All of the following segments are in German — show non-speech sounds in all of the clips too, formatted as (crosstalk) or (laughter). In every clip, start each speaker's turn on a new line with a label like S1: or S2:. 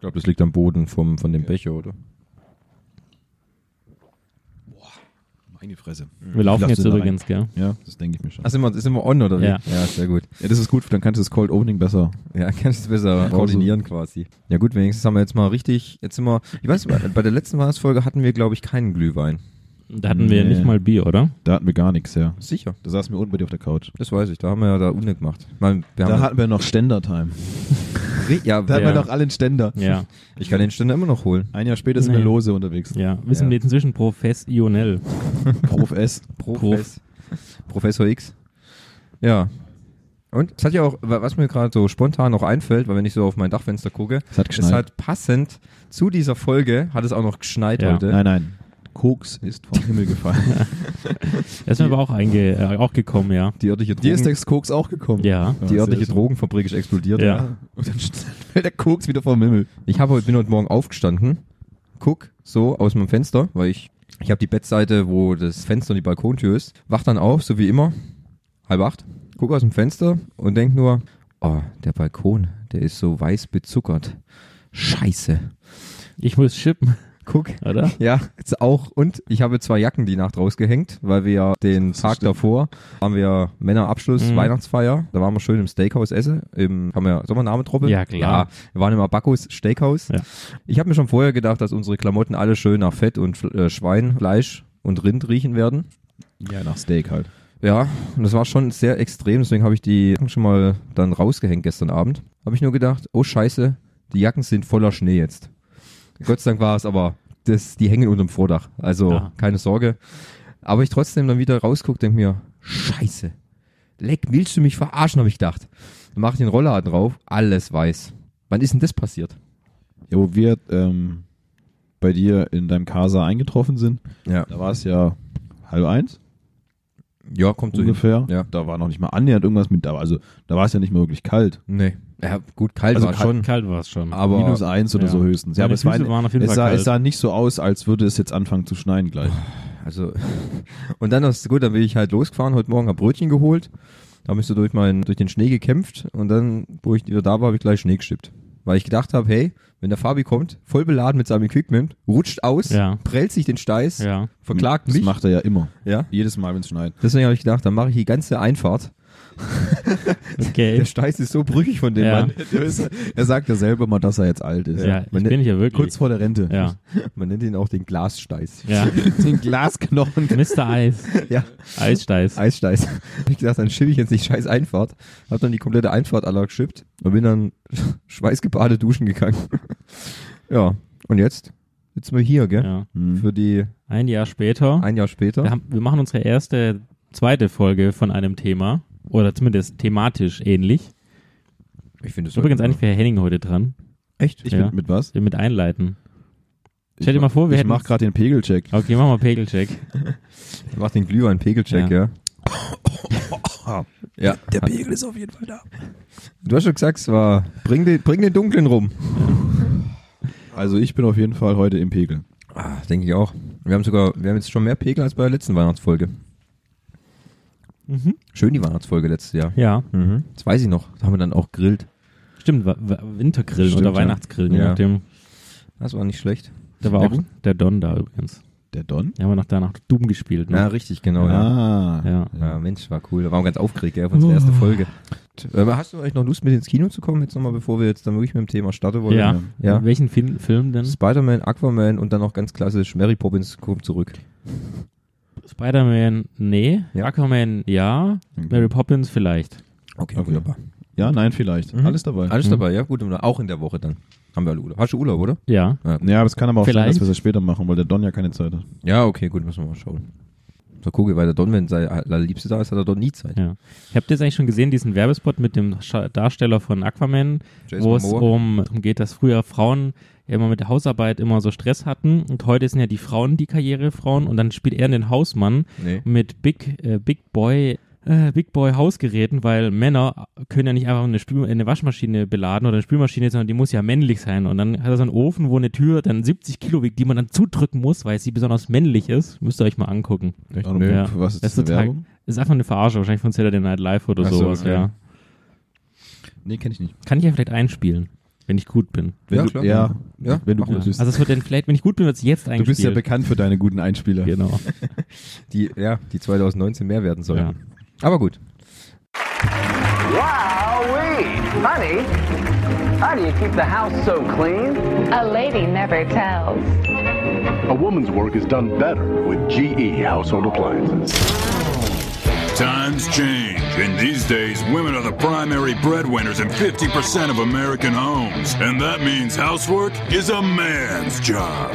S1: glaube, das liegt am Boden vom, von dem Becher, oder?
S2: Meine Fresse.
S3: Wir laufen
S2: Lass
S3: jetzt
S2: den da
S3: übrigens, gell?
S2: rein. Ja, das denke ich mir schon.
S1: Ah, sind wir, sind wir on, oder wie?
S3: Ja.
S1: ja, sehr gut.
S2: Ja, das ist gut, dann kannst du das Cold Opening besser.
S1: Ja, (laughs) kannst du besser koordinieren quasi. Ja gut, wenigstens haben wir jetzt mal richtig, jetzt sind wir, ich weiß nicht, bei der letzten Weihnachtsfolge hatten wir, glaube ich, keinen Glühwein.
S3: Da hatten wir
S2: Nee.
S3: nicht mal Bier, oder?
S2: Da hatten wir gar nichts, ja.
S1: Sicher.
S2: Da saßen wir unten bei dir auf der Couch.
S1: Das weiß ich, da haben wir ja da Une gemacht. Ich meine, wir
S2: Da
S1: haben
S2: hatten wir noch Ständer-Time.
S1: Re- ja,
S2: (laughs) Da hatten wir
S3: Ja.
S2: noch alle einen Ständer.
S3: Ja,
S1: ich kann den Ständer immer noch holen.
S2: Ein Jahr später sind wir
S3: Nee.
S2: lose unterwegs.
S3: ja. Wissen
S1: Ja.
S3: wir inzwischen professionell.
S2: Prof S.
S1: Profes- Professor X. Ja. Und es hat ja auch, wa- was mir gerade so spontan noch einfällt, weil wenn ich so auf mein Dachfenster gucke,
S2: Es hat geschneit.
S1: es hat passend zu dieser Folge, hat es auch noch geschneit
S3: Ja.
S1: heute.
S2: Nein, nein. Koks ist vom Himmel (laughs) gefallen.
S3: Das ist mir aber auch, einge äh, auch gekommen, ja.
S1: Die örtliche, Drogen,
S2: Dir ist der Koks auch gekommen.
S3: Ja.
S1: die örtliche
S2: Drogen.
S1: Drogenfabrik ist explodiert.
S3: Ja.
S2: Und dann fällt der Koks wieder vom Himmel.
S1: Ich habe heute, bin heute Morgen aufgestanden, guck so aus meinem Fenster, weil ich, ich habe die Bettseite, wo das Fenster und die Balkontür ist, wach dann auf, so wie immer, halb acht, guck aus dem Fenster und denk nur, oh, der Balkon, der ist so weiß bezuckert. Scheiße.
S3: Ich muss chippen,
S1: Guck.
S3: (laughs) oder?
S1: (laughs) Ja, jetzt auch. Und ich habe zwei Jacken die Nacht rausgehängt, weil wir ja den Tag davor haben wir Männerabschluss,
S3: Mhm.
S1: Weihnachtsfeier. Da waren wir schön im Steakhouse essen. Im, haben wir Sommername-Truppe?
S3: Ja, klar.
S1: Ja, wir waren im Abacus Steakhouse.
S3: Ja.
S1: Ich habe mir schon vorher gedacht, dass unsere Klamotten alle schön nach Fett und Fl- äh, Schwein, Fleisch und Rind riechen werden.
S2: Ja, nach Steak halt.
S1: Ja, und das war schon sehr extrem, deswegen habe ich die Jacken schon mal dann rausgehängt gestern Abend. Habe ich nur gedacht, oh scheiße, die Jacken sind voller Schnee jetzt. Gott sei Dank war es aber, das, die hängen unterm Vordach, also
S3: Ja.
S1: keine Sorge. Aber ich trotzdem dann wieder rausgucke, denke mir, scheiße, leck, willst du mich verarschen, habe ich gedacht. Dann mache ich den Rollladen drauf, alles weiß. Wann ist denn das passiert?
S2: Ja, wo wir ähm, bei dir in deinem Casa eingetroffen sind,
S1: Ja,
S2: da war es ja halb eins
S1: ja kommt so hin.
S2: ungefähr.
S1: Ja.
S2: Da war noch nicht mal annähernd irgendwas mit, da, also da war es ja nicht mal wirklich kalt.
S1: Nee, ja, gut, kalt
S2: Also
S1: war
S2: kalt-
S1: schon,
S3: Kalt war es schon.
S1: aber
S2: Minus eins oder
S3: Ja.
S2: so höchstens. Ja,
S3: Meine
S2: aber es, war,
S3: Füße waren auf jeden
S2: es,
S3: Fall
S2: sah, es
S3: kalt.
S2: sah nicht so aus, als würde es jetzt anfangen zu schneien
S3: (laughs)
S2: gleich.
S1: Also, (laughs) und dann ist gut, dann bin ich halt losgefahren, heute Morgen hab Brötchen geholt, habe mich so durch, meinen, durch den Schnee gekämpft und dann, wo ich wieder da war, habe ich gleich Schnee geschippt. Weil ich gedacht habe, hey, wenn der Fabi kommt, voll beladen mit seinem Equipment, rutscht aus,
S3: Ja.
S1: prellt sich den Steiß,
S3: ja.
S1: verklagt
S2: das
S1: mich.
S2: macht er ja immer.
S1: Ja.
S2: Jedes Mal, wenn es
S3: (laughs)
S2: schneit.
S1: Deswegen habe ich gedacht, dann mache ich die ganze Einfahrt.
S3: Okay.
S1: Der Steiß ist so brüchig von dem
S3: Ja.
S1: Mann.
S2: er sagt ja selber mal, dass er jetzt alt ist.
S3: Ja, ich
S1: Man-
S3: bin ich ja wirklich.
S2: Kurz vor der Rente.
S3: ja.
S1: Man nennt ihn auch den Glassteiß. (laughs)
S3: ja.
S2: Den Glasknochen.
S3: Mr. Eis.
S1: Ja.
S3: Eissteiß.
S1: Eissteiß. (laughs) Hab ich gesagt, dann schippe ich jetzt nicht scheiß Einfahrt. Hab dann die komplette Einfahrt aller geschippt und bin dann (laughs) schweißgebadet duschen gegangen. (laughs) ja, und jetzt sitzen wir hier, gell?
S3: Ja.
S2: Hm.
S1: Für die
S3: Ein Jahr später.
S1: ein Jahr später.
S3: Wir, haben, wir machen unsere erste, zweite Folge von einem Thema. Oder zumindest thematisch ähnlich.
S1: Ich finde es
S3: Ist übrigens eigentlich für Herr Henning heute dran.
S1: echt.
S2: Ich
S3: Ja.
S2: bin mit was?
S3: Wir mit einleiten. Stell dir mal vor, wir
S2: ich
S3: hätten-
S2: mach gerade den Pegelcheck.
S3: Okay, machen wir Pegelcheck.
S1: Ich mach den Glühwein Pegelcheck,
S2: (laughs)
S1: ja. ja.
S2: Der Pegel ist auf jeden Fall da.
S1: Du hast schon gesagt, es war bring den, bring den Dunklen rum.
S2: Also ich bin auf jeden Fall heute im Pegel.
S1: Ah, denke ich auch. Wir haben sogar, wir haben jetzt schon mehr Pegel als bei der letzten Weihnachtsfolge.
S3: Mhm.
S1: Schön die Weihnachtsfolge letztes Jahr.
S3: Ja.
S1: Mhm. Das weiß ich noch. Da haben wir dann auch grillt.
S3: Stimmt, wa- wa- Wintergrillen
S1: Stimmt,
S3: oder
S1: ja.
S3: Weihnachtsgrillen, je
S1: Ja.
S3: nachdem.
S1: Das war nicht schlecht.
S3: Da war
S2: Ja,
S3: auch
S2: gut.
S3: der Don da übrigens.
S2: Der Don?
S3: Da haben wir noch danach Doom gespielt.
S1: Ja,
S3: Ne?
S1: richtig, genau. Ja. Oh.
S2: Ah.
S3: ja.
S1: Ja, Mensch, war cool. Da waren wir ganz aufgeregt, gell, auf unsere erste Folge. Äh, hast du eigentlich noch Lust, mit ins Kino zu kommen, jetzt nochmal, bevor wir jetzt dann wirklich mit dem Thema starten wollen?
S3: Ja.
S1: Ja.
S3: Welchen Film, Film denn?
S1: Spider-Man, Aquaman und dann noch ganz klassisch Mary Poppins kommt zurück.
S3: Spider-Man, nee.
S1: Ja. Mhm.
S3: Aquaman, ja.
S2: Okay.
S3: Mary Poppins vielleicht.
S1: Okay,
S2: Okay.
S1: wunderbar.
S2: Ja, nein, vielleicht.
S1: Mhm.
S2: Alles dabei.
S1: Alles
S3: Mhm.
S1: dabei, ja, gut. Und auch in der Woche dann. Haben wir alle Urlaub. Hast du Urlaub, oder?
S3: Ja.
S2: Ja, aber es kann aber auch sein, dass
S3: Vielleicht.
S2: wir es später machen, weil der Don ja keine Zeit hat.
S1: Ja, okay, gut, müssen wir mal schauen. So, gucke, weil der Don, wenn sein Liebste da ist, hat er doch nie Zeit.
S3: ja. Ich habe jetzt eigentlich schon gesehen, diesen Werbespot mit dem Scha- Darsteller von Aquaman,
S1: Jason
S3: wo es
S1: Momoa.
S3: um, darum geht, dass früher Frauen ja immer mit der Hausarbeit immer so Stress hatten und heute sind ja die Frauen die Karrierefrauen und dann spielt er den Hausmann
S1: Nee.
S3: mit Big, äh, Big Boy äh, Big Boy Hausgeräten, weil Männer können ja nicht einfach eine, Spül eine Waschmaschine beladen oder eine Spülmaschine, sondern die muss ja männlich sein. Und dann hat er so einen Ofen, wo eine Tür dann 70 Kilo wiegt, die man dann zudrücken muss, weil sie besonders männlich ist. Müsst ihr euch mal angucken.
S2: Ahnung,
S1: Nö.
S3: Ja.
S2: für was ist
S3: Das
S2: das
S3: ist
S2: eine
S3: total-
S2: Werbung?
S3: Ist einfach eine Verarsche, wahrscheinlich von Saturday Night Live oder
S1: Ach so,
S3: sowas,
S1: okay.
S3: ja.
S2: Nee, kenne ich nicht.
S3: Kann ich ja vielleicht einspielen, wenn ich gut bin.
S2: Wenn
S1: Ja,
S2: du,
S1: klar.
S2: Ja,
S1: Ja,
S2: wenn du
S1: mach
S2: gut
S1: mal.
S2: bist.
S3: Also es wird dann vielleicht, wenn ich gut bin, wird es jetzt
S2: du
S3: eingespielt.
S2: bist ja bekannt für deine guten Einspieler.
S3: Genau.
S1: Die, ja, die 2019 mehr werden sollen.
S3: Ja.
S1: Aber gut.
S4: Wowee! Honey, how do you keep the house so clean?
S5: A lady never tells.
S6: A woman's work is done better with GE household appliances.
S7: Times change, and these days women are the primary breadwinners in 50% of American homes. And that means housework is a man's job.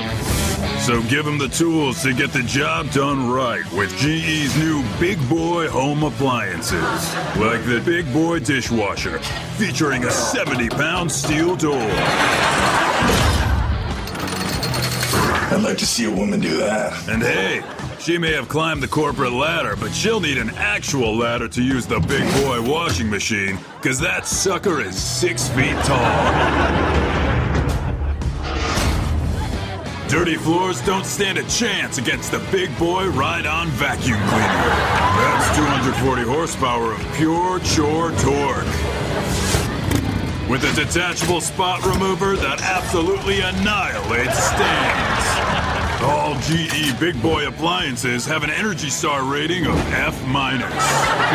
S7: So give him the tools to get the job done right with GE's new Big Boy home appliances. Like the Big Boy dishwasher, featuring a 70 pound steel door.
S8: I'd like to see a woman do that.
S7: And hey, she may have climbed the corporate ladder, but she'll need an actual ladder to use the big boy washing machine, because that sucker is six feet tall. Dirty floors don't stand a chance against the big boy ride on vacuum cleaner. That's 240 horsepower of pure chore torque. With a detachable spot remover that absolutely annihilates stains. All GE Big Boy appliances have an Energy Star rating of F minus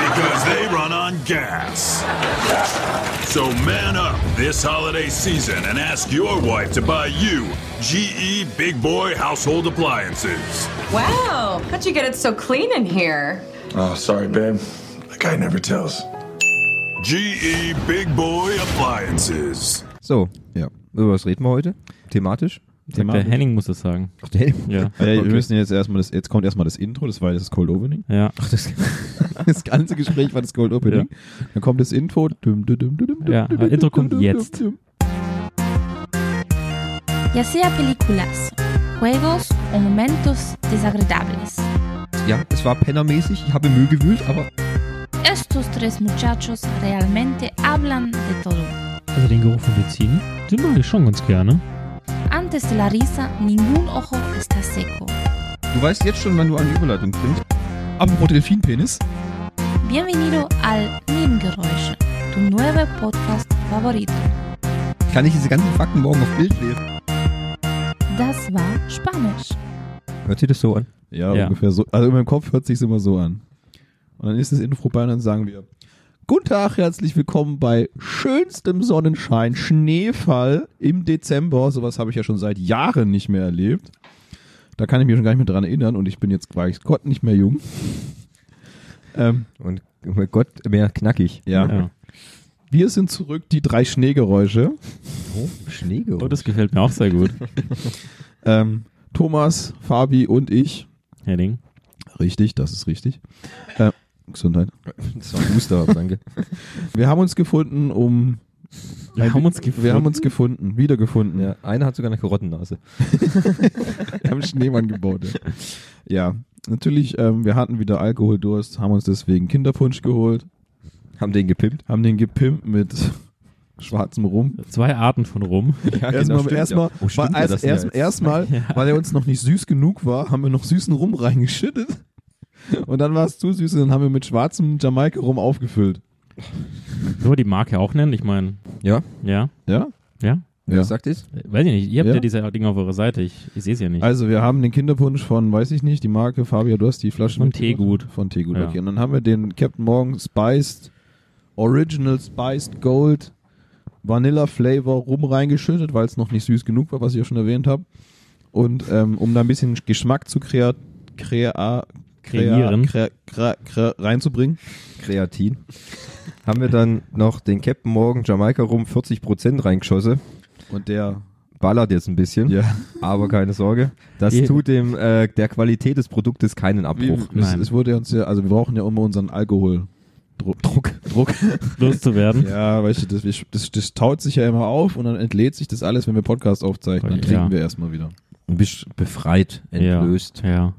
S7: because they run on gas. So man up this holiday season and ask your wife to buy you GE Big Boy household appliances.
S9: Wow, how'd you get it so clean in here?
S8: Oh, sorry, babe. The guy never tells.
S7: GE E Big Boy appliances.
S1: So,
S2: Ja.
S1: über was reden wir heute? Thematisch?
S3: Sagt der Henning muss das sagen.
S1: Ach, der,
S3: Ja.
S2: Ja, wir
S1: Okay.
S2: müssen jetzt erstmal das, jetzt kommt erstmal das Intro, das war das Cold Opening.
S3: Ja.
S2: (laughs) Das ganze Gespräch war das Cold Opening. Dann kommt das Intro. Dum, dum, dum, dum, dum,
S3: Ja,
S2: dum,
S3: aber Intro
S2: dum,
S3: kommt
S2: dum,
S3: jetzt.
S2: dum, dum.
S10: ya sea películas, juegos o momentos desagradables.
S1: ja, es war pennermäßig, ich habe Mühe gewühlt, aber
S10: Estos tres muchachos realmente hablan de todo.
S3: Also den Geruch von Benzin, den mag ich schon ganz gerne.
S10: Antes de la risa, ningún ojo está seco.
S1: du weißt jetzt schon, wann du eine Überleitung bringst.
S2: Apropos Delfinpenis.
S10: Bienvenido al Nebengeräusche, tu nuevo podcast favorito.
S1: Kann ich diese ganzen Fakten morgen auf Bild lesen?
S10: Das war Spanisch.
S1: Hört sich das so an?
S2: Ja,
S3: Ja.
S2: ungefähr so. Also in meinem Kopf hört sich immer so an. Und dann ist das Intro vorbei und dann sagen wir: Guten Tag, herzlich willkommen bei schönstem Sonnenschein, Schneefall im Dezember. Sowas habe ich ja schon seit Jahren nicht mehr erlebt. Da kann ich mich schon gar nicht mehr dran erinnern und ich bin jetzt weiß Gott nicht mehr jung. (laughs) ähm,
S1: Und oh mein Gott, mehr knackig.
S2: ja.
S3: Ja.
S2: Wir sind zurück, die drei Schneegeräusche.
S1: Oh,
S3: Oh, das gefällt mir auch
S2: (laughs)
S3: sehr gut.
S2: Ähm, Thomas, Fabi und ich.
S3: Henning.
S2: Richtig, das ist richtig. Äh, Gesundheit.
S1: Das war ein Booster, aber danke.
S2: Wir haben uns gefunden, um.
S3: Wir haben uns gefunden?
S2: Wir haben uns gefunden, wiedergefunden.
S1: (laughs) Ja, einer hat sogar eine Karottennase.
S2: Wir haben Schneemann gebaut.
S1: (laughs)
S2: Ja, ja natürlich, ähm, wir hatten wieder Alkoholdurst, haben uns deswegen Kinderpunsch geholt,
S1: Haben den gepimpt?
S2: haben den gepimpt mit (laughs) schwarzem Rum.
S3: Zwei Arten von Rum. (laughs)
S1: Ja,
S2: Erstmal, erstmal,
S1: Oh,
S2: weil,
S1: stimmt ja,
S2: als,
S1: das (laughs)
S2: erst,
S1: ja jetzt.
S2: erstmal weil er uns noch nicht süß genug war, haben wir noch süßen Rum reingeschüttet. Und dann war es zu süß und dann haben wir mit schwarzem Jamaika-Rum aufgefüllt.
S3: Können wir die Marke auch nennen? Ich meine,
S1: Ja,
S3: ja,
S2: Ja?
S3: ja.
S1: wer
S2: Ja.
S1: sagt es?
S3: Äh, Weiß ich nicht, ihr habt ja,
S2: Ja.
S3: diese Dinge auf eurer Seite. Ich, ich sehe es ja nicht.
S2: Also, wir haben den Kinderpunsch von, weiß ich nicht, die Marke Fabia, du hast die Flasche
S3: Von
S2: mitgebracht?
S3: Teegut.
S2: Von Teegut,
S3: Ja.
S2: okay. Und dann haben wir den Captain Morgan Spiced Original Spiced Gold Vanilla Flavor rum reingeschüttet, weil es noch nicht süß genug war, was ich ja schon erwähnt habe. Und ähm, um da ein bisschen Geschmack zu krea krea krea
S3: Kreieren.
S2: krea krea krea reinzubringen.
S1: Kreatin. Haben wir dann noch den Captain Morgan Jamaika rum 40% reingeschossen.
S2: Und der,
S1: Ballert jetzt ein bisschen,
S3: Hm?
S2: ja,
S1: aber keine Sorge. (laughs) Das
S3: Je-
S1: tut dem äh, der Qualität des Produktes keinen Abbruch.
S2: es,
S3: Nein.
S2: es wurde uns ja, also wir brauchen ja immer unseren Alkohol. Druck. Druck.
S3: Loszuwerden.
S2: Ja, weißt du, das, wir- das, das taut sich ja immer auf und dann entlädt sich das alles, wenn wir Podcast aufzeichnen. Dann
S3: Ja.
S2: trinken wir erstmal wieder.
S1: Du bist befreit,
S3: Ja. ja. Und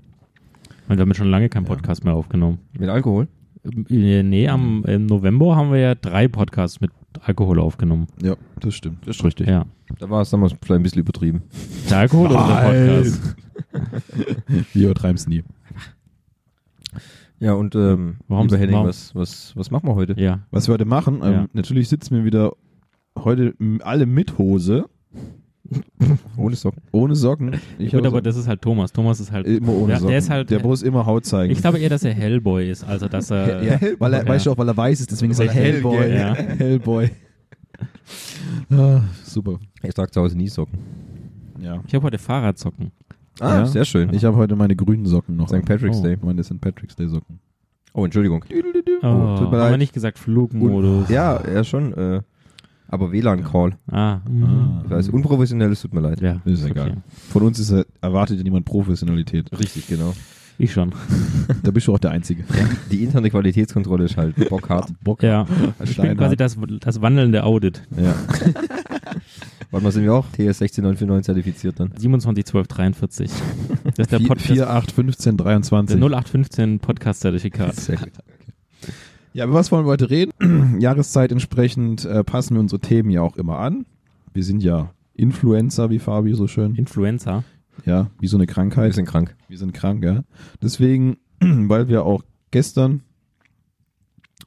S3: wir haben schon lange keinen Podcast mehr aufgenommen.
S1: Mit Alkohol?
S3: Ähm, äh, Nee, am im November haben wir ja drei Podcasts mit Alkohol aufgenommen.
S2: Ja, das stimmt. Das ist
S1: richtig.
S3: Ja.
S1: Da war es damals vielleicht ein bisschen übertrieben.
S3: Der Alkohol oder der
S2: Nein.
S3: Podcast?
S2: Wir übertreiben es nie.
S1: Ja, und ähm,
S3: Warum-
S1: lieber Henning,
S3: warum-
S1: was, was, was machen wir heute?
S3: Ja.
S2: Was wir heute machen, ähm,
S3: Ja.
S2: natürlich sitzen wir wieder heute m- alle mit Hose,
S1: Ohne Socken.
S2: ohne Socken. Ich
S3: Gut,
S2: habe
S3: aber das ist halt Thomas. Thomas ist halt.
S2: so- immer ohne
S3: Ja,
S2: Socken.
S3: der ist halt.
S2: der muss immer Haut zeigen.
S3: ich glaube eher, dass er Hellboy ist, also dass
S2: (laughs)
S3: er.
S2: ja, (laughs) weil er,
S3: Ja.
S2: weißt du auch, weil er weiß ist, deswegen ist
S3: Weil
S2: er
S3: er hell,
S2: Hellboy.
S3: gell, ja.
S2: (laughs) Hellboy. Ah, super.
S1: Ich trage zu Hause nie Socken.
S2: Ja.
S3: Ich habe heute Fahrradsocken.
S1: Ah,
S2: Ja.
S1: sehr schön.
S2: Ich habe heute meine grünen Socken noch.
S1: St. Patrick's
S2: oh,
S1: Day.
S2: Meine St. Patrick's Day Socken.
S1: Oh, Entschuldigung.
S3: Oh,
S1: tut mir
S3: haben wir
S1: leid.
S3: nicht gesagt Flugmodus.
S1: Ja, ja schon. Äh, aber WLAN-Call.
S3: Ah, mhm.
S1: Ich weiß, unprofessionelles tut mir leid.
S3: ja.
S2: Ist
S3: okay.
S2: egal. Von uns ist, er- erwartet ja niemand Professionalität.
S1: Richtig, genau.
S3: Ich schon.
S2: Da bist du auch der Einzige.
S1: Die interne Qualitätskontrolle ist halt bockhart.
S3: (laughs)
S2: Bock.
S3: Ja. Ich bin
S2: Steinhardt.
S3: quasi das, das wandelnde Audit.
S2: Ja.
S1: Warte mal, sind wir auch TS 16949 zertifiziert dann?
S3: 27 12 43. Das ist der
S2: 4,
S3: Podcast.
S2: 4, 8, 15,
S3: der
S2: 23.
S3: 0815 Podcast-Zertifikat.
S2: Sehr gut. Ja, über was wollen wir heute reden? (clears throat) Jahreszeit entsprechend äh, passen wir unsere Themen ja auch immer an. Wir sind ja Influencer, wie Fabi so schön.
S3: Influenza.
S2: Ja, wie so eine Krankheit.
S1: Wir sind krank.
S2: Wir sind krank, ja. Deswegen, (clears throat) weil wir auch gestern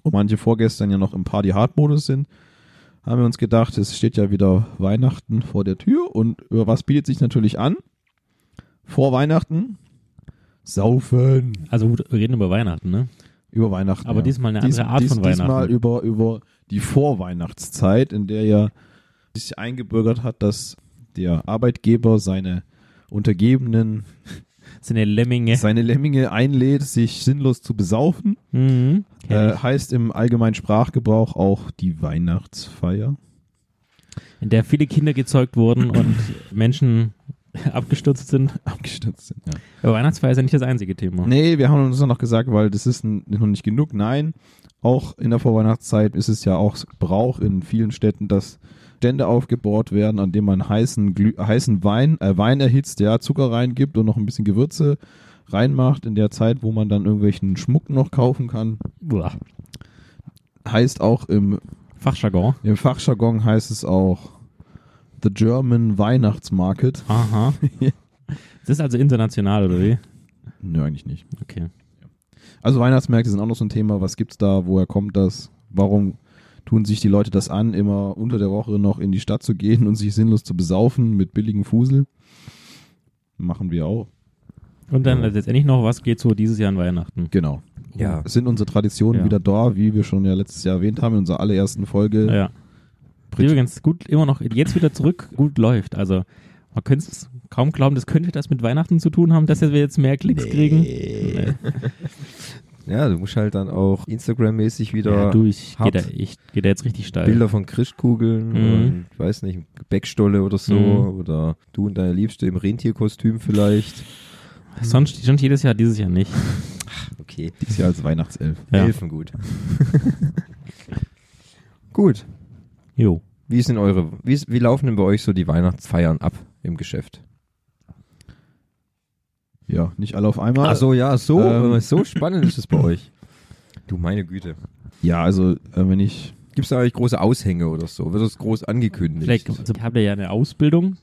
S2: und manche vorgestern ja noch im Party-Hard-Modus sind, haben wir uns gedacht, es steht ja wieder Weihnachten vor der Tür und über was bietet sich natürlich an? Vor Weihnachten? Saufen.
S3: Also gut, wir reden über Weihnachten, ne?
S2: Über Weihnachten.
S3: Aber
S2: ja.
S3: diesmal eine andere Art von
S2: Diesmal
S3: Weihnachten.
S2: über, über die Vorweihnachtszeit, in der ja sich eingebürgert hat, dass der Arbeitgeber seine Untergebenen
S3: Das sind ja
S2: (laughs)
S3: Lemminge.
S2: seine Lemminge einlädt, sich sinnlos zu besaufen.
S3: Mhm. Kenn
S2: Äh, heißt im allgemeinen Sprachgebrauch auch die Weihnachtsfeier.
S3: ich. In der viele Kinder gezeugt wurden und Menschen abgestürzt sind.
S2: (laughs) Abgestürzt sind, ja.
S3: Aber Weihnachtsfeier ist ja nicht das einzige Thema.
S2: Nee, wir haben uns noch gesagt, weil das ist n- noch nicht genug. Nein, auch in der Vorweihnachtszeit ist es ja auch Brauch in vielen Städten, dass Stände aufgebaut werden, an denen man heißen, Glüh heißen Wein, äh, Wein erhitzt, ja, Zucker reingibt und noch ein bisschen Gewürze reinmacht in der Zeit, wo man dann irgendwelchen Schmuck noch kaufen kann.
S3: Boah.
S2: Heißt auch im
S3: Fachjargon.
S2: Im Fachjargon heißt es auch The German Weihnachtsmarket.
S3: Aha. Das ist also international, oder wie?
S2: Nö, eigentlich nicht.
S3: Okay.
S2: Also Weihnachtsmärkte sind auch noch so ein Thema. Was gibt's da? Woher kommt das? Warum tun sich die Leute das an, immer unter der Woche noch in die Stadt zu gehen und sich sinnlos zu besaufen mit billigem Fusel? Machen wir auch.
S3: Und dann also letztendlich noch, was geht so dieses Jahr an Weihnachten?
S2: Genau.
S1: Ja.
S2: Es sind unsere Traditionen
S3: Ja.
S2: wieder da, wie wir schon ja letztes Jahr erwähnt haben in unserer allerersten Folge.
S3: Ja. Die übrigens gut immer noch jetzt wieder zurück gut läuft. Also man könnte es kaum glauben, das könnte das mit Weihnachten zu tun haben, dass wir jetzt mehr Klicks kriegen. Nee.
S1: Ja, du musst halt dann auch Instagram-mäßig wieder
S3: Ja, du, ich gehe
S1: hart
S3: da, ich geh da jetzt richtig steil.
S1: Bilder von Christkugeln
S3: Ah, Mhm.
S1: und, ich weiß nicht, Gebäckstolle oder so.
S3: Mhm.
S1: Oder du und deine Liebste im Rentierkostüm vielleicht.
S3: Sonst, sonst jedes Jahr, dieses Jahr nicht.
S1: Okay,
S2: Dieses Jahr als Weihnachtself.
S3: Ja.
S1: helfen gut. (laughs) gut.
S3: Jo.
S1: Wie sind eure, wie, ist- wie laufen denn bei euch so die Weihnachtsfeiern ab im Geschäft?
S2: Ja, nicht alle auf einmal.
S1: Ach so, ja, so,
S2: Ähm.
S1: äh, so spannend ist es bei euch. (laughs) Du meine Güte.
S2: Ja, also äh, wenn ich
S1: Gibt es da eigentlich große Aushänge oder so? Wird das groß angekündigt?
S3: Vielleicht also, habt ihr ja eine Ausbildung.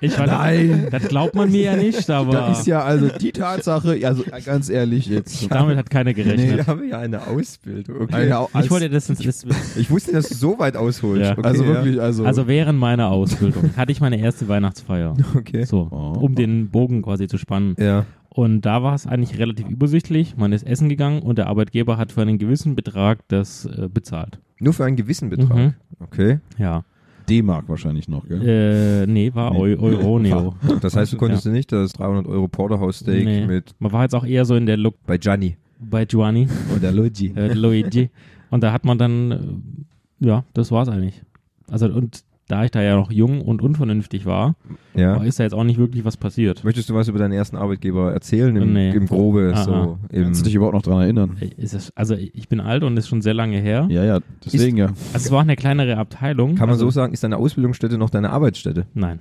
S3: ich weiß,
S2: Nein.
S3: Das glaubt man mir ja nicht, aber
S2: Da ist ja also die Tatsache, also ganz ehrlich jetzt.
S3: (laughs) damit hat keiner gerechnet.
S1: Wir haben ja eine Ausbildung. Okay.
S2: Eine Au-
S3: ich wollte das, das,
S1: Ich wusste, dass du so weit ausholst.
S3: Ja.
S1: Okay,
S2: also wirklich, also,
S3: Also während meiner Ausbildung hatte ich meine erste Weihnachtsfeier.
S1: Okay.
S3: So,
S2: Oh.
S3: um den Bogen quasi zu spannen.
S1: Ja.
S3: Und da war es eigentlich relativ übersichtlich. Man ist essen gegangen und der Arbeitgeber hat für einen gewissen Betrag das äh, bezahlt.
S1: Nur für einen gewissen
S3: Mhm.
S1: Betrag. Okay.
S3: Ja.
S2: D-Mark wahrscheinlich noch, gell?
S3: Äh, nee, war Eu Euroneo.
S1: Das heißt, du konntest dir nicht das 300 Euro Porterhouse Steak
S3: Nee.
S1: mit
S3: Man war jetzt auch eher so in der Look
S1: bei Gianni
S3: bei Giovanni,
S2: Oder Luigi.
S1: (laughs)
S3: äh, Luigi. Und da hat man dann, äh, ja, das war's eigentlich. Also, und da ich da ja noch jung und unvernünftig war,
S1: Ja.
S3: ist da jetzt auch nicht wirklich was passiert.
S1: Möchtest du was über deinen ersten Arbeitgeber erzählen im,
S3: Nee.
S1: im Grobe?
S3: Ah,
S1: So, im,
S2: Kannst du dich überhaupt noch dran erinnern?
S3: Ist es, also, ich bin alt und ist schon sehr lange her.
S2: Ja, ja, deswegen ja.
S3: Also, es war eine kleinere Abteilung.
S1: kann man
S3: also,
S1: so sagen, ist deine Ausbildungsstätte noch deine Arbeitsstätte?
S3: Nein,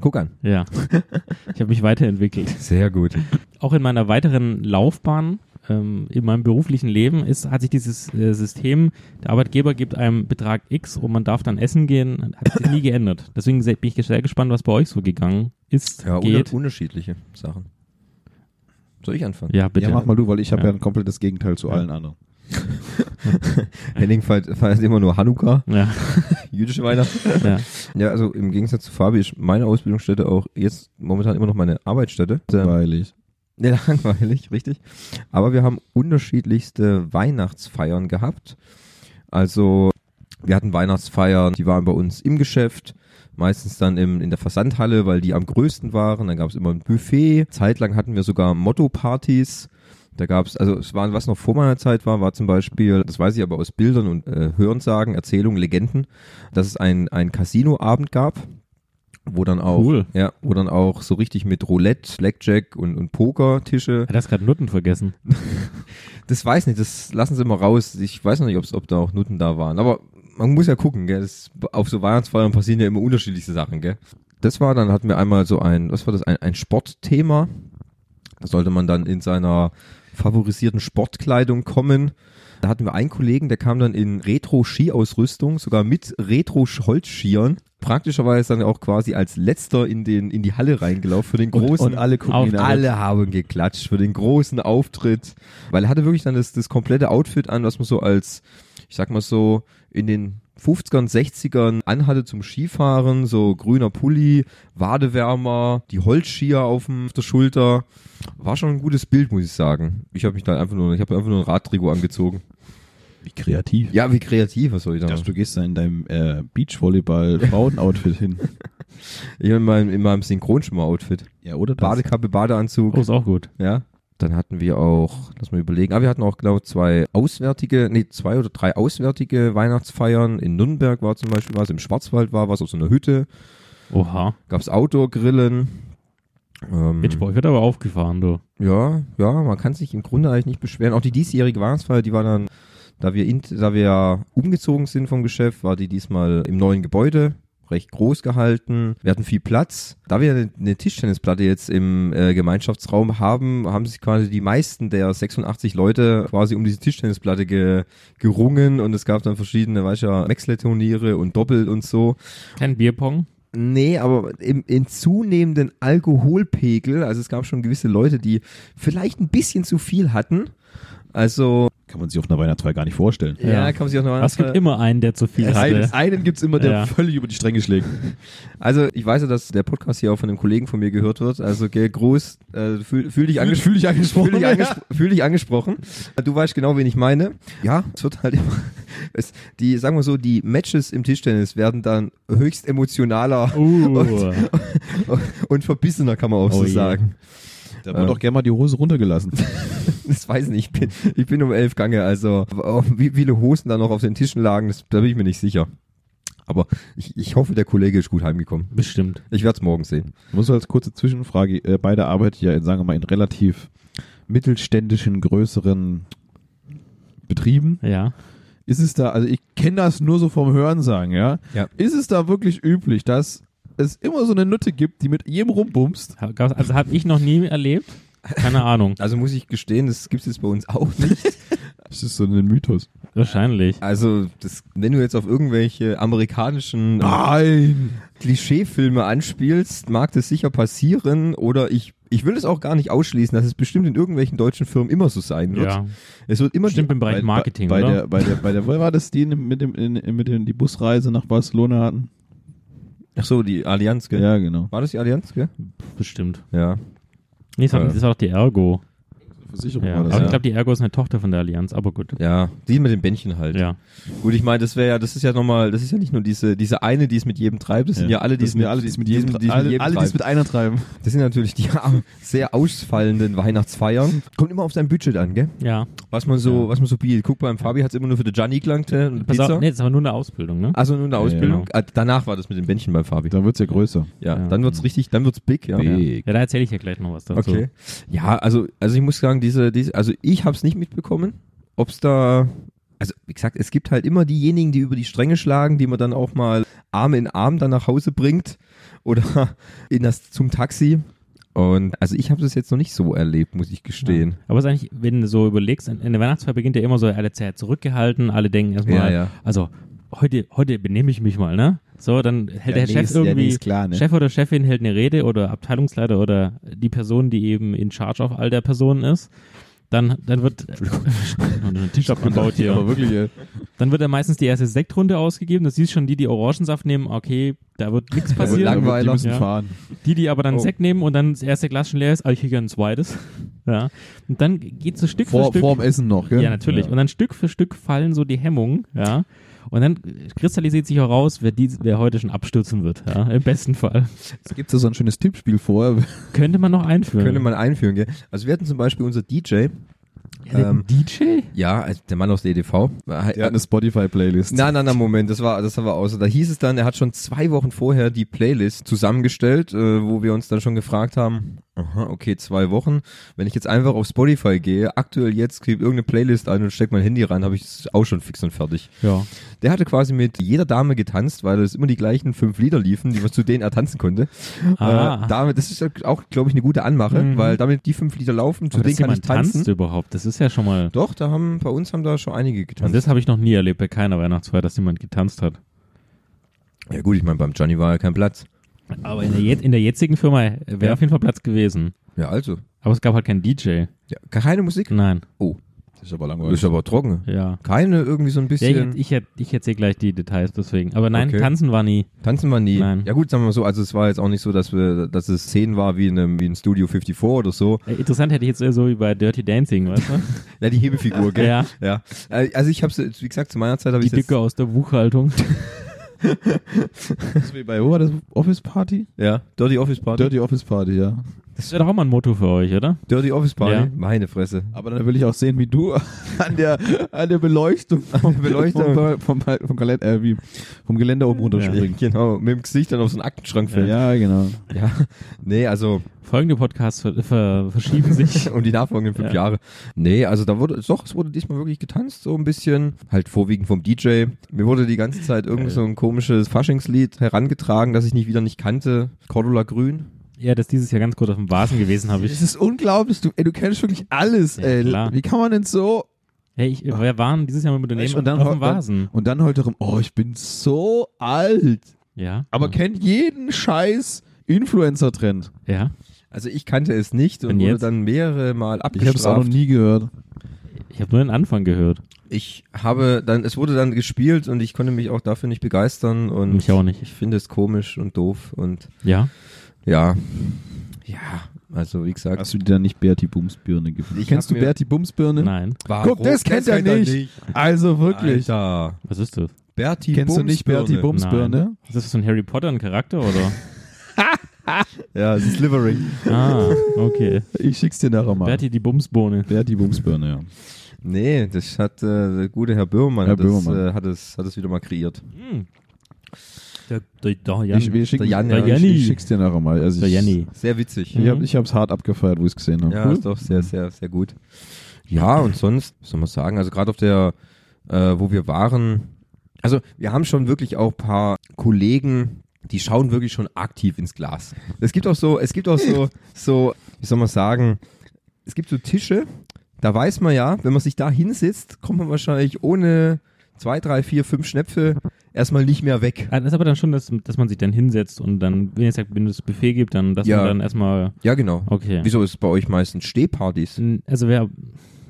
S1: Guck an.
S3: ja. (laughs) ich habe mich weiterentwickelt.
S1: Sehr gut.
S3: auch in meiner weiteren Laufbahn, ähm, in meinem beruflichen Leben, ist, hat sich dieses äh, System, der Arbeitgeber gibt einem Betrag X und man darf dann essen gehen, hat
S1: (laughs)
S3: sich nie geändert. Deswegen se- bin ich sehr gespannt, was bei euch so gegangen ist,
S1: Ja,
S3: geht.
S1: un unterschiedliche Sachen. Soll ich anfangen?
S3: ja, bitte.
S2: Ja, mach mal du, weil ich habe
S3: Ja.
S2: ja. ein komplettes Gegenteil zu allen anderen.
S1: (laughs) Henning feiert, feiert immer nur Hanukkah,
S3: Ja,
S1: jüdische
S3: (laughs)
S1: Weihnachten.
S3: ja.
S1: Ja, also im Gegensatz zu Fabi ist meine Ausbildungsstätte auch jetzt momentan immer noch meine Arbeitsstätte. Ähm,
S2: Weilig.
S1: Nee, (laughs) langweilig, richtig. Aber wir haben unterschiedlichste Weihnachtsfeiern gehabt. Also wir hatten Weihnachtsfeiern, die waren bei uns im Geschäft, meistens dann im, in der Versandhalle, weil die am größten waren. Dann gab es immer ein Buffet. Zeitlang hatten wir sogar Motto-Partys. Da gab es, also es war, was noch vor meiner Zeit war, war zum Beispiel, das weiß ich aber aus Bildern und äh, Hörensagen, Erzählungen, Legenden, dass es ein, ein Casino-Abend gab, wo dann auch,
S3: Cool.
S1: ja, wo dann auch so richtig mit Roulette, Blackjack und, und Poker-Tische
S3: Hat das gerade Nutten vergessen?
S1: das weiß nicht, das lassen sie mal raus. Ich weiß noch nicht, ob's, ob da auch Nutten da waren. Aber man muss ja gucken, gell? Das, auf so Weihnachtsfeiern passieren ja immer unterschiedlichste Sachen, gell? Das war, dann hatten wir einmal so ein, was war das, ein, ein Sportthema. Da sollte man dann in seiner favorisierten Sportkleidung kommen. Da hatten wir einen Kollegen, der kam dann in Retro-Ski-Ausrüstung, sogar mit Retro-Holzskiern, praktischerweise dann auch quasi als letzter in, den, in die Halle reingelaufen für den
S2: Und,
S1: großen
S2: und alle gucken ihn
S1: und
S2: an.
S1: alle haben geklatscht für den großen Auftritt, weil er hatte wirklich dann das, das komplette Outfit an, was man so als, ich sag mal so, in den 50ern, 60ern anhatte zum Skifahren, so grüner Pulli, Wadewärmer, die Holzskier auf, dem, auf der Schulter. War schon ein gutes Bild, muss ich sagen. Ich habe mich da einfach nur, ich habe einfach nur ein Radtrikot angezogen.
S2: Wie kreativ.
S1: Ja, wie kreativ, was soll ich da?
S2: Dass du gehst da in deinem äh, Beachvolleyball-Frauen-Outfit hin.
S1: Ich in meinem, in meinem Synchronschwimmer-Outfit.
S2: Ja, oder das?
S1: Badekappe, Badeanzug.
S3: Oh, ist auch gut.
S1: Ja. Dann hatten wir auch, lass mal überlegen, ah, wir hatten auch, glaube ich, zwei auswärtige, nee, zwei oder drei auswärtige Weihnachtsfeiern. In Nürnberg war zum Beispiel was, im Schwarzwald war was, auf so einer Hütte.
S3: Oha.
S1: gab's Outdoor-Grillen. Ähm,
S3: Bitch, boah, ich werde aber aufgefahren, du.
S1: ja, ja, man kann sich im Grunde eigentlich nicht beschweren. Auch die diesjährige Weihnachtsfeier, die war dann, da wir, in, da wir ja umgezogen sind vom Geschäft, war die diesmal im neuen Gebäude, recht groß gehalten. Wir hatten viel Platz. Da wir eine, eine Tischtennisplatte jetzt im äh, Gemeinschaftsraum haben, haben sich quasi die meisten der 86 Leute quasi um diese Tischtennisplatte ge, gerungen und es gab dann verschiedene, weißt du, ja, Mexle-Turniere und Doppel und so.
S3: Kein Bierpong?
S1: Nee, aber im, in zunehmenden Alkoholpegel, also es gab schon gewisse Leute, die vielleicht ein bisschen zu viel hatten. Also,
S2: (laughs) Kann man sich auf einer Weihnachtsfeier gar nicht vorstellen.
S1: ja,
S3: Ja.
S1: kann man sich auch noch
S3: Es gibt immer einen, der zu viel ne?
S2: Einen,
S3: hatte.
S2: einen gibt's immer, der
S3: Ja.
S2: völlig über die Stränge schlägt.
S1: Also, ich weiß ja, dass der Podcast hier auch von einem Kollegen von mir gehört wird. Also, gell, Gruß, äh, fühl, fühl dich angesprochen.
S2: dich angesprochen.
S1: Fühl dich,
S2: ja.
S1: anges fühl dich angesprochen. Du weißt genau, wen ich meine. Ja, es wird halt immer. (laughs) Es, die, sagen wir so, die Matches im Tischtennis werden dann höchst emotionaler
S3: Uh,
S1: (laughs) und verbissener, kann man auch so
S3: Oh je.
S1: sagen.
S2: Da wird doch gerne mal die Hose runtergelassen.
S1: (laughs) Das weiß ich nicht. Ich bin, ich bin um elf Gange. Also oh, wie viele Hosen da noch auf den Tischen lagen, das, da bin ich mir nicht sicher. Aber ich, ich hoffe, der Kollege ist gut heimgekommen.
S3: bestimmt.
S1: Ich werde es morgen sehen.
S2: (laughs) Muss als kurze Zwischenfrage, äh, beide arbeitet ja in, sagen wir mal, in relativ mittelständischen, größeren Betrieben.
S3: Ja.
S2: Ist es da, also ich kenne das nur so vom Hören sagen, ja?
S1: Ja.
S2: Ist es da wirklich üblich, dass es immer so eine Nutte gibt, die mit jedem rumbumst?
S3: Hab- gab's- Also habe ich noch nie erlebt. Keine
S1: (laughs)
S3: Ahnung.
S1: Also muss ich gestehen, das gibt es jetzt bei uns (laughs) auch nicht.
S2: Das ist so ein Mythos.
S3: Wahrscheinlich.
S1: Also das, wenn du jetzt auf irgendwelche amerikanischen
S2: Nein!
S1: Klischeefilme anspielst, mag das sicher passieren. Oder ich, ich will es auch gar nicht ausschließen, dass es bestimmt in irgendwelchen deutschen Firmen immer so sein wird.
S3: Ja.
S1: Es wird immer
S3: Bestimmt
S1: die,
S3: im Bereich Marketing,
S2: bei, bei
S3: oder?
S2: Der, bei, der, bei der, wo war das, die mit dem, in, mit dem, die Busreise nach Barcelona hatten?
S1: ach so die Allianz, gell?
S2: Ja, genau.
S1: War das die Allianz, gell?
S3: Bestimmt.
S1: Ja.
S3: Nee, das war,
S1: Ja.
S2: Äh.
S3: das war doch die Ergo.
S2: Versicherung
S3: Ja. Aber ich glaube, die Ergo ist eine Tochter von der Allianz, aber gut.
S1: Ja, die mit dem Bändchen halt.
S3: Ja.
S1: Gut, ich meine, das wäre ja, das ist ja nochmal, das ist ja nicht nur diese, diese eine, die es mit jedem treibt, das sind ja alle, die
S2: das
S1: es
S2: sind ja alle, die es mit jedem,
S1: die es mit
S2: alle,
S1: jedem
S2: alle, die es mit
S1: treiben.
S2: einer treiben.
S1: Das sind natürlich die (laughs) sehr ausfallenden Weihnachtsfeiern. Kommt immer auf sein Budget an, gell?
S3: Ja.
S1: Was man so, was man so bietet. Guck, beim Fabi hat es immer nur für die Gianni gelangt, äh, und
S3: Pass
S1: Pizza.
S3: auf, nee, das ist aber nur eine Ausbildung, ne?
S1: Also nur eine Ausbildung. Ah, Danach war das mit dem Bändchen beim Fabi.
S2: Dann wird's ja größer.
S1: Ja, genau.
S3: Ja.
S1: dann wird's richtig, dann wird's big, ja.
S3: Ja, da erzähle ich ja gleich noch was dazu.
S1: Okay. Ja, also, also ich muss sagen, diese, diese, also ich habe es nicht mitbekommen, ob es da, also wie gesagt, es gibt halt immer diejenigen, die über die Stränge schlagen, die man dann auch mal Arm in Arm dann nach Hause bringt (laughs) oder in das zum Taxi. Und also ich habe das jetzt noch nicht so erlebt, muss ich gestehen.
S3: Aber es ist eigentlich, wenn du so überlegst, in in der Weihnachtsfeier beginnt ja immer so, alle sehr zurückgehalten, alle denken erstmal,
S1: Ja, ja.
S3: also heute, heute benehme ich mich mal, ne? So, dann hält
S2: Ja,
S3: der
S2: nee,
S3: Chef
S2: ist- ja, nee,
S3: irgendwie,
S2: ist klar, ne?
S3: Chef oder Chefin hält eine Rede oder Abteilungsleiter oder die Person, die eben in Charge auf all der Personen ist. Dann, dann wird Ein (laughs) Tisch abgebaut hier.
S2: Genau, Aber wirklich, ey.
S3: Dann wird ja meistens die erste Sektrunde ausgegeben. Das siehst schon die, die Orangensaft nehmen, okay, da wird nichts
S2: Da wird
S3: passieren.
S2: langweilig. Die müssen
S3: Ja.
S2: fahren.
S3: Die, die aber dann
S1: Oh.
S3: Sekt nehmen und dann das erste Glas schon leer ist, ah, ich krieg ja ein zweites. (laughs) Ja. Und dann geht so Stück für
S2: Vor,
S3: Stück.
S2: vorm Essen noch, gell?
S3: Ja, natürlich. Und dann Stück für Stück fallen so die Hemmungen, ja. Und dann kristallisiert sich heraus, wer, die, wer heute schon abstürzen wird, ja. Im besten Fall.
S2: Jetzt gibt es so ein schönes Tippspiel vorher.
S3: Könnte man noch einführen.
S1: Könnte man einführen, gell? Also wir hatten zum Beispiel unser DJ,
S3: Ja,
S1: ähm,
S3: DJ?
S1: ja, also der Mann aus der EDV.
S2: Der hat eine Spotify-Playlist.
S1: Nein, nein, nein, Moment, das war, das war außer. Da hieß es dann, er hat schon zwei Wochen vorher die Playlist zusammengestellt, äh, wo wir uns dann schon gefragt haben, aha, okay, zwei Wochen. Wenn ich jetzt einfach auf Spotify gehe, aktuell jetzt, kriege irgendeine Playlist ein und steck mein Handy rein, habe ich es auch schon fix und fertig.
S3: Ja.
S1: Der hatte quasi mit jeder Dame getanzt, weil es immer die gleichen fünf Lieder liefen, die man zu denen er tanzen konnte.
S3: Ah.
S1: Äh, damit, das ist ja auch, glaube ich, eine gute Anmache, weil damit die fünf Lieder laufen, zu
S3: Aber
S1: denen
S3: dass
S1: kann ich
S3: jemand
S1: tanzen.
S3: tanzt überhaupt, das ist ja schon mal.
S1: Doch, da haben, bei uns haben da schon einige
S3: Also
S1: getanzt.
S3: das habe ich noch nie erlebt bei keiner Weihnachtsfeier, dass jemand getanzt hat.
S1: Ja gut, ich meine, beim Johnny war ja kein Platz.
S3: Aber in der, jet- in der jetzigen Firma wäre
S1: Ja.
S3: auf jeden Fall Platz gewesen.
S1: Ja, also.
S3: Aber es gab halt keinen DJ.
S1: Ja, keine Musik? Oh,
S3: Nein,
S2: Das ist aber
S1: Hm. Ist aber trocken.
S3: ja.
S1: Keine irgendwie so ein
S3: ja
S1: bisschen.
S3: ich, ich, er- ich erzähle gleich die Details deswegen. Aber nein,
S1: Okay.
S3: tanzen war nie.
S1: Tanzen wir nie.
S3: Nein.
S1: Ja gut, sagen wir mal so, also es war jetzt auch nicht so, dass wir, dass es Szenen war wie in einem, wie in Studio 54 oder so.
S3: Äh, Interessant hätte ich jetzt eher so wie bei Dirty Dancing, weißt du?
S1: Ja, die Hebefigur, gell?
S3: (laughs) Ja.
S1: ja. Äh, Also ich hab's, wie gesagt, zu meiner Zeit habe
S3: Die
S1: ich jetzt,
S3: Dicke aus der Buchhaltung.
S2: Das ist wie bei, wo war das? Office Party?
S1: ja, Dirty Office Party.
S2: Dirty Office Party, ja.
S3: Das wäre doch auch mal ein Motto für euch, oder?
S1: Dirty Office Party.
S3: Ja.
S1: Meine Fresse.
S2: Aber dann will ich auch sehen, wie du (laughs) an der, an der Beleuchtung vom,
S1: Beleuchtung.
S2: vom, vom, vom, Galen- äh, wie, vom Geländer oben runterspringen.
S1: (laughs) Genau, mit dem Gesicht dann auf so einen Aktenschrank fällt.
S2: Ja, genau.
S1: Ja. Nee, also,
S3: Folgende Podcasts ver ver
S1: (laughs)
S3: verschieben sich.
S1: und die nachfolgenden fünf
S3: Ja.
S1: Jahre. Nee, also da wurde, doch, es wurde diesmal wirklich getanzt, so ein bisschen. Halt vorwiegend vom DJ. Mir wurde die ganze Zeit irgend so ein komisches Faschingslied herangetragen, das ich nicht wieder nicht kannte. Cordula Grün.
S3: ja, das ist dieses Jahr ganz kurz auf dem Vasen gewesen,
S2: (laughs)
S3: habe ich.
S2: Es ist unglaublich, du, ey, du kennst wirklich alles,
S3: Ja,
S2: ey.
S3: klar.
S2: Wie kann man denn so.
S3: Hey, ich, wer waren dieses Jahr mit Unternehmen
S2: und dann
S3: auf dem
S2: heu-
S3: Vasen?
S2: Und dann heute rum, oh, ich bin so alt.
S3: Ja.
S2: Aber kennt jeden scheiß Influencer-Trend.
S3: ja.
S1: Also ich kannte es nicht und,
S3: Und
S1: wurde
S3: jetzt?
S1: dann mehrere Mal
S2: Ich habe es auch noch
S1: abgestraft.
S2: nie gehört.
S3: Ich habe nur den Anfang gehört.
S1: Ich habe dann, es wurde dann gespielt und ich konnte mich auch dafür nicht begeistern und
S3: Mich auch nicht.
S1: ich finde es komisch und doof und
S3: Ja.
S1: ja, ja, also wie gesagt,
S2: Hast du dir dann nicht Berti Bumsbirne gegeben?
S1: Ich
S2: Kennst
S1: hab
S2: du
S1: mir-
S2: Berti Bumsbirne?
S3: Nein.
S1: warum?
S2: Ah, Guck, das kennt er nicht. Also wirklich.
S1: Alter.
S3: Was ist das?
S1: Berti
S2: Kennst du nicht Berti
S1: Bumsbirne.
S2: Bumsbirne?
S3: Ist das so ein Harry Potter ein Charakter oder?
S1: Ja, es ist Livering.
S3: ah,
S1: (laughs)
S3: okay.
S2: Ich schick's dir nachher mal.
S3: Berti die Bumsbohne.
S2: Berti Bumsbirne, ja.
S1: Nee, das hat äh, der gute Herr Böhmermann,
S2: Herr
S1: hat,
S2: Böhmermann.
S1: Das, äh, hat, es, hat es wieder mal kreiert.
S3: Der, der, der
S2: Ich, wir schicken,
S1: Der Jan,
S2: ich,
S3: ja.
S2: ich schick's dir nachher mal. Also
S3: der
S2: ich,
S3: Janni.
S1: Sehr witzig.
S2: Ich, hab, ich hab's hart abgefeiert, wo ich's gesehen habe.
S1: Ja, ist doch sehr, sehr, sehr gut. Ja, und sonst, was soll man sagen, also gerade auf der, äh, wo wir waren, also wir haben schon wirklich auch ein paar Kollegen, die schauen wirklich schon aktiv ins Glas. Es gibt auch so, es gibt auch
S2: (laughs)
S1: so, so, wie soll man sagen, es gibt so Tische, da weiß man ja, wenn man sich da hinsetzt, kommt man wahrscheinlich ohne zwei, drei, vier, fünf Schnäpfe erstmal nicht mehr weg.
S3: Ah, Das ist aber dann schon, dass, dass man sich dann hinsetzt und dann, wenn, jetzt, sagt, wenn es Buffet gibt, dann, dass
S1: Ja.
S3: man dann erstmal.
S1: Ja, genau.
S3: Okay.
S1: Wieso ist bei euch meistens Stehpartys?
S3: N- Also wer.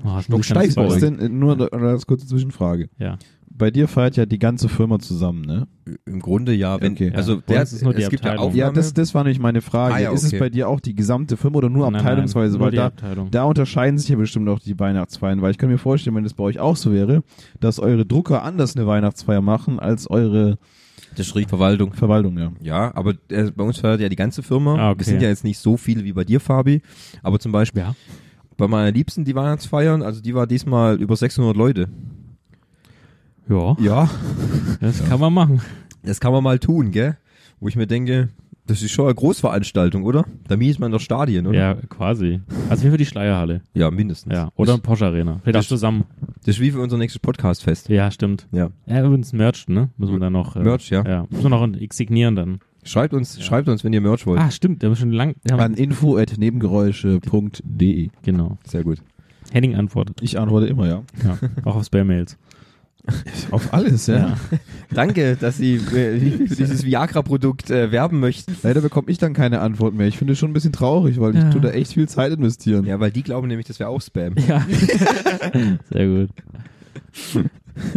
S3: Oh, das muss ich
S1: steif
S3: ganz
S2: Ist
S1: bei
S3: sagen.
S1: euch.
S2: denn, äh, nur eine eine ganz kurze Zwischenfrage.
S3: Ja.
S2: Bei dir feiert ja die ganze Firma zusammen, ne?
S1: Im Grunde ja, wenn,
S2: Okay.
S1: also
S3: Ja, bei
S1: der,
S3: uns ist nur die
S1: es gibt ja
S3: Abteilung.
S1: Aufnahme.
S2: Ja, das, das war nämlich meine Frage.
S1: Ah, ja,
S2: Ist es
S1: okay.
S2: bei dir auch die gesamte Firma oder nur
S3: Nein, nein,
S2: abteilungsweise?
S3: nur
S2: weil
S3: die
S2: da,
S3: Abteilung.
S2: da unterscheiden sich ja bestimmt auch die Weihnachtsfeiern, weil ich kann mir vorstellen, wenn das bei euch auch so wäre, dass eure Drucker anders eine Weihnachtsfeier machen als eure
S1: Das schrieb Verwaltung.
S2: Verwaltung, ja.
S1: Ja, aber äh, bei uns feiert ja die ganze Firma.
S3: Ah, okay.
S1: Wir sind ja jetzt nicht so viele wie bei dir, Fabi. Aber zum Beispiel
S3: Ja.
S1: bei meiner Liebsten, die Weihnachtsfeiern, also die war diesmal über 600 Leute.
S3: Ja,
S1: Ja,
S3: das kann man machen.
S1: das kann man mal tun, gell? Wo ich mir denke, das ist schon eine Großveranstaltung, oder? Da mietet man doch Stadien, oder?
S3: Ja, quasi. Also wie für die Schleierhalle.
S1: ja mindestens.
S3: Ja. Oder
S1: Das,
S3: Porsche Arena. Vielleicht auch
S1: das-
S3: zusammen.
S1: das ist wie für unser nächstes Podcastfest.
S3: Ja, stimmt.
S1: Ja.
S3: Ja, übrigens Merch, ne? Müssen wir dann noch. Äh,
S1: Merch, ja.
S3: Ja. Müssen wir noch signieren dann.
S1: Schreibt uns, schreibt uns, wenn ihr Merch wollt.
S3: Ah, stimmt. Wir haben schon lang. Wir haben,
S2: An info.nebengeräusche.de.
S3: genau.
S1: Sehr gut.
S3: Henning antwortet.
S1: (laughs)
S2: Ich antworte immer, ja.
S3: Ja. auch auf Spam-Mails.
S2: Auf alles, ja.
S1: Danke, dass Sie äh, für dieses Viagra-Produkt äh, werben möchten.
S2: Leider bekomme ich dann keine Antwort mehr. Ich finde es schon ein bisschen traurig, weil
S3: Ja.
S2: ich tue da echt viel Zeit investieren.
S1: Ja, weil die glauben nämlich, das wäre auch Spam.
S3: Ja. (laughs) Sehr gut.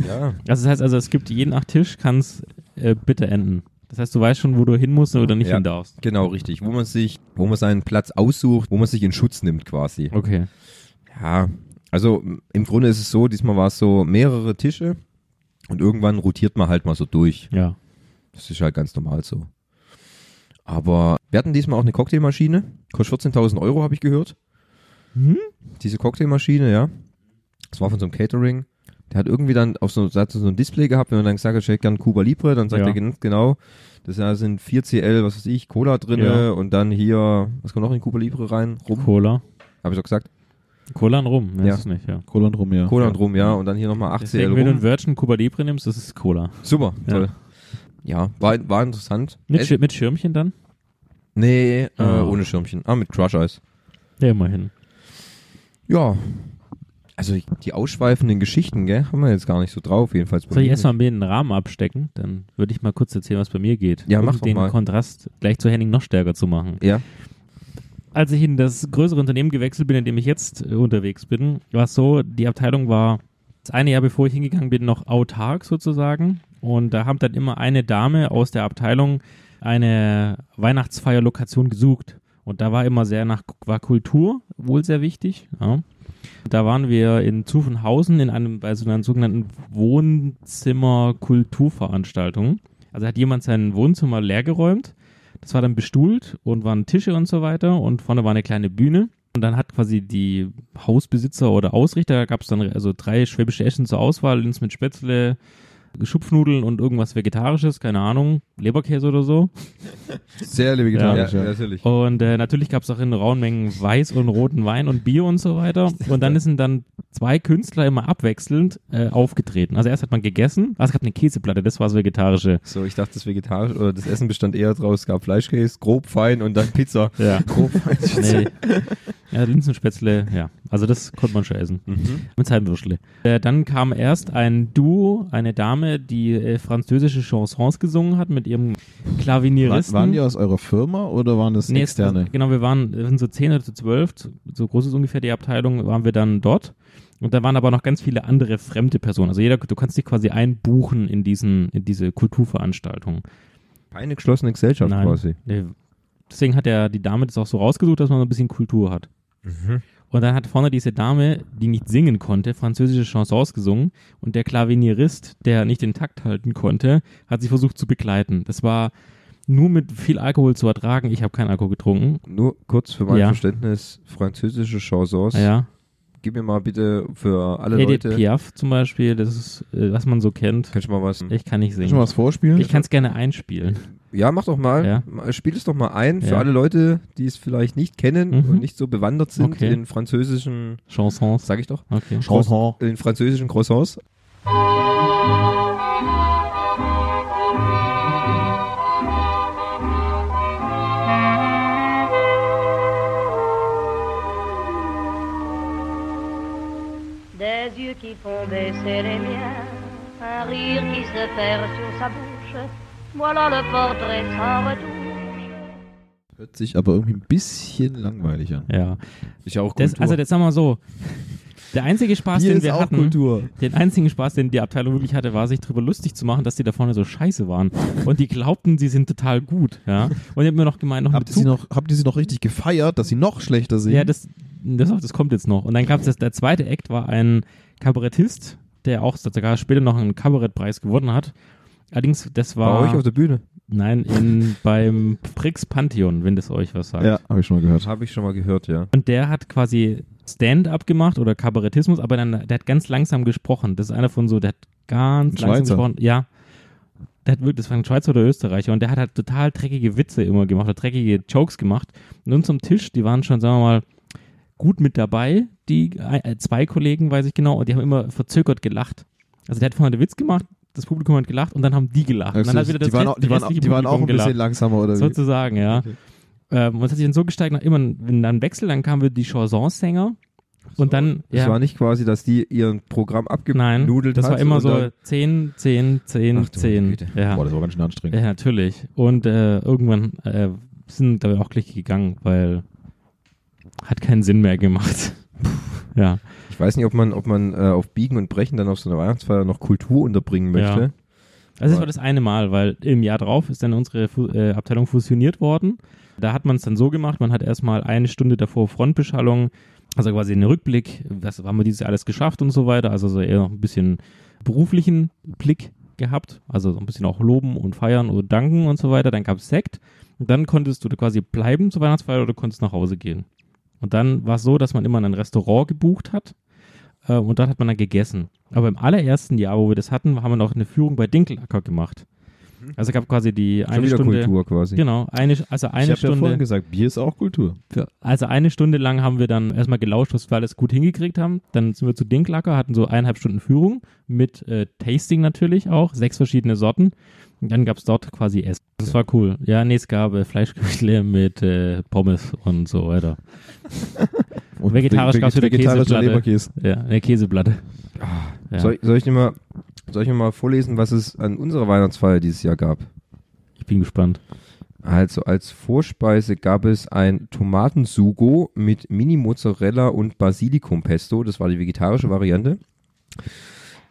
S1: Ja.
S3: Also das heißt also, es gibt je nach Tisch kann es äh, bitte enden. Das heißt, du weißt schon, wo du hin musst oder nicht
S1: Ja.
S3: hin darfst.
S1: Genau, richtig. Wo man sich, wo man seinen Platz aussucht, wo man sich in Schutz nimmt quasi.
S3: Okay.
S1: Ja, also m, im Grunde ist es so, diesmal war es so mehrere Tische und irgendwann rotiert man halt mal so durch.
S3: Ja.
S1: Das ist halt ganz normal so. Aber wir hatten diesmal auch eine Cocktailmaschine. Kostet 14.000 Euro, habe ich gehört.
S3: Hm?
S1: Diese Cocktailmaschine, ja. Das war von so einem Catering. Der hat irgendwie dann auf so, der hat so ein Display gehabt, wenn man dann gesagt hat, ich hätte gern Cuba Libre, dann sagt
S3: Ja.
S1: er gen- genau, das da sind 4CL, was weiß ich, Cola drin
S3: Ja.
S1: und dann hier, was kommt noch in Cuba Libre rein? Rum,
S3: Cola.
S1: habe ich doch gesagt.
S3: Cola und Rum. Ja.
S1: Ja.
S3: Ist es nicht, ja.
S2: Cola und Rum, ja.
S1: Cola und Rum, ja, und dann hier nochmal 8CL
S3: Deswegen, wenn du
S1: Rum.
S3: einen Virgin Cuba Libre nimmst, das ist Cola.
S1: Super,
S3: Ja.
S1: toll. Ja, war, war interessant.
S3: Mit,
S1: Es-
S3: Schir- mit Schirmchen dann?
S1: nee, äh,
S3: Ah.
S1: ohne Schirmchen. Ah, mit Crush Eis.
S3: Ja, immerhin.
S1: Ja. Also ich- die ausschweifenden Geschichten, gell, haben wir jetzt gar nicht so drauf, jedenfalls. bei
S3: Soll ich
S1: mir
S3: erstmal den Rahmen abstecken? Dann würde ich mal kurz erzählen, was bei mir geht.
S1: Ja, mach
S3: um
S1: doch
S3: den
S1: mal.
S3: Kontrast gleich zu Henning noch stärker zu machen.
S1: nicht. Ja.
S3: Als ich in das größere Unternehmen gewechselt bin, in dem ich jetzt äh, unterwegs bin, war es so, die Abteilung war das eine Jahr, bevor ich hingegangen bin, noch autark sozusagen. Und da haben dann immer eine Dame aus der Abteilung eine Weihnachtsfeierlokation gesucht. Und da war immer sehr nach, war Kultur wohl sehr wichtig. Ja. Da waren wir in Zuffenhausen in einem, bei so einer sogenannten Wohnzimmer-Kulturveranstaltung. Also hat jemand sein Wohnzimmer leergeräumt. Das war dann bestuhlt und waren Tische und so weiter und vorne war eine kleine Bühne. Und dann hat quasi die Hausbesitzer oder Ausrichter, gab es dann also drei schwäbische Eschen zur Auswahl, Linz mit Spätzle, Schupfnudeln und irgendwas Vegetarisches, keine Ahnung, Leberkäse oder so.
S2: Sehr
S1: Ja, Oh.
S2: vegetarisch, ja.
S1: natürlich.
S3: Und äh, natürlich gab es auch in rauen Mengen Weiß und roten Wein und Bier und so weiter. Und dann sind dann zwei Künstler immer abwechselnd äh, aufgetreten. Also erst hat man gegessen, also es gab eine Käseplatte, das war das Vegetarische.
S1: So, ich dachte, das Vegetarisch oder das Essen bestand eher draus, gab Fleischkäse, grob fein und dann Pizza.
S3: (laughs) Ja.
S1: Grob fein.
S2: (laughs)
S3: Nee. Ja, Linsenspätzle, ja. Also das konnte man schon essen.
S2: Mhm.
S3: Mit Salmwürschle. Äh, dann kam erst ein Duo, eine Dame, die äh, französische Chansons gesungen hat mit ihrem
S2: Wa-
S3: Klavieristen.
S2: Waren die aus eurer Firma oder waren das
S3: Nee, es-
S2: externe?
S3: Genau, wir waren wir sind so 10 oder so 12, so groß ist ungefähr die Abteilung, waren wir dann dort. Und da waren aber noch ganz viele andere fremde Personen. Also jeder, du kannst dich quasi einbuchen in, diesen, in diese Kulturveranstaltung.
S1: Keine geschlossene Gesellschaft
S3: Nein.
S1: quasi.
S3: Nee. Deswegen hat der, die Dame das auch so rausgesucht, dass man so ein bisschen Kultur hat. Und dann hat vorne diese Dame, die nicht singen konnte, französische Chansons gesungen und der Klavinierist, der nicht den Takt halten konnte, hat sie versucht zu begleiten. Das war nur mit viel Alkohol zu ertragen. Ich habe keinen Alkohol getrunken.
S1: Nur kurz für mein
S3: Ja.
S1: Verständnis, französische Chansons.
S3: Ja.
S1: Gib mir mal bitte für alle
S3: Edith
S1: Leute.
S3: Piaf zum Beispiel, das ist, äh, was man so kennt.
S1: Kannst du mal was?
S3: Ich kann
S2: Kannst
S3: nicht
S2: du mal
S3: singen.
S2: was vorspielen?
S3: Ich kann es gerne einspielen.
S1: Ja, mach doch mal.
S3: Ja.
S1: Mal- Spiel es doch mal ein für
S3: Ja.
S1: alle Leute, die es vielleicht nicht kennen
S3: Mhm.
S1: und nicht so bewandert sind
S3: Okay.
S1: in französischen,
S3: Chansons.
S1: sag ich doch,
S3: Okay.
S2: Chanson.
S1: in französischen Croissants.
S11: Des yeux qui font baisser les miens, un rire qui se perd sur sa bouche, voilà le portrait sans retouche.
S2: Hört sich aber irgendwie ein bisschen langweilig an.
S3: Ja.
S1: Ist ja auch
S3: Das,
S1: Kultur.
S3: also, jetzt sagen wir mal so. Der einzige Spaß,
S2: Bier
S3: den
S2: ist
S3: wir
S2: auch
S3: hatten, (laughs)
S2: Kultur.
S3: den einzigen Spaß, den die Abteilung wirklich hatte, war, sich darüber lustig zu machen, dass die da vorne so scheiße waren. Und die glaubten, sie sind total gut. Ja. Und die haben mir noch gemeint, noch einen
S2: Habt ihr, sie
S3: Bezug
S2: noch, habt ihr sie noch richtig gefeiert, dass sie noch schlechter singen?
S3: Ja, das, das, das kommt jetzt noch. Und dann gab es der zweite Act, war ein Kabarettist, der auch sogar später noch einen Kabarettpreis gewonnen hat. Allerdings, das war.
S1: bei euch auf der Bühne.
S3: nein, in, beim Prix Pantheon, wenn das euch was sagt.
S2: ja habe ich schon mal
S1: Das
S2: gehört.
S1: habe ich schon mal gehört, ja.
S3: Und der hat quasi Stand-up gemacht oder Kabarettismus, aber dann, der hat ganz langsam gesprochen. Das ist einer von so, der hat ganz
S2: Ein
S3: langsam
S2: Schweizer.
S3: gesprochen. Ja. Der hat wirklich, das war ein Schweizer oder Österreicher und der hat halt total dreckige Witze immer gemacht oder dreckige Jokes gemacht. Und uns am Tisch, die waren schon, sagen wir mal, gut mit dabei, die äh, zwei Kollegen, weiß ich genau, und die haben immer verzögert gelacht. Also der hat vorhin einen Witz gemacht, das Publikum hat gelacht und dann haben die gelacht. und dann hat wieder das
S2: die waren,
S3: Rest-
S2: auch, die waren, auch-
S3: restliche
S2: die waren auch ein
S3: Publikum gelacht.
S2: bisschen langsamer, oder wie?
S3: Sozusagen, ja. Ähm, und es hat sich dann so gesteigert, nach immer, wenn dann ein Wechsel, dann kamen wir die Chansonsänger Und dann,
S1: Es
S3: ja.
S1: war nicht quasi, dass die ihren Programm
S3: Nein,
S1: abgenudelt
S3: das
S1: hat.
S3: war immer
S1: und
S3: so
S1: dann-
S3: 10, 10, 10,
S1: Ach du
S3: 10.
S1: Güte.
S3: Ja.
S2: Boah, das war ganz schön anstrengend.
S3: ja, natürlich. Und äh, irgendwann äh, sind da auch gleich gegangen, weil hat keinen Sinn mehr gemacht. ja.
S1: Ich weiß nicht, ob man, ob man äh, auf Biegen und Brechen dann auf so einer Weihnachtsfeier noch Kultur unterbringen möchte.
S3: Ja. Also das
S1: Aber-
S3: war das eine Mal, weil im Jahr drauf ist dann unsere Fu äh, Abteilung fusioniert worden. Da hat man es dann so gemacht, man hat erstmal eine Stunde davor Frontbeschallung, also quasi einen Rückblick, was haben wir dieses Jahr alles geschafft und so weiter, also so eher noch ein bisschen beruflichen Blick gehabt, also so ein bisschen auch loben und feiern und danken und so weiter. Dann gab es Sekt und dann konntest du da quasi bleiben zur Weihnachtsfeier oder du konntest nach Hause gehen. Und dann war es so, dass man immer ein Restaurant gebucht hat äh, und dort hat man dann gegessen. Aber im allerersten Jahr, wo wir das hatten, haben wir noch eine Führung bei Dinkelacker gemacht.
S2: Mhm.
S3: Also gab quasi die eine
S1: wieder
S3: Stunde
S1: Kultur quasi.
S3: Genau, eine, also
S2: ich
S3: eine
S2: habe ja vorhin
S3: Stunde.
S2: gesagt, Bier ist auch Kultur.
S3: also eine Stunde lang haben wir dann erstmal gelauscht, was wir alles gut hingekriegt haben. Dann sind wir zu Dinklacker, hatten so eineinhalb Stunden Führung mit äh, Tasting natürlich auch, sechs verschiedene Sorten. Und dann gab es dort quasi Essen. Das war cool. Ja, nee, es gab äh, Fleischküchle (laughs) mit äh, Pommes und so weiter.
S2: Und
S3: Vegetarisch gab's wieder
S2: vegetarischer
S3: Käseplatte.
S2: Leberkäse.
S3: Ja, eine Käseplatte. Ja.
S1: Soll, ich- soll, ich dir mal, soll ich dir mal vorlesen, was es an unserer Weihnachtsfeier dieses Jahr gab?
S3: Ich bin gespannt.
S1: Also als Vorspeise gab es ein Tomatensugo mit Mini-Mozzarella und Basilikumpesto. Das war die vegetarische Variante.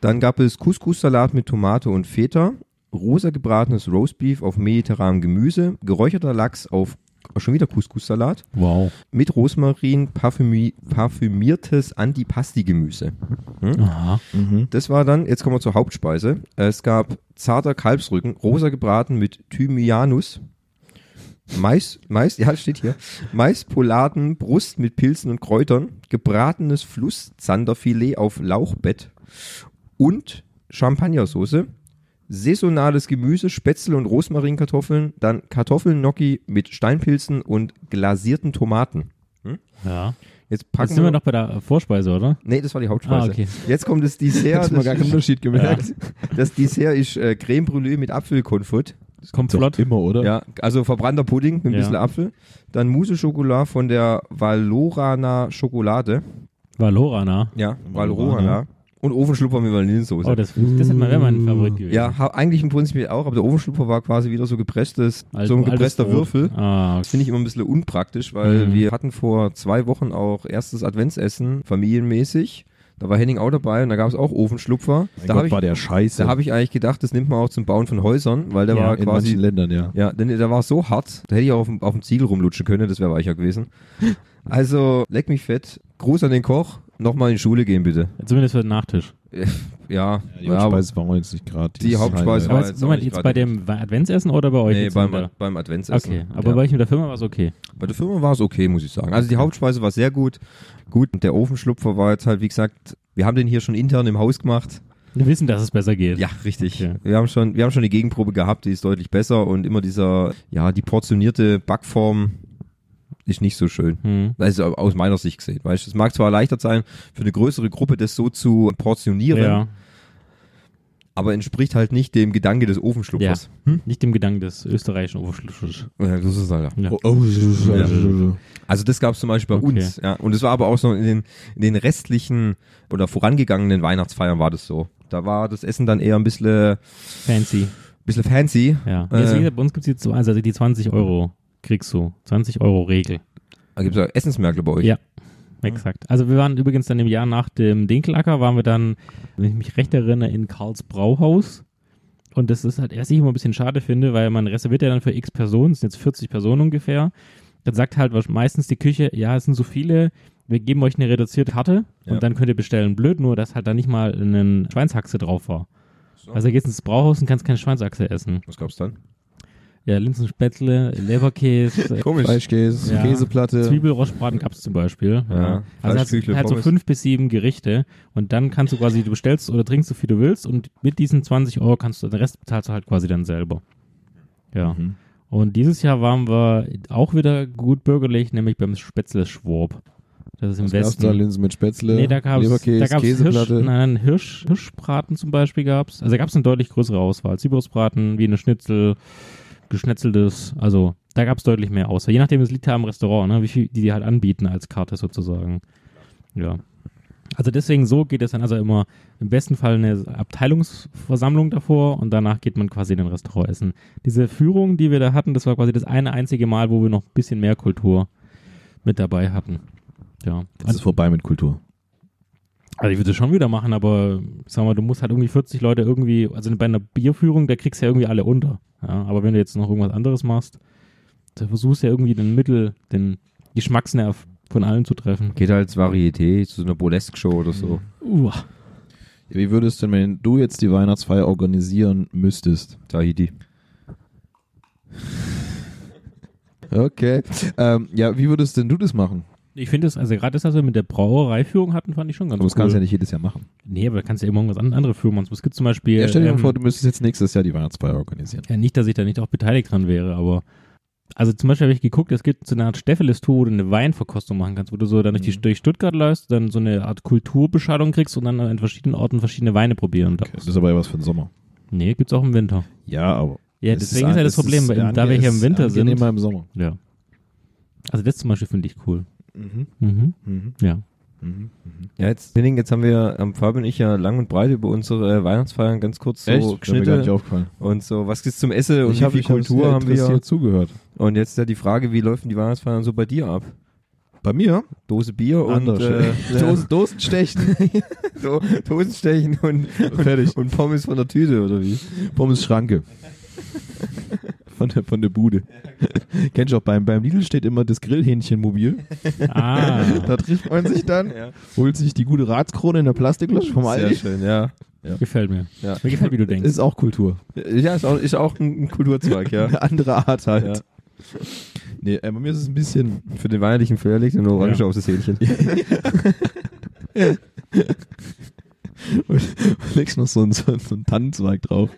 S1: Dann gab es Couscous-Salat mit Tomate und Feta, rosa gebratenes Roastbeef auf mediterranem Gemüse, geräucherter Lachs auf schon wieder Couscous-Salat
S3: Wow.
S1: mit Rosmarin, parfümi parfümiertes Antipasti-Gemüse. Hm? Mhm.
S3: Aha.
S1: Das war dann, jetzt kommen wir zur Hauptspeise. Es gab zarter Kalbsrücken, rosa gebraten mit Thymianus. Mais, Mais, ja, steht hier. Maispolaten, Brust mit Pilzen und Kräutern, gebratenes Flusszanderfilet auf Lauchbett und Champagnersoße, saisonales Gemüse, Spätzle und Rosmarinkartoffeln, dann Kartoffelnocki mit Steinpilzen und glasierten Tomaten.
S3: Ja.
S1: Jetzt
S3: Jetzt
S1: packen
S3: sind wir noch bei der Vorspeise, oder?
S1: Nee, das war die Hauptspeise.
S3: Ah, okay.
S1: Jetzt kommt das Dessert.
S2: Hat man gar
S1: das-
S2: keinen Unterschied gemerkt.
S1: das Dessert ist äh, Creme Brûlée mit Apfelkonfit.
S3: Das kommt
S2: Doch
S3: flott.
S2: immer, oder?
S1: Ja, also verbrannter Pudding mit ein
S3: Ja.
S1: bisschen Apfel. Dann Mousse Schokolade von der Valorana Schokolade.
S3: Valorana.
S1: Ja, Valorana. Und Ofenschlupper mit Vanillensoße.
S3: Oh, das, das hätte mal wäre mein Favorit gewesen.
S1: Mm. ja, ha, eigentlich im Prinzip auch, aber der Ofenschlupper war quasi wieder so gepresstes,
S3: Alt-
S1: so ein
S3: altes
S1: gepresster
S3: Brot.
S1: Würfel.
S3: Ah,
S1: Das finde ich immer ein bisschen unpraktisch, weil
S3: Mhm.
S1: wir hatten vor zwei Wochen auch erstes Adventsessen, familienmäßig. Da war Henning auch dabei und da gab es auch Ofenschlupfer.
S2: Mein
S1: da
S2: Gott,
S1: habe ich,
S2: war der scheiße.
S1: da hab ich eigentlich gedacht, das nimmt man auch zum Bauen von Häusern, weil der
S3: Ja,
S1: war
S2: in manchen
S1: quasi
S2: Ländern, ja.
S1: Ja, denn da war es so hart, da hätte ich auch auf dem, auf dem Ziegel rumlutschen können, das wäre weicher gewesen. Also, leck mich fett. Gruß an den Koch, nochmal in die Schule gehen bitte.
S3: Zumindest für den Nachtisch.
S1: Ja,
S2: Ja, die
S1: ja,
S2: Hauptspeise war jetzt nicht gerade.
S1: Die Hauptspeise war-
S3: Aber
S1: jetzt
S3: jetzt,
S1: auch
S3: Moment,
S1: nicht
S3: jetzt
S1: gerade
S3: bei dem Adventsessen oder bei euch?
S1: nee,
S3: jetzt
S1: beim,
S3: wieder?
S1: beim Adventsessen.
S3: Okay, aber
S1: ja.
S3: bei euch mit der Firma war es okay.
S1: bei der Firma war es okay, muss ich sagen. Also, die Hauptspeise war sehr gut. Gut, und der Ofenschlupfer war jetzt halt, wie gesagt, wir haben den hier schon intern im Haus gemacht.
S3: Wir wissen, dass es besser geht.
S1: Ja, richtig.
S3: Okay.
S1: Wir, haben schon, wir haben schon eine Gegenprobe gehabt, die ist deutlich besser und immer dieser, ja, die portionierte Backform ist nicht so schön.
S3: Hm.
S1: Also aus meiner Sicht gesehen, weißt du, es mag zwar erleichtert sein, für eine größere Gruppe das so zu portionieren,
S3: Ja,
S1: aber entspricht halt nicht dem Gedanke des Ofenschlupfers.
S3: nicht dem Gedanken des österreichischen Oberschlusses.
S1: Ja, das ist halt-
S3: Ja.
S2: Oh, oh,
S1: Also das gab es zum Beispiel bei
S3: Okay.
S1: uns, ja. Und es war aber auch so in den, in den restlichen oder vorangegangenen Weihnachtsfeiern war das so. Da war das Essen dann eher ein bisschen,
S3: Fancy.
S1: bisschen fancy.
S3: Ja.
S1: Äh,
S3: Deswegen, bei uns gibt es jetzt so, also die 20 Euro kriegst du. 20 Euro Regel.
S1: Da gibt es ja Essensmärkte bei euch.
S3: Ja. Exakt. Also wir waren übrigens dann im Jahr nach dem Dinkelacker, waren wir dann, wenn ich mich recht erinnere, in Karls Brauhaus. Und das ist halt, was ich immer ein bisschen schade finde, weil man reserviert ja dann für x Personen, es sind jetzt 40 Personen ungefähr. Dann sagt halt wasch- meistens die Küche, ja, es sind so viele, wir geben euch eine reduzierte Karte
S1: Ja.
S3: und dann könnt ihr bestellen. Blöd nur, dass halt da nicht mal eine Schweinshaxe drauf war. Also gehst ins Brauhaus und kannst keine Schweinshaxe essen.
S1: Was gab's dann?
S3: Ja, Linsenspätzle, Leberkäse,
S1: Komisch.
S2: Fleischkäse,
S3: Ja.
S2: Käseplatte.
S3: Zwiebelrostbraten gab es zum Beispiel.
S1: Ja.
S3: Also hast
S1: Fleischküchle,
S3: du halt so
S1: Pommes.
S3: fünf bis sieben Gerichte und dann kannst du quasi, du bestellst oder trinkst so viel du willst und mit diesen 20 Euro kannst du, den Rest bezahlst du halt quasi dann selber. Ja.
S1: Mhm.
S3: Und dieses Jahr waren wir auch wieder gut bürgerlich, nämlich beim Spätzle Schwab. Das ist im Westen.
S2: Linsen mit Spätzle,
S3: Nee, da gab es
S2: Leberkäse,
S3: Hirsch,
S2: Käseplatte.
S3: nein, nein, Hirsch, Hirschbraten zum Beispiel gab es. Also da gab es eine deutlich größere Auswahl. Zwiebelsbraten, Wiener Schnitzel, geschnetzeltes, also da gab es deutlich mehr Auswahl. Je nachdem, es liegt ja am Restaurant, ne, wie viel die, die halt anbieten als Karte sozusagen. Ja. Also deswegen so geht es dann also immer im besten Fall eine Abteilungsversammlung davor und danach geht man quasi in ein Restaurant essen. Diese Führung, die wir da hatten, das war quasi das eine einzige Mal, wo wir noch ein bisschen mehr Kultur mit dabei hatten. Ja.
S2: Das ist vorbei mit Kultur.
S3: Also ich würde es schon wieder machen, aber sag mal, du musst halt irgendwie 40 Leute irgendwie, also bei einer Bierführung, da kriegst du ja irgendwie alle unter. Ja, aber wenn du jetzt noch irgendwas anderes machst, da versuchst du ja irgendwie den Mittel, den Geschmacksnerv von allen zu treffen.
S1: Geht als Varieté zu so einer Burlesque-Show oder so.
S2: Mhm.
S3: Uah.
S2: Wie würdest du denn, wenn du jetzt die Weihnachtsfeier organisieren müsstest?
S1: Tahiti.
S2: Okay. Ähm, ja, wie würdest denn du das machen?
S3: Ich finde es, also gerade das, was wir mit der Brauereiführung hatten, fand ich schon ganz
S2: Aber das
S3: cool.
S2: kannst du ja nicht jedes Jahr machen.
S3: Nee, aber da kannst du ja immer irgendwas an- andere Firmen machen. Es gibt zum Beispiel.
S2: Ja, stell dir mal
S3: ähm,
S2: vor, du müsstest jetzt nächstes Jahr die Weihnachtsfeier organisieren.
S3: Ja, nicht, dass ich da nicht auch beteiligt dran wäre, aber. Also zum Beispiel habe ich geguckt, es gibt so eine Art Steffelis-Tour, wo du eine Weinverkostung machen kannst, wo du so dann durch, die, durch Stuttgart läufst, dann so eine Art Kulturbeschallung kriegst und dann an verschiedenen Orten verschiedene Weine probieren
S2: Okay, Das
S3: darfst.
S2: ist aber ja was für den Sommer.
S3: Nee, gibt's auch im Winter.
S2: Ja, aber.
S3: Ja,
S2: es
S3: deswegen ist ja
S2: an-
S3: das
S2: es
S3: Problem, weil-
S2: ange-
S3: da wir hier im
S2: es
S3: Winter sind-
S2: angenehmer im Sommer.
S3: Ja. Also das zum Beispiel finde ich cool.
S2: Mhm.
S3: Mhm. Ja.
S1: Ja, jetzt, Henning, jetzt haben wir, ähm, Fabio und ich ja lang und breit über unsere äh, Weihnachtsfeiern ganz kurz so
S2: Echt? Wäre mir gar nicht
S1: Schnitte
S2: aufgefallen.
S1: und so, was gibt's zum Essen und
S2: Ich
S1: wie
S2: hab-
S1: viel
S2: ich hab
S1: Kultur
S2: sehr
S1: haben wir.
S2: interessiert zugehört.
S1: Und jetzt ist ja die Frage, wie läuft denn die Weihnachtsfeiern so bei dir ab?
S2: Bei mir?
S1: Dose Bier und
S2: Andere
S1: äh, (laughs)
S2: (laughs) Dosen, Dosen stechen.
S1: Do Dosenstechen und,
S2: Fertig.
S1: und, und Pommes von der Tüte oder wie?
S2: Pommes Schranke. Von der, von der
S1: (laughs)
S2: Bude. Kennst du auch, beim, beim Lidl steht immer das Grillhähnchen mobil. (laughs)
S3: Ah,
S2: Da trifft man sich dann, holt sich die gute Ratskrone in der Plastikflasche vom
S1: Sehr
S2: Aldi.
S1: schön, ja.
S3: gefällt mir.
S1: Ja.
S3: Mir gefällt, wie du denkst.
S2: Ist auch Kultur.
S1: Ja, ist auch, ist auch ein ein Kulturzweig, ja.
S2: Eine andere Art halt.
S1: Ja.
S2: Nee, äh, bei mir ist es ein bisschen.
S1: Für den weihnachtlichen Feuer legt eine Orange
S3: Ja.
S1: auf das Hähnchen.
S2: (laughs) Legst noch so einen, so einen Tannenzweig drauf.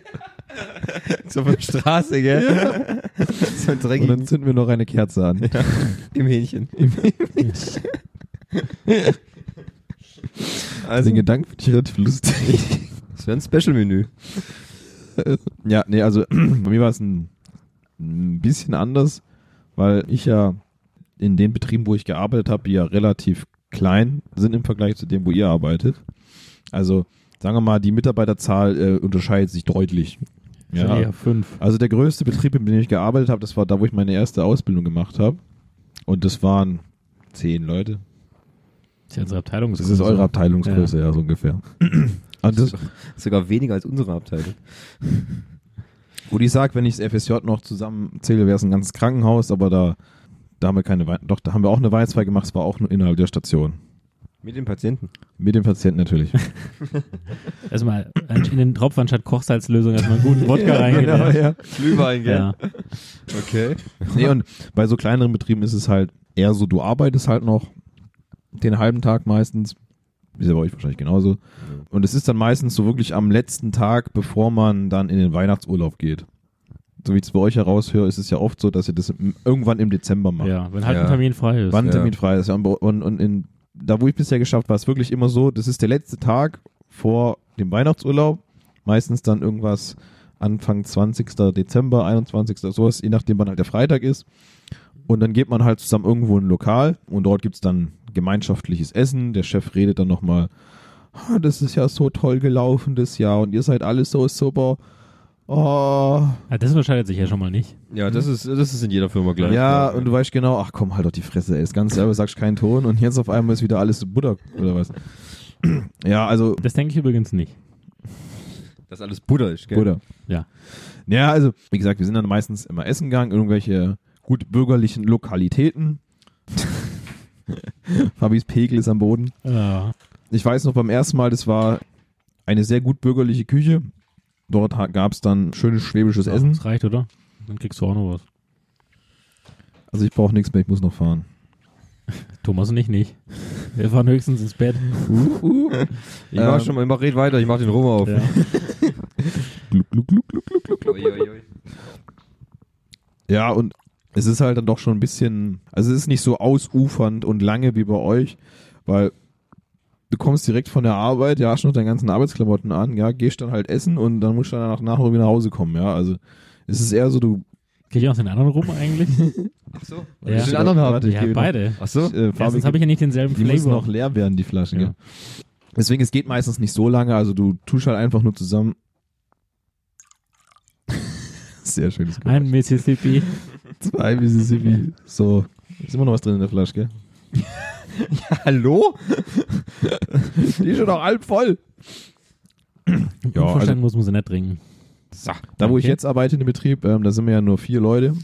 S1: so auf der Straße, gell? (laughs) so ein
S2: Und dann
S1: dreckigen
S2: zünden wir noch eine Kerze an.
S1: im Hähnchen. also,
S2: Den Gedanken finde ich relativ lustig.
S1: (laughs) das wäre ein Special-Menü.
S2: (laughs) Ja, nee, also (clears throat) bei mir war es ein, ein bisschen anders, weil ich ja in den Betrieben, wo ich gearbeitet habe, die ja relativ klein sind im Vergleich zu dem, wo ihr arbeitet. Also sagen wir mal, die Mitarbeiterzahl äh, unterscheidet sich deutlich.
S3: Schon eher fünf.
S2: Also der größte Betrieb, in dem ich gearbeitet habe, das war da, wo ich meine erste Ausbildung gemacht habe. Und das waren zehn Leute.
S3: Das ist ja unsere Abteilung.
S2: Das ist eure Abteilungsgröße, ja, so ungefähr. (clears throat) Und das,
S1: Sogar weniger als unsere Abteilung.
S2: Wo die sagt, wenn ich das FSJ noch zusammenzähle, wäre es ein ganzes Krankenhaus, aber da, da haben wir keine Wei- Doch, da haben wir auch eine Weihnachtsfeier gemacht, es war auch nur innerhalb der Station.
S1: Mit den Patienten.
S2: Mit dem Patienten (laughs) natürlich.
S3: Erstmal äh, in den Tropfen statt Kochsalzlösung erstmal einen guten Wodka reingehen.
S2: genau,
S3: ja.
S1: Glühwein,
S3: Ja.
S1: Okay.
S2: (laughs) Nee, und bei so kleineren Betrieben ist es halt eher so, du arbeitest halt noch den halben Tag meistens. Ist ja bei euch wahrscheinlich genauso. Und es ist dann meistens so wirklich am letzten Tag, bevor man dann in den Weihnachtsurlaub geht. So wie ich es bei euch heraushöre, ist es ja oft so, dass ihr das im- irgendwann im Dezember macht.
S3: ja, wenn halt
S1: Ja.
S3: ein Termin frei ist.
S2: Wann
S1: ja.
S2: Termin frei ist. ja. Und, und, und in, da, wo ich bisher geschafft war, ist wirklich immer so, das ist der letzte Tag vor dem Weihnachtsurlaub. Meistens dann irgendwas Anfang 20. Dezember, 21. sowas, je nachdem wann halt der Freitag ist. Und dann geht man halt zusammen irgendwo in ein Lokal und dort gibt es dann gemeinschaftliches Essen. Der Chef redet dann nochmal, ah, das ist ja so toll gelaufen das Jahr und ihr seid alle so super. Oh,
S3: Ja, das unterscheidet sich ja schon mal nicht.
S1: Ja, das ist, das ist in jeder Firma gleich.
S2: ja, und du weißt genau, ach komm, halt doch die Fresse, ey. Das Ganze selber sagst keinen Ton und jetzt auf einmal ist wieder alles Butter oder was. (clears throat) Ja, also
S3: Das denke ich übrigens nicht.
S1: Das alles Buddha ist, gell?
S2: Butter.
S3: Ja.
S2: Ja, also, wie gesagt, wir sind dann meistens immer essen gegangen, irgendwelche gut bürgerlichen Lokalitäten. (laughs) Fabis Pegel ist am Boden.
S3: Ja.
S2: Ich weiß noch beim ersten Mal, das war eine sehr gut bürgerliche Küche. Dort gab es dann schönes schwäbisches Essen.
S3: Das reicht, oder? Dann kriegst du auch noch was.
S2: Also ich brauche nichts mehr, ich muss noch fahren.
S3: Thomas und ich nicht. Wir fahren höchstens ins Bett.
S1: Ich mach
S2: Ähm.
S1: schon mal, mach, red weiter, ich mach den Rum auf.
S3: Ja.
S2: Gluck, gluck, gluck, gluck, gluck, gluck, gluck.
S1: Ui, ui, ui.
S2: Ja, und es ist halt dann doch schon ein bisschen, also es ist nicht so ausufernd und lange wie bei euch, weil du kommst direkt von der Arbeit, ja, hast noch deine ganzen Arbeitsklamotten an, ja, gehst dann halt essen und dann musst du dann nach, nach irgendwie nach Hause kommen, ja. Also es ist eher so, du
S3: Kriege ich auch den anderen rum
S2: (laughs)
S3: eigentlich?
S1: Ach so.
S3: Ja.
S2: Ich den anderen haben.
S3: Ja, beide.
S1: Ach so.
S2: Äh,
S3: Erstens habe ich ja nicht denselben
S2: die müssen
S3: Flavor.
S2: noch leer werden, die Flaschen.
S3: Ja.
S2: Ja. Deswegen, es geht meistens nicht so lange, also du tust halt einfach nur zusammen. (laughs) Sehr schönes Geräusch.
S3: Ein Mississippi.
S2: Zwei Mississippi. So. Ist immer noch was drin in der Flasche, (laughs) gell?
S1: Hallo?
S2: Die ist schon noch halb voll.
S3: Ja, (laughs) Unverstanden muss man sie nicht trinken.
S1: So.
S2: also Da, wo ich
S3: Okay.
S2: jetzt arbeite in dem Betrieb, ähm, da sind wir ja nur vier Leute.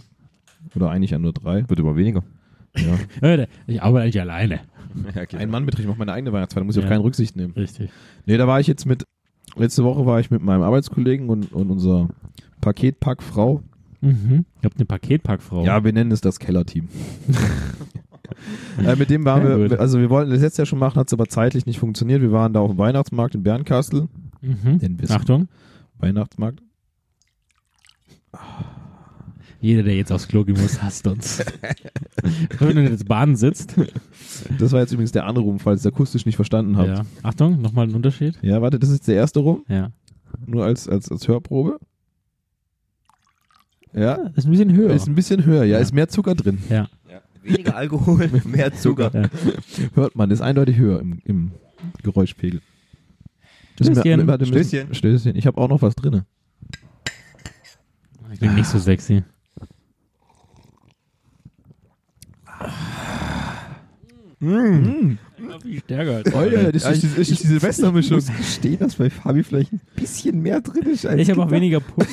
S2: Oder eigentlich ja nur drei.
S1: Wird immer weniger.
S2: Ja.
S3: Leute, Ich arbeite nicht alleine.
S2: Ein Mannbetrieb, ich mache meine eigene Weihnachtsfeier, da muss ich
S3: Ja.
S2: auf keinen Rücksicht nehmen.
S3: Richtig.
S2: Nee, da war ich jetzt mit, letzte Woche war ich mit meinem Arbeitskollegen und, und unserer Paketpackfrau.
S3: Mhm. Ich habe eine Paketpackfrau.
S2: Ja, wir nennen es das Kellerteam. (laughs) äh, mit dem waren
S3: Sehr gut.
S2: wir, also wir wollten das letztes Jahr schon machen, hat es aber zeitlich nicht funktioniert. Wir waren da auf dem Weihnachtsmarkt in Bernkastel.
S3: Mhm.
S2: Den wissen.
S3: Achtung,
S2: Weihnachtsmarkt.
S3: jeder, der jetzt aufs Klo gehen muss,
S2: (laughs)
S3: hasst uns. Wenn du in der Bahn sitzt.
S2: Das war jetzt übrigens der andere Rum, falls ihr es akustisch nicht verstanden habt.
S3: Ja. Achtung, nochmal ein Unterschied.
S2: Ja, warte, das ist jetzt der erste Rum,
S3: Ja.
S2: nur als, als, als Hörprobe. Ja,
S3: Ist Ah, ein bisschen höher.
S2: ist ein bisschen höher, ja,
S3: Ja.
S2: ist mehr Zucker drin.
S1: Weniger (laughs) Alkohol, mehr Zucker.
S2: Hört man, ist eindeutig höher im, im Geräuschpegel. Das ist mir-
S3: Stößchen.
S2: warte, wir müssen-
S1: Stößchen.
S2: Stößchen. Ich habe auch noch was drinne.
S3: ich bin nicht so sexy. Ich glaube, die stärker als
S2: Oh, ja, das
S1: ist- das
S2: die Silvestermischung.
S1: gestehen, dass bei Fabi vielleicht ein bisschen mehr drin ist als
S3: Ich habe auch weniger Punkte.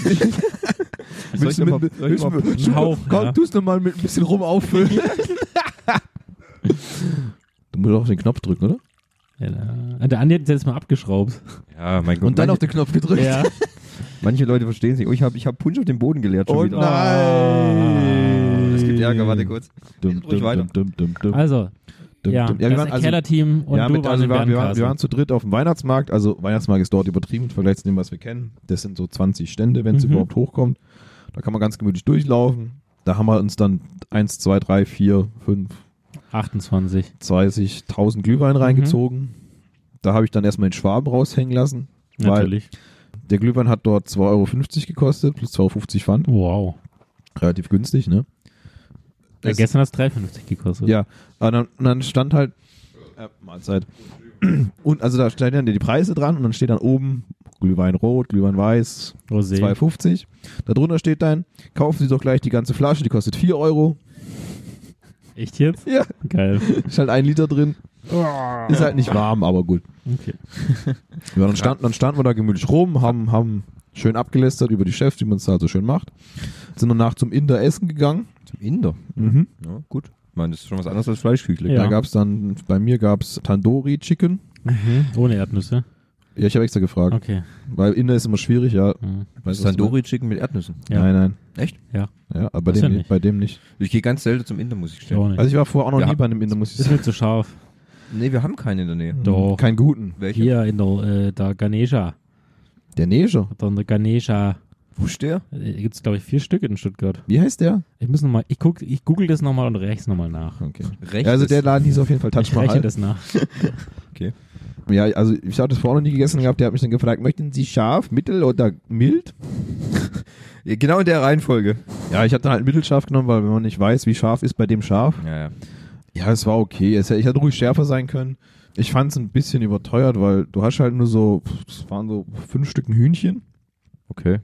S1: Willst du mit- willst du mit-
S3: einen Hauch,
S2: Komm,
S3: ja.
S2: tu's noch mal mit ein bisschen
S1: (laughs)
S2: rum auffüllen. du musst auch auf den Knopf drücken, oder?
S3: Ja, da- der Andi hat uns jetzt mal abgeschraubt.
S1: Ja, mein Gott.
S2: Und dann auf
S1: manche,
S2: den Knopf gedrückt.
S1: manche Leute verstehen es nicht. Oh, ich habe ich hab Punsch auf den Boden geleert schon
S2: Oh
S1: wieder.
S3: Ah.
S2: nein.
S1: Es gibt Ärger, warte kurz.
S2: Dum,
S1: Ruhig
S2: dum,
S1: weiter.
S2: dum, dum, dum, dum,
S3: (laughs) Also,
S2: dum,
S3: ja,
S2: dum.
S3: das also, Kellerteam und
S2: ja,
S3: du
S2: mit,
S3: warst
S2: also
S3: in
S2: wir, waren, wir, waren, wir
S3: Bernkastel.
S2: waren zu dritt auf dem Weihnachtsmarkt. Also Weihnachtsmarkt ist dort übertrieben im Vergleich zu dem, was wir kennen. Das sind so 20 Stände, wenn es
S3: Mhm.
S2: überhaupt hochkommt. Da kann man ganz gemütlich durchlaufen. Da haben wir uns dann 1, 2, 3, 4, 5,
S3: 28.
S2: 20.000 Glühwein
S3: Mhm.
S2: reingezogen. Da habe ich dann erstmal den Schwaben raushängen lassen.
S3: Natürlich.
S2: Weil der Glühwein hat dort 2,50 Euro gekostet, plus 2,50 Euro Pfand.
S3: Wow.
S2: Relativ günstig, ne?
S3: Ja,
S2: Es-
S3: gestern hat es 3,50 gekostet.
S2: Ja, aber dann, und dann stand halt äh, Mahlzeit. (clears throat) Und also da stehen dann die Preise dran und dann steht dann oben Glühwein rot, Glühwein weiß,
S3: Rosé.
S2: 2,50. Darunter steht dann, kaufen Sie doch gleich die ganze Flasche, die kostet 4 Euro.
S3: Echt jetzt?
S2: Ja,
S3: Geil.
S2: ist halt ein Liter drin. Ist halt nicht warm, aber gut.
S3: Okay.
S2: (laughs) Ja, dann, standen, dann standen wir da gemütlich rum, haben, haben schön abgelästert über die Chefs, wie man es da so schön macht. Sind danach zum Inder essen gegangen.
S1: Zum Inder.
S2: (laughs) Mhm.
S1: Ja, gut. Ich meine, das ist schon was anderes als Fleischküchle.
S3: Ja.
S2: Da gab's dann, bei mir gab's Tandoori Chicken.
S3: Mhm. Ohne Erdnüsse.
S2: Ja, ich habe extra gefragt,
S3: Okay.
S2: weil Inder ist immer schwierig, ja.
S3: Mhm.
S1: Das ist
S2: Weißt du, was du
S1: Tandoori-Chicken mit Erdnüssen.
S2: meinst? Nein, nein.
S1: Echt?
S2: Ja, aber bei
S3: Das
S2: dem,
S3: ja
S2: nicht.
S3: nicht.
S2: bei dem nicht.
S1: Ich gehe ganz selten zum Inder, muss ich
S3: Ich auch
S1: stellen.
S3: nicht.
S2: Also ich war vorher auch noch
S1: Ja.
S2: nie bei einem Inder, muss ich Hm,
S3: ist
S2: sagen.
S3: mir zu scharf.
S1: Nee, wir haben keine in der Nähe.
S3: Doch.
S2: Keinen guten.
S1: Welche?
S3: Hier in der, äh, der Ganesha.
S2: Der Neger.
S3: Hat doch in der Ganesha.
S1: Wo ist der?
S3: Äh, Gibt es, glaube ich, vier Stück in Stuttgart.
S2: Wie heißt der?
S3: Ich muss noch mal, ich, guck, ich google das nochmal und rechne es nochmal nach.
S2: Okay.
S1: Rechts.
S2: Ja, also der Laden hieß auf jeden Fall Touch
S3: Ich rechne
S2: Mahal.
S3: das nach.
S2: Ja, also ich habe das vorher noch nie gegessen gehabt. Der hat mich dann gefragt, möchten Sie scharf, mittel oder mild?
S1: Ja, genau in der Reihenfolge.
S2: Ja, ich habe dann halt mittelscharf genommen, weil wenn man nicht weiß, wie scharf ist bei dem scharf,
S1: Ja, ja.
S2: Ja, es war okay. Es, hätte- ich hätte ruhig schärfer sein können. Ich fand es ein bisschen überteuert, weil du hast halt nur so, pff, es waren so fünf Stücken Hühnchen.
S1: Okay.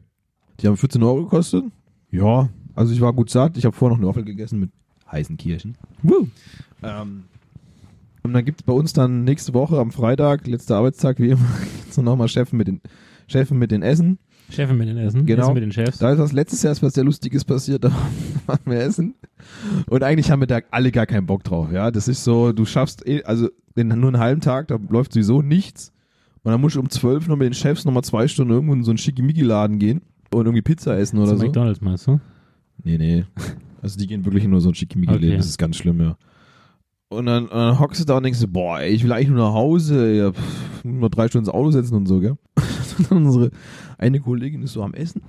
S2: Die haben 14 Euro gekostet. Ja, also ich war gut satt. Ich habe vorher noch eine Waffel gegessen mit heißen Kirschen.
S3: Woo.
S2: Ähm, und dann gibt es bei uns dann nächste Woche am Freitag, letzter Arbeitstag, wie immer, (laughs) gibt's dann nochmal Chefen mit den Chefen mit den Essen.
S3: Chefin mit den Essen.
S2: Genau.
S3: Essen mit den Chefs.
S2: Da ist was letztes Jahr ist was sehr Lustiges passiert, (laughs) da waren wir essen. Und eigentlich haben wir da alle gar keinen Bock drauf, ja. Das ist so, du schaffst eh, also in nur einen halben Tag, da läuft sowieso nichts. Und dann musst du um zwölf noch mit den Chefs nochmal zwei Stunden irgendwo in so einen Schickimicki-Laden gehen und irgendwie Pizza essen oder
S3: Zu
S2: so.
S3: McDonalds, meinst du? (laughs)
S2: Nee, nee. Also die gehen wirklich in nur so ein Schickimicki-Leben,
S3: Okay.
S2: das ist ganz schlimm, ja. Und dann, und dann hockst du da und denkst dir, boah, ey, ich will eigentlich nur nach Hause, ja, pff, nur drei Stunden ins Auto setzen und so, gell? (laughs) Und dann unsere eine Kollegin ist so am Essen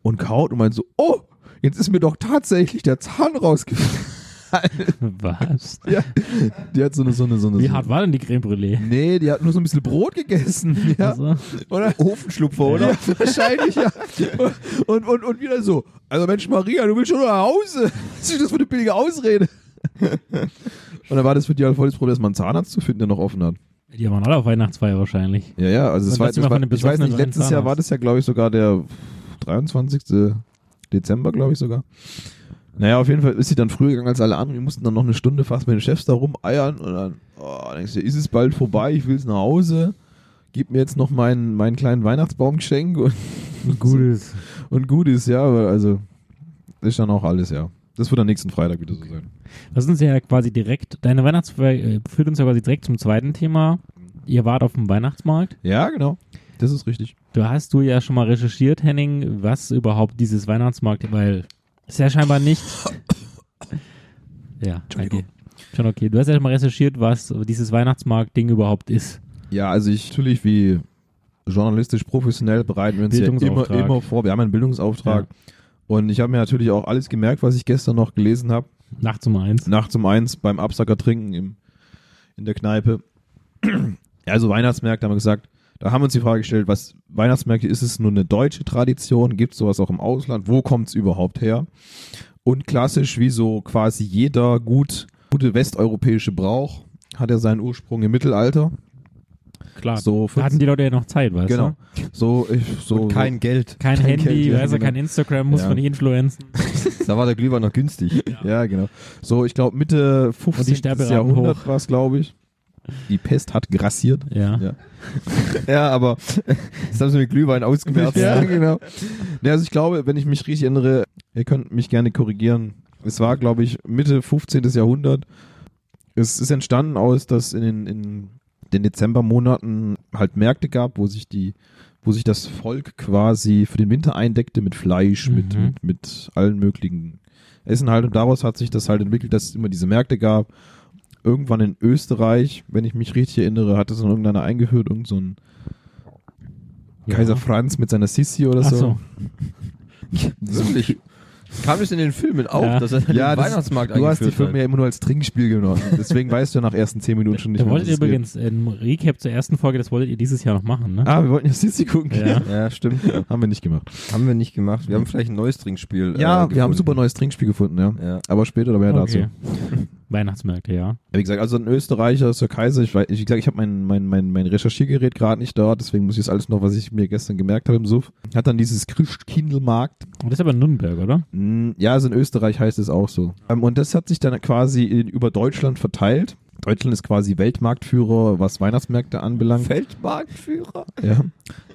S2: und kaut und meint so, oh, jetzt ist mir doch tatsächlich der Zahn rausgefallen.
S3: (laughs) Was?
S2: Ja, die hat so eine, so eine, so eine.
S3: Wie
S2: so
S3: hart war denn die Creme Brûlée?
S2: Nee, die hat nur so ein bisschen Brot gegessen. (laughs) Ja.
S3: Also,
S2: Oder?
S1: Ofenschlupfer, oder?
S2: Ja, wahrscheinlich, ja. Und, und, und wieder so, also Mensch Maria, du willst schon nach Hause. Was ist das für eine billige Ausrede? Und dann war das für die halt voll das Problem, dass man einen Zahnarzt zu finden, der noch offen hat.
S3: die waren alle auf Weihnachtsfeier wahrscheinlich.
S2: Ja, ja, also es
S3: Dann
S2: war, das
S3: lass ihn mal
S2: war
S3: von einem
S2: ich weiß nicht,
S3: besoffenen
S2: letztes
S3: Zahnarzt.
S2: Jahr war das ja, glaube ich, sogar der 23. Dezember, glaube ich sogar. Naja, auf jeden Fall ist sie dann früher gegangen als alle anderen. Wir mussten dann noch eine Stunde fast mit den Chefs da rumeiern und dann oh, denkst du, ist es bald vorbei, ich will es nach Hause, gib mir jetzt noch meinen, meinen kleinen Weihnachtsbaumgeschenk und,
S3: Gutes.
S2: und gut ist, ja, aber also ist dann auch alles, ja. Das wird dann nächsten Freitag wieder so sein.
S3: Das ist ja quasi direkt, deine Weihnachtsfeier äh, führt uns ja quasi direkt zum zweiten Thema. Ihr wart auf dem Weihnachtsmarkt.
S2: Ja, genau. Das ist richtig.
S3: Da hast du ja schon mal recherchiert, Henning, was überhaupt dieses Weihnachtsmarkt, weil es ja scheinbar nicht. ja, danke. Schon okay. Du hast ja schon mal recherchiert, was dieses Weihnachtsmarkt-Ding überhaupt ist.
S2: Ja, also ich natürlich wie journalistisch professionell bereiten wir uns ja immer,
S3: Bildungsauftrag.
S2: immer vor. Wir haben einen Bildungsauftrag. Und ich habe mir natürlich auch alles gemerkt, was ich gestern noch gelesen habe.
S3: Nachts um eins.
S2: Nachts um eins beim Absacker trinken im, in der Kneipe. (clears throat) Ja, also Weihnachtsmärkte haben wir gesagt. Da haben wir uns die Frage gestellt, was Weihnachtsmärkte, ist es nur eine deutsche Tradition? Gibt es sowas auch im Ausland? Wo kommt es überhaupt her? Und klassisch, wie so quasi jeder gut, gute westeuropäische Brauch, hat er seinen Ursprung im Mittelalter.
S3: Klar.
S2: So
S3: da hatten die Leute ja noch Zeit, weißt
S2: Genau.
S3: du?
S2: So, ich, so
S1: Und kein Geld.
S3: Kein,
S2: Kein
S3: Handy,
S2: Geld, ja,
S3: weißt du,
S2: genau.
S3: kein Instagram, muss
S2: Ja.
S3: man nicht influenzen.
S1: Da war der Glühwein noch günstig.
S2: Ja, genau. So, ich glaube, Mitte
S3: Und die
S2: 15.
S3: Sterberaten
S2: Jahrhundert war es, glaube ich. Die Pest hat grassiert.
S3: Ja.
S2: Ja.
S1: ja, aber das haben sie mit Glühwein ausgemerzt.
S2: Ja, genau. Ja, also ich glaube, wenn ich mich richtig erinnere, ihr könnt mich gerne korrigieren. Es war, glaube ich, Mitte 15. Jahrhundert. Es ist entstanden aus, dass in den, in den Dezembermonaten halt Märkte gab, wo sich die wo sich das Volk quasi für den Winter eindeckte mit Fleisch, mit,
S3: Mhm.
S2: mit, mit allen möglichen Essen halt. Und daraus hat sich das halt entwickelt, dass es immer diese Märkte gab. Irgendwann in Österreich, wenn ich mich richtig erinnere, hat das dann irgendeiner eingeführt, irgend so ein
S3: Ja.
S2: Kaiser Franz mit seiner Sissi oder
S3: Ach
S2: so.
S3: so.
S1: Wirklich. Kam das in den Filmen auch,
S3: Ja.
S1: dass er den
S2: Ja, das,
S1: Weihnachtsmarkt
S2: du hast die
S1: eingeführt
S2: Filme ja immer nur als Trinkspiel (laughs) genommen. Deswegen weißt du ja nach ersten zehn Minuten schon nicht
S3: Da
S2: mehr,
S3: wolltet
S2: was
S3: ihr
S2: es geht.
S3: übrigens einen Recap zur ersten Folge, das wolltet ihr dieses Jahr noch machen, ne?
S2: Ah, wir wollten ja Sissi gucken. (laughs)
S3: Ja.
S1: hat. Ja, stimmt.
S2: Haben wir nicht gemacht.
S1: Haben wir nicht gemacht. Wir haben vielleicht ein neues Trinkspiel. äh,
S2: Ja, wir haben ein
S1: gefunden.
S2: super neues Trinkspiel gefunden, ja.
S1: Ja.
S2: Aber später oder mehr dazu.
S3: okay. Weihnachtsmärkte, ja.
S2: Ja, Wie gesagt, also ein Österreicher ist der Kaiser. Ich weiß, wie gesagt, ich habe mein, mein, mein, mein Recherchiergerät gerade nicht da, deswegen muss ich das alles noch, was ich mir gestern gemerkt habe im Suff. Hat dann dieses Christkindlmarkt.
S3: Und das ist aber in Nürnberg, oder?
S2: Mm, Ja, also in Österreich heißt es auch so. Ähm, Und das hat sich dann quasi in, über Deutschland verteilt. Deutschland ist quasi Weltmarktführer, was Weihnachtsmärkte anbelangt.
S1: Feldmarktführer.
S2: Ja.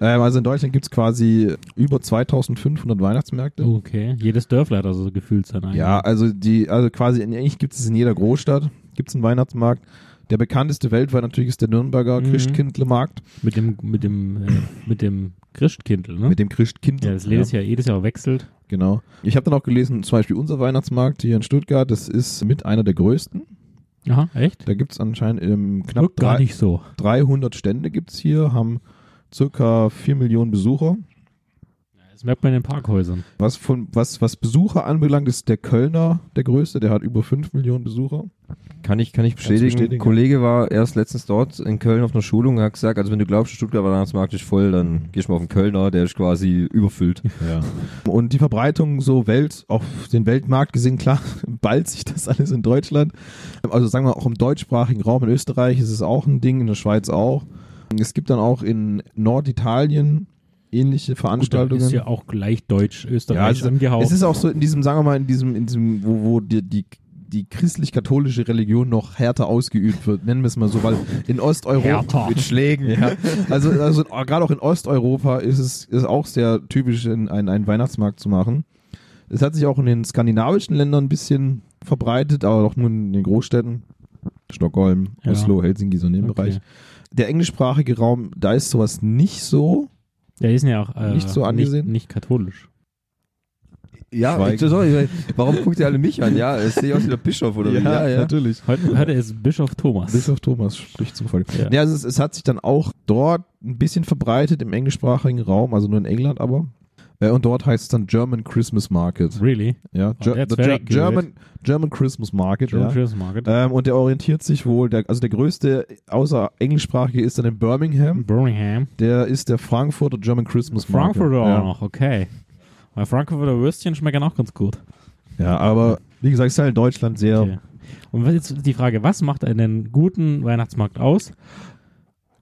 S2: Ähm, also in Deutschland gibt's quasi über 2500 Weihnachtsmärkte.
S3: Okay. Jedes Dörfler hat also so gefühlt sein eigenes.
S2: Ja, also die, also quasi in, eigentlich gibt's es in jeder Großstadt gibt's einen Weihnachtsmarkt. Der bekannteste weltweit natürlich ist der Nürnberger
S3: Mhm.
S2: Christkindlmarkt
S3: Mit dem, mit dem, äh, mit dem Christkindl, ne?
S2: mit dem Christkindl.
S3: ja, das jedes Jahr, jedes Jahr wechselt.
S2: Genau. Ich habe dann auch gelesen, zum Beispiel unser Weihnachtsmarkt hier in Stuttgart, das ist mit einer der größten.
S3: Aha, echt?
S2: Da gibt's anscheinend ähm, knapp
S3: Wirkt gar
S2: drei,
S3: nicht so.
S2: 300 Stände gibt's hier, haben circa 4 Millionen Besucher.
S3: Das merkt man in den Parkhäusern.
S2: Was, von, was, was Besucher anbelangt, ist der Kölner der größte, der hat über 5 Millionen Besucher.
S1: Kann ich, kann ich bestätigen.
S2: bestätigen, ja.
S1: Ein Kollege war erst letztens dort in Köln auf einer Schulung und hat gesagt, also wenn du glaubst, der Stuttgart Weihnachtsmarkt ist voll, dann gehst du mal auf den Kölner, der ist quasi überfüllt.
S2: Und die Verbreitung so Welt, auf den Weltmarkt gesehen, klar, (laughs) ballt sich das alles in Deutschland. Also sagen wir auch im deutschsprachigen Raum, in Österreich ist es auch ein Ding, in der Schweiz auch. Es gibt dann auch in Norditalien ähnliche
S3: Gut, da
S2: Veranstaltungen.
S3: ist ja auch gleich Deutsch, Österreich
S2: Ja, es,
S3: angehaucht.
S2: es ist auch so in diesem, sagen wir mal, in diesem, in diesem, wo, wo die, die, die christlich-katholische Religion noch härter ausgeübt wird, nennen wir es mal so, weil in Osteuropa
S3: Härter.
S2: mit Schlägen, ja. Also, also gerade auch in Osteuropa ist es ist auch sehr typisch, in, einen, einen Weihnachtsmarkt zu machen. Es hat sich auch in den skandinavischen Ländern ein bisschen verbreitet, aber auch nur in den Großstädten. Stockholm,
S3: Ja.
S2: Oslo, Helsinki, so in dem
S3: Okay.
S2: Bereich. Der englischsprachige Raum, da ist sowas nicht so.
S3: ja, die sind ja auch äh,
S2: Nicht so angesehen?
S3: Nicht, nicht katholisch.
S1: Ja,
S2: Schweigen.
S1: ich, sorry, warum guckt ihr alle mich an? Ja, es sehe ich aus wie der Bischof oder wie?
S2: natürlich.
S3: Heute, heute ist Bischof Thomas.
S2: Bischof Thomas spricht zum Volk.
S3: Ja.
S2: Ja. also es, es hat sich dann auch dort ein bisschen verbreitet im englischsprachigen Raum, also nur in England aber. Äh, und dort heißt es dann German Christmas Market.
S3: Really?
S2: Ja,
S3: Oh,
S2: Ger the
S3: that's very
S2: Ger
S3: good.
S2: German, German Christmas Market.
S3: German
S2: ja.
S3: Christmas Market.
S2: Ähm, und der orientiert sich wohl, der, also der größte außer englischsprachige ist dann in Birmingham.
S3: Birmingham.
S2: Der ist der Frankfurter German Christmas Market.
S3: Frankfurter
S2: ja.
S3: auch noch, okay. Weil Frankfurter Würstchen schmecken auch ganz gut.
S2: Ja, aber wie gesagt, ist halt in Deutschland sehr.
S3: Okay. Und was jetzt die Frage, was macht einen guten Weihnachtsmarkt aus?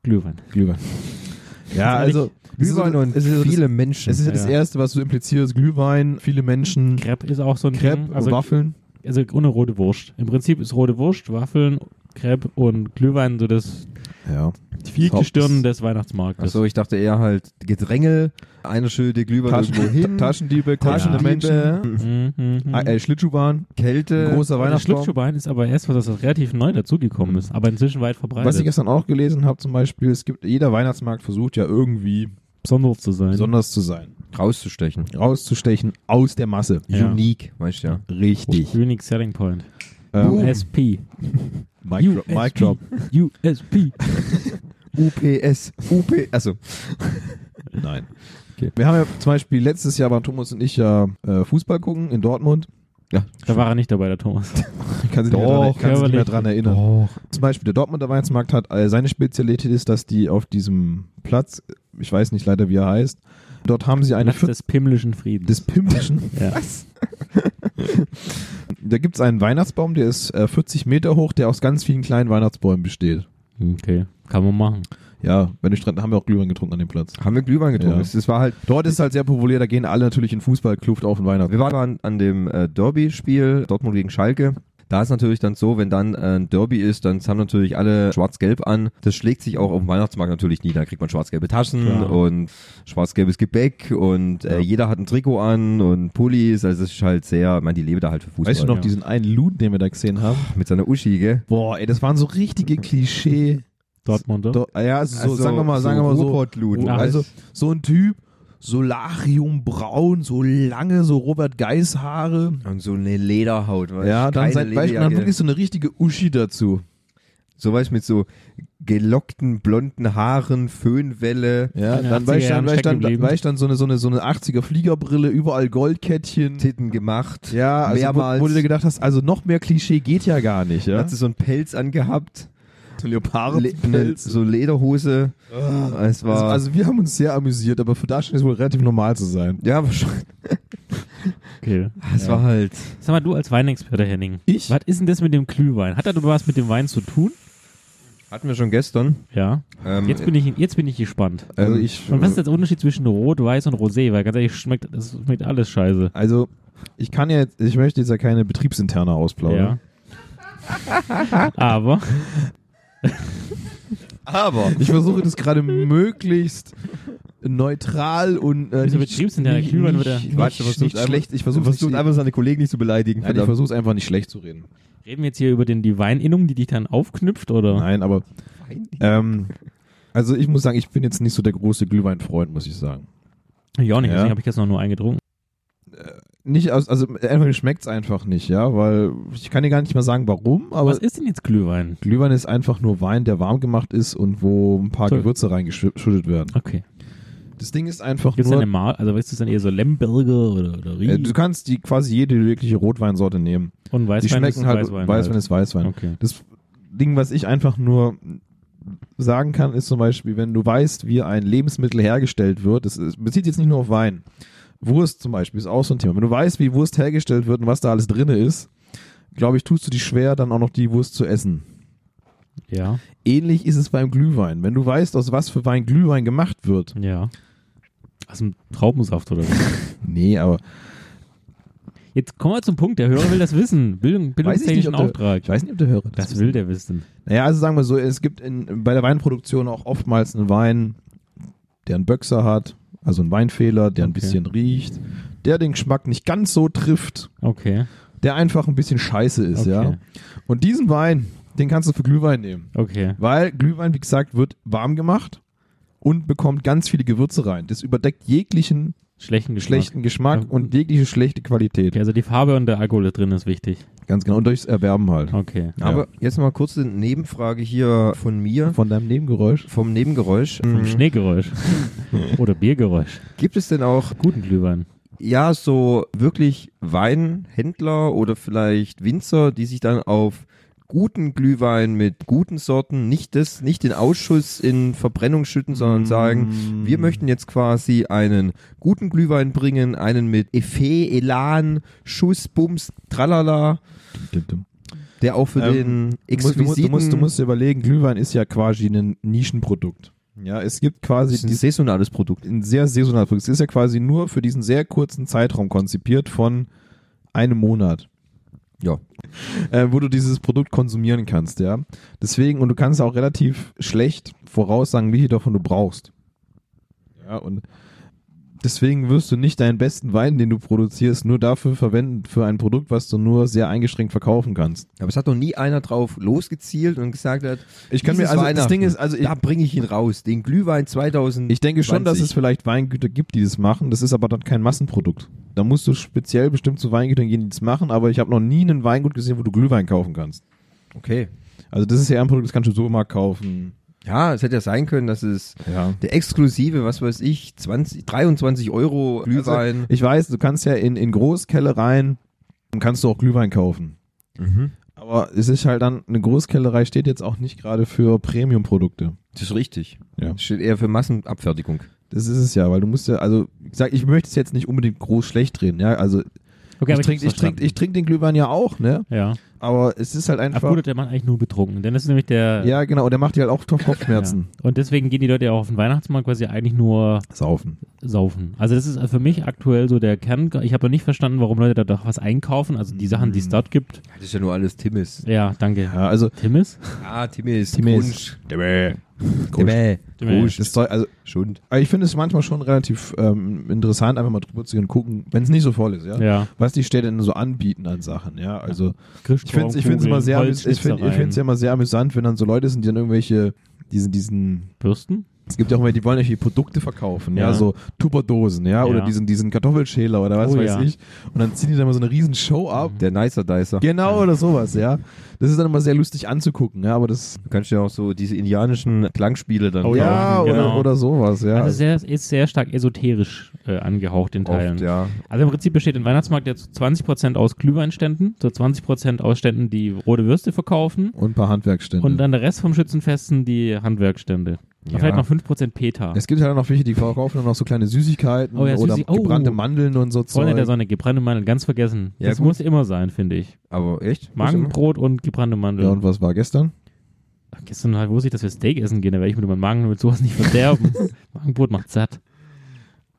S3: Glühwein.
S2: Glühwein. Ja,
S3: Ganz
S2: also. es ist so-
S1: Glühwein und
S2: es ist so
S1: viele
S2: das,
S1: Menschen.
S2: Es ist ja das
S3: Ja.
S2: Erste, was du implizierst: Glühwein, viele Menschen,
S3: Crepe ist auch so ein
S2: Crepe,
S3: Ding. Also,
S2: Waffeln.
S3: also ohne rote Wurst. Im Prinzip ist rote Wurst, Waffeln, Crepe und Glühwein so das
S2: Ja.
S3: Vielgestirn des Weihnachtsmarktes.
S1: Achso, ich dachte eher halt Gedrängel, eine schöne Glühwein irgendwo
S2: Taschen,
S1: hin, Taschendiebe,
S2: Taschendiebe, kochende Menschen,
S3: Mhm, mhm.
S2: äh, äh, Schlittschuhbahn,
S1: Kälte.
S2: großer
S3: Der
S2: Weihnachtsbaum. Mhm.
S3: Schlittschuhbein ist aber erst was, was relativ neu dazugekommen ist, aber inzwischen weit verbreitet.
S2: Was ich gestern auch gelesen habe, zum Beispiel, es gibt, jeder Weihnachtsmarkt versucht ja irgendwie
S3: besonders zu sein.
S2: besonders zu sein,
S1: rauszustechen.
S2: rauszustechen aus der Masse.
S3: Ja.
S1: Unique, weißt du ja.
S2: Richtig.
S3: Unique Selling Point.
S2: Ähm,
S3: USP.
S2: Mic drop, Mic drop.
S3: USP.
S1: UPS, UP, also
S2: Nein. Wir haben ja zum Beispiel letztes Jahr waren Thomas und ich ja äh, Fußball gucken in Dortmund.
S3: Da war er nicht dabei, der Thomas.
S2: Kann sich nicht mehr dran-
S3: Doch,
S2: kann sich nicht mehr
S3: körperlich.
S2: dran erinnern. Zum Beispiel der Dortmunder Weihnachtsmarkt hat äh, seine Spezialität ist, dass die auf diesem Platz, ich weiß nicht leider wie er heißt, dort haben sie eine
S3: Platz
S2: Vier-
S3: des pimmlischen Friedens.
S2: des Pimpischen.
S3: Ja.
S2: (laughs) Da gibt es einen Weihnachtsbaum, der ist äh, 40 Meter hoch, der aus ganz vielen kleinen Weihnachtsbäumen besteht.
S3: Okay, kann man machen.
S2: Ja, wenn ich dran, haben wir auch Glühwein getrunken an dem Platz.
S1: haben wir Glühwein getrunken.
S2: Ja.
S1: Es, es war halt,
S2: Dort ist halt sehr populär, da gehen alle natürlich in Fußballkluft auf den Weihnachten.
S1: wir waren an, an dem äh, Derby-Spiel Dortmund gegen Schalke. Da ist natürlich dann so, wenn dann äh, ein Derby ist, dann haben natürlich alle schwarz-gelb an. Das schlägt sich auch auf dem Weihnachtsmarkt natürlich nieder. Da kriegt man schwarz-gelbe Taschen
S3: Klar.
S1: und schwarz-gelbes Gebäck und äh, jeder hat ein Trikot an und Pullis. Also es ist halt sehr, ich meine, die leben da halt für Fußball.
S2: Weißt du noch
S3: ja.
S2: diesen einen Luden, den wir da gesehen haben?
S1: Mit seiner Uschi, gell?
S2: Boah, ey, das waren so richtige Klischee.
S3: Dortmunder.
S2: Do ja, also so, sagen wir mal, sagen wir mal so.
S1: Ruhrpott-Luden,
S3: Ah,
S2: Also so ein Typ, Solariumbraun, so lange, so Robert Geis Haare.
S1: Und so eine Lederhaut, weißt
S2: Ja,
S1: du?
S2: dann,
S1: Keine
S2: sein, weißt, du, dann
S1: Lederjacke.
S2: wirklich so eine richtige Uschi dazu.
S1: So weißt du, mit so gelockten, blonden Haaren, Föhnwelle,
S2: Ja,
S3: In den
S2: dann weißt du,
S3: 80er
S2: dann, weißt du,
S3: Jahren
S2: dann,
S3: stecken
S2: weißt du, dann so eine, so eine, so eine 80er Fliegerbrille, überall Goldkettchen.
S1: Titten gemacht.
S2: Ja, also
S1: mehrmals.
S2: wo, wo du dir gedacht hast, also noch mehr Klischee geht ja gar nicht, ja?
S1: Hat sie so einen Pelz angehabt,
S2: so
S1: Le ne, so Lederhose. es
S2: Also,
S1: war.
S2: also wir haben uns sehr amüsiert, aber für da scheint es wohl relativ normal zu sein.
S1: ja, aber schon,
S3: Okay.
S1: es war halt.
S3: Sag mal, du als Weinexperte, Henning.
S2: Ich?
S3: Was ist denn das mit dem Glühwein? Hat das überhaupt was mit dem Wein zu tun?
S1: Hatten wir schon gestern.
S3: Ja.
S1: Ähm,
S3: Jetzt bin ich, jetzt bin ich gespannt.
S2: Also ich,
S3: Und was ist der Unterschied zwischen Rot, Weiß und Rosé? Weil ganz ehrlich, schmeckt, das schmeckt alles scheiße.
S2: also ich kann ja jetzt, ich möchte jetzt ja keine betriebsinterne ausplaudern.
S3: Ja. (laughs) Aber
S1: aber.
S2: Ich versuche das gerade möglichst neutral und äh,
S3: Wieso
S2: nicht,
S3: betriebsinterner
S2: nicht,
S3: Glühwein wird er-
S2: nicht,
S1: Quatsch,
S2: nicht,
S1: du
S2: nicht,
S1: versuchst einfach-
S2: schlecht. Ich versuche
S1: Versucht,
S2: es
S1: versucht
S2: nicht,
S1: einfach seine Kollegen nicht zu beleidigen.
S2: nein, ich
S1: verdammt.
S2: versuch's einfach nicht schlecht zu reden.
S3: reden wir jetzt hier über den, die Weininnung, die dich dann aufknüpft? Oder?
S2: Nein, aber ähm, also ich muss sagen, ich bin jetzt nicht so der große Glühweinfreund, muss ich sagen.
S3: Ich auch nicht,
S2: Ja.
S3: deswegen habe ich gestern noch nur eingetrunken.
S2: nicht aus, also einfach mir schmeckt's einfach nicht, ja, weil ich kann dir gar nicht mal sagen, warum, aber
S3: was ist denn jetzt Glühwein?
S2: Glühwein ist einfach nur Wein, der warm gemacht ist und wo ein paar
S3: Toll.
S2: Gewürze reingeschüttet werden.
S3: Okay.
S2: Das Ding ist einfach
S3: Gibt es
S2: nur,
S3: eine Mar also ist es dann eher so Lemberger oder, oder Rie?
S2: äh, du kannst die quasi jede wirkliche Rotweinsorte nehmen.
S3: und
S2: die
S3: Weißwein
S2: schmecken
S3: ist
S2: halt,
S3: Weißwein. halt.
S2: ist Weißwein.
S3: Okay.
S2: Das Ding, was ich einfach nur sagen kann, ist zum Beispiel, wenn du weißt, wie ein Lebensmittel hergestellt wird, das ist, bezieht jetzt nicht nur auf Wein. Wurst zum Beispiel ist auch so ein Thema. Wenn du weißt, wie Wurst hergestellt wird und was da alles drin ist, glaube ich, tust du dich schwer, dann auch noch die Wurst zu essen.
S3: Ja,
S2: Ähnlich ist es beim Glühwein. Wenn du weißt, aus was für Wein Glühwein gemacht wird.
S3: ja. Aus dem Traubensaft oder so.
S2: Nee, aber
S3: Jetzt kommen wir zum Punkt, der Hörer will das wissen. Bildung,
S2: weiß ich, nicht,
S3: bildungstechnischen
S2: ob der,
S3: Auftrag.
S2: ich weiß nicht, ob der Hörer
S3: das
S2: wissen
S3: will der wissen.
S2: Naja, also sagen wir so, es gibt in, bei der Weinproduktion auch oftmals einen Wein, der einen Böxer hat, also einen Weinfehler, der ein
S3: Okay.
S2: bisschen riecht, der den Geschmack nicht ganz so trifft,
S3: Okay,
S2: der einfach ein bisschen scheiße ist,
S3: Okay.
S2: ja. Und diesen Wein, den kannst du für Glühwein nehmen.
S3: okay.
S2: Weil Glühwein, wie gesagt, wird warm gemacht und bekommt ganz viele Gewürze rein. Das überdeckt jeglichen
S3: Schlechten Geschmack.
S2: schlechten Geschmack
S3: Ja.
S2: und jegliche schlechte Qualität.
S3: Okay, also die Farbe und der Alkohol da drin ist wichtig.
S2: Ganz genau. Und durchs Erwärmen halt.
S3: Okay.
S1: Aber jetzt mal kurz eine Nebenfrage hier von mir.
S2: Von deinem Nebengeräusch?
S1: Vom Nebengeräusch.
S2: (laughs)
S3: Vom Schneegeräusch. Oder Biergeräusch.
S1: Gibt es denn auch,
S3: Guten Glühwein.
S1: ja, so wirklich Weinhändler oder vielleicht Winzer, die sich dann auf guten Glühwein mit guten Sorten nicht das, nicht den Ausschuss in Verbrennung schütten,
S2: Mm.
S1: sondern sagen, wir möchten jetzt quasi einen guten Glühwein bringen, einen mit Effet, Elan, Schuss, Bums, Tralala, der auch für
S2: Ähm,
S1: den
S2: Du musst,
S1: exquisiten
S2: du, musst, du, musst, du musst dir überlegen, Glühwein ist ja quasi ein Nischenprodukt. Ja, es gibt quasi
S1: das ist ein saisonales Produkt.
S2: ein sehr saisonales Produkt. Es ist ja quasi nur für diesen sehr kurzen Zeitraum konzipiert von einem Monat.
S1: Ja.
S2: Äh, wo du dieses Produkt konsumieren kannst, ja. Deswegen, und du kannst auch relativ schlecht voraussagen, wie viel davon du brauchst. Ja, und deswegen wirst du nicht deinen besten Wein, den du produzierst, nur dafür verwenden, für ein Produkt, was du nur sehr eingeschränkt verkaufen kannst.
S1: Aber es hat noch nie einer drauf losgezielt und gesagt hat,
S2: Ich kann mir,
S1: dieses
S2: also, das Ding
S1: Weihnachten,
S2: ist, also ich,
S1: da bringe ich ihn raus, den Glühwein 2000.
S2: Ich denke schon, dass
S1: 20.
S2: es vielleicht Weingüter gibt, die das machen. Das ist aber dann kein Massenprodukt. Da musst du speziell bestimmt zu Weingütern gehen, die das machen. Aber ich habe noch nie einen Weingut gesehen, wo du Glühwein kaufen kannst.
S1: Okay.
S2: Also das ist ja ein Produkt, das kannst du so immer kaufen.
S1: Ja, es hätte ja sein können, dass es
S2: Ja.
S1: der exklusive, was weiß ich, 20, 23 Euro Glühwein.
S2: Ich weiß, du kannst ja in, in Großkellereien kannst du auch Glühwein kaufen.
S1: Mhm.
S2: Aber es ist halt dann, eine Großkellerei steht jetzt auch nicht gerade für Premium-Produkte.
S1: das ist richtig.
S2: Ja.
S1: Das steht eher für Massenabfertigung.
S2: Das ist es ja, weil du musst ja, also ich sag, ich möchte es jetzt nicht unbedingt groß schlecht reden, ja. Also
S3: Okay,
S2: ich trinke ich trink, ich trink den Glühwein ja auch, ne?
S3: Ja.
S2: Aber es ist halt einfach.
S3: Aber gut, der Mann eigentlich nur betrunken. Denn das ist nämlich der.
S2: Ja, genau. Und der macht dir halt auch Kopf- Kopfschmerzen.
S3: (laughs) Ja. Und deswegen gehen die Leute ja auch auf den Weihnachtsmarkt, weil sie eigentlich nur
S2: Saufen.
S3: saufen. Also das ist für mich aktuell so der Kern. Ich habe noch nicht verstanden, warum Leute da doch was einkaufen. Also die Sachen, die es dort gibt.
S1: Das ist ja nur alles Timmis.
S3: Ja, danke.
S2: Mhm. Ja, also
S3: Timmis?
S1: Ah, Timmis,
S2: Timmis.
S1: Kunsch. Kunsch.
S2: das soll, also
S1: Schund.
S2: aber ich finde es manchmal schon relativ ähm, interessant, einfach mal drüber zu gehen und gucken, wenn es nicht so voll ist, ja?
S3: Ja.
S2: Was die Städte denn so anbieten an Sachen, ja? Also ich finde es ich find's
S3: Kirschbaumkugeln,
S2: immer sehr, amüs- ich find, ich
S3: Holzschnitzereien.
S2: find's ja immer sehr amüsant, wenn dann so Leute sind, die dann irgendwelche diesen diesen
S3: Bürsten?
S2: es gibt ja auch welche, die wollen irgendwelche Produkte verkaufen, ja,
S3: Ja.
S2: so Tupperdosen, ja, oder
S3: Ja.
S2: diesen diesen Kartoffelschäler oder was
S3: Oh,
S2: weiß
S3: ja. Mhm.
S2: ich und dann ziehen die da mal so eine riesen Show ab.
S1: Der Nicer Dicer.
S2: Genau oder sowas, ja. Das ist dann immer sehr lustig anzugucken, ja, aber das
S1: Du kannst ja auch so diese indianischen Klangspiele dann kaufen.
S2: Oh ja, oder,
S3: genau.
S2: oder sowas, ja.
S3: Also sehr, ist sehr stark esoterisch äh, angehaucht in Teilen.
S1: Oft, ja.
S3: Also im Prinzip besteht ein Weihnachtsmarkt ja zu 20% aus Glühweinständen, zu 20% aus Ständen, die rote Würste verkaufen
S2: und ein paar Handwerkstände.
S3: und dann der Rest vom Schützenfesten die Handwerkstände.
S1: Ja.
S3: Und Vielleicht noch 5% Peter.
S2: es gibt halt noch welche, die verkaufen dann noch so kleine Süßigkeiten
S3: Oh ja,
S2: oder
S3: Süßi- oh.
S2: gebrannte Mandeln und so
S3: Freunde der
S2: Zeug.
S3: Sonne, gebrannte Mandeln, ganz vergessen.
S1: Ja,
S3: das
S1: gut.
S3: muss immer sein, finde ich.
S1: Aber echt?
S3: Magenbrot und gebrannte
S2: Ja,
S3: Mandeln.
S2: und was war gestern?
S3: Ach, Gestern halt wusste ich, dass wir Steak essen gehen, da werde ich mit meinem Magen mit sowas nicht
S2: (laughs)
S3: verderben. Magenbrot macht satt.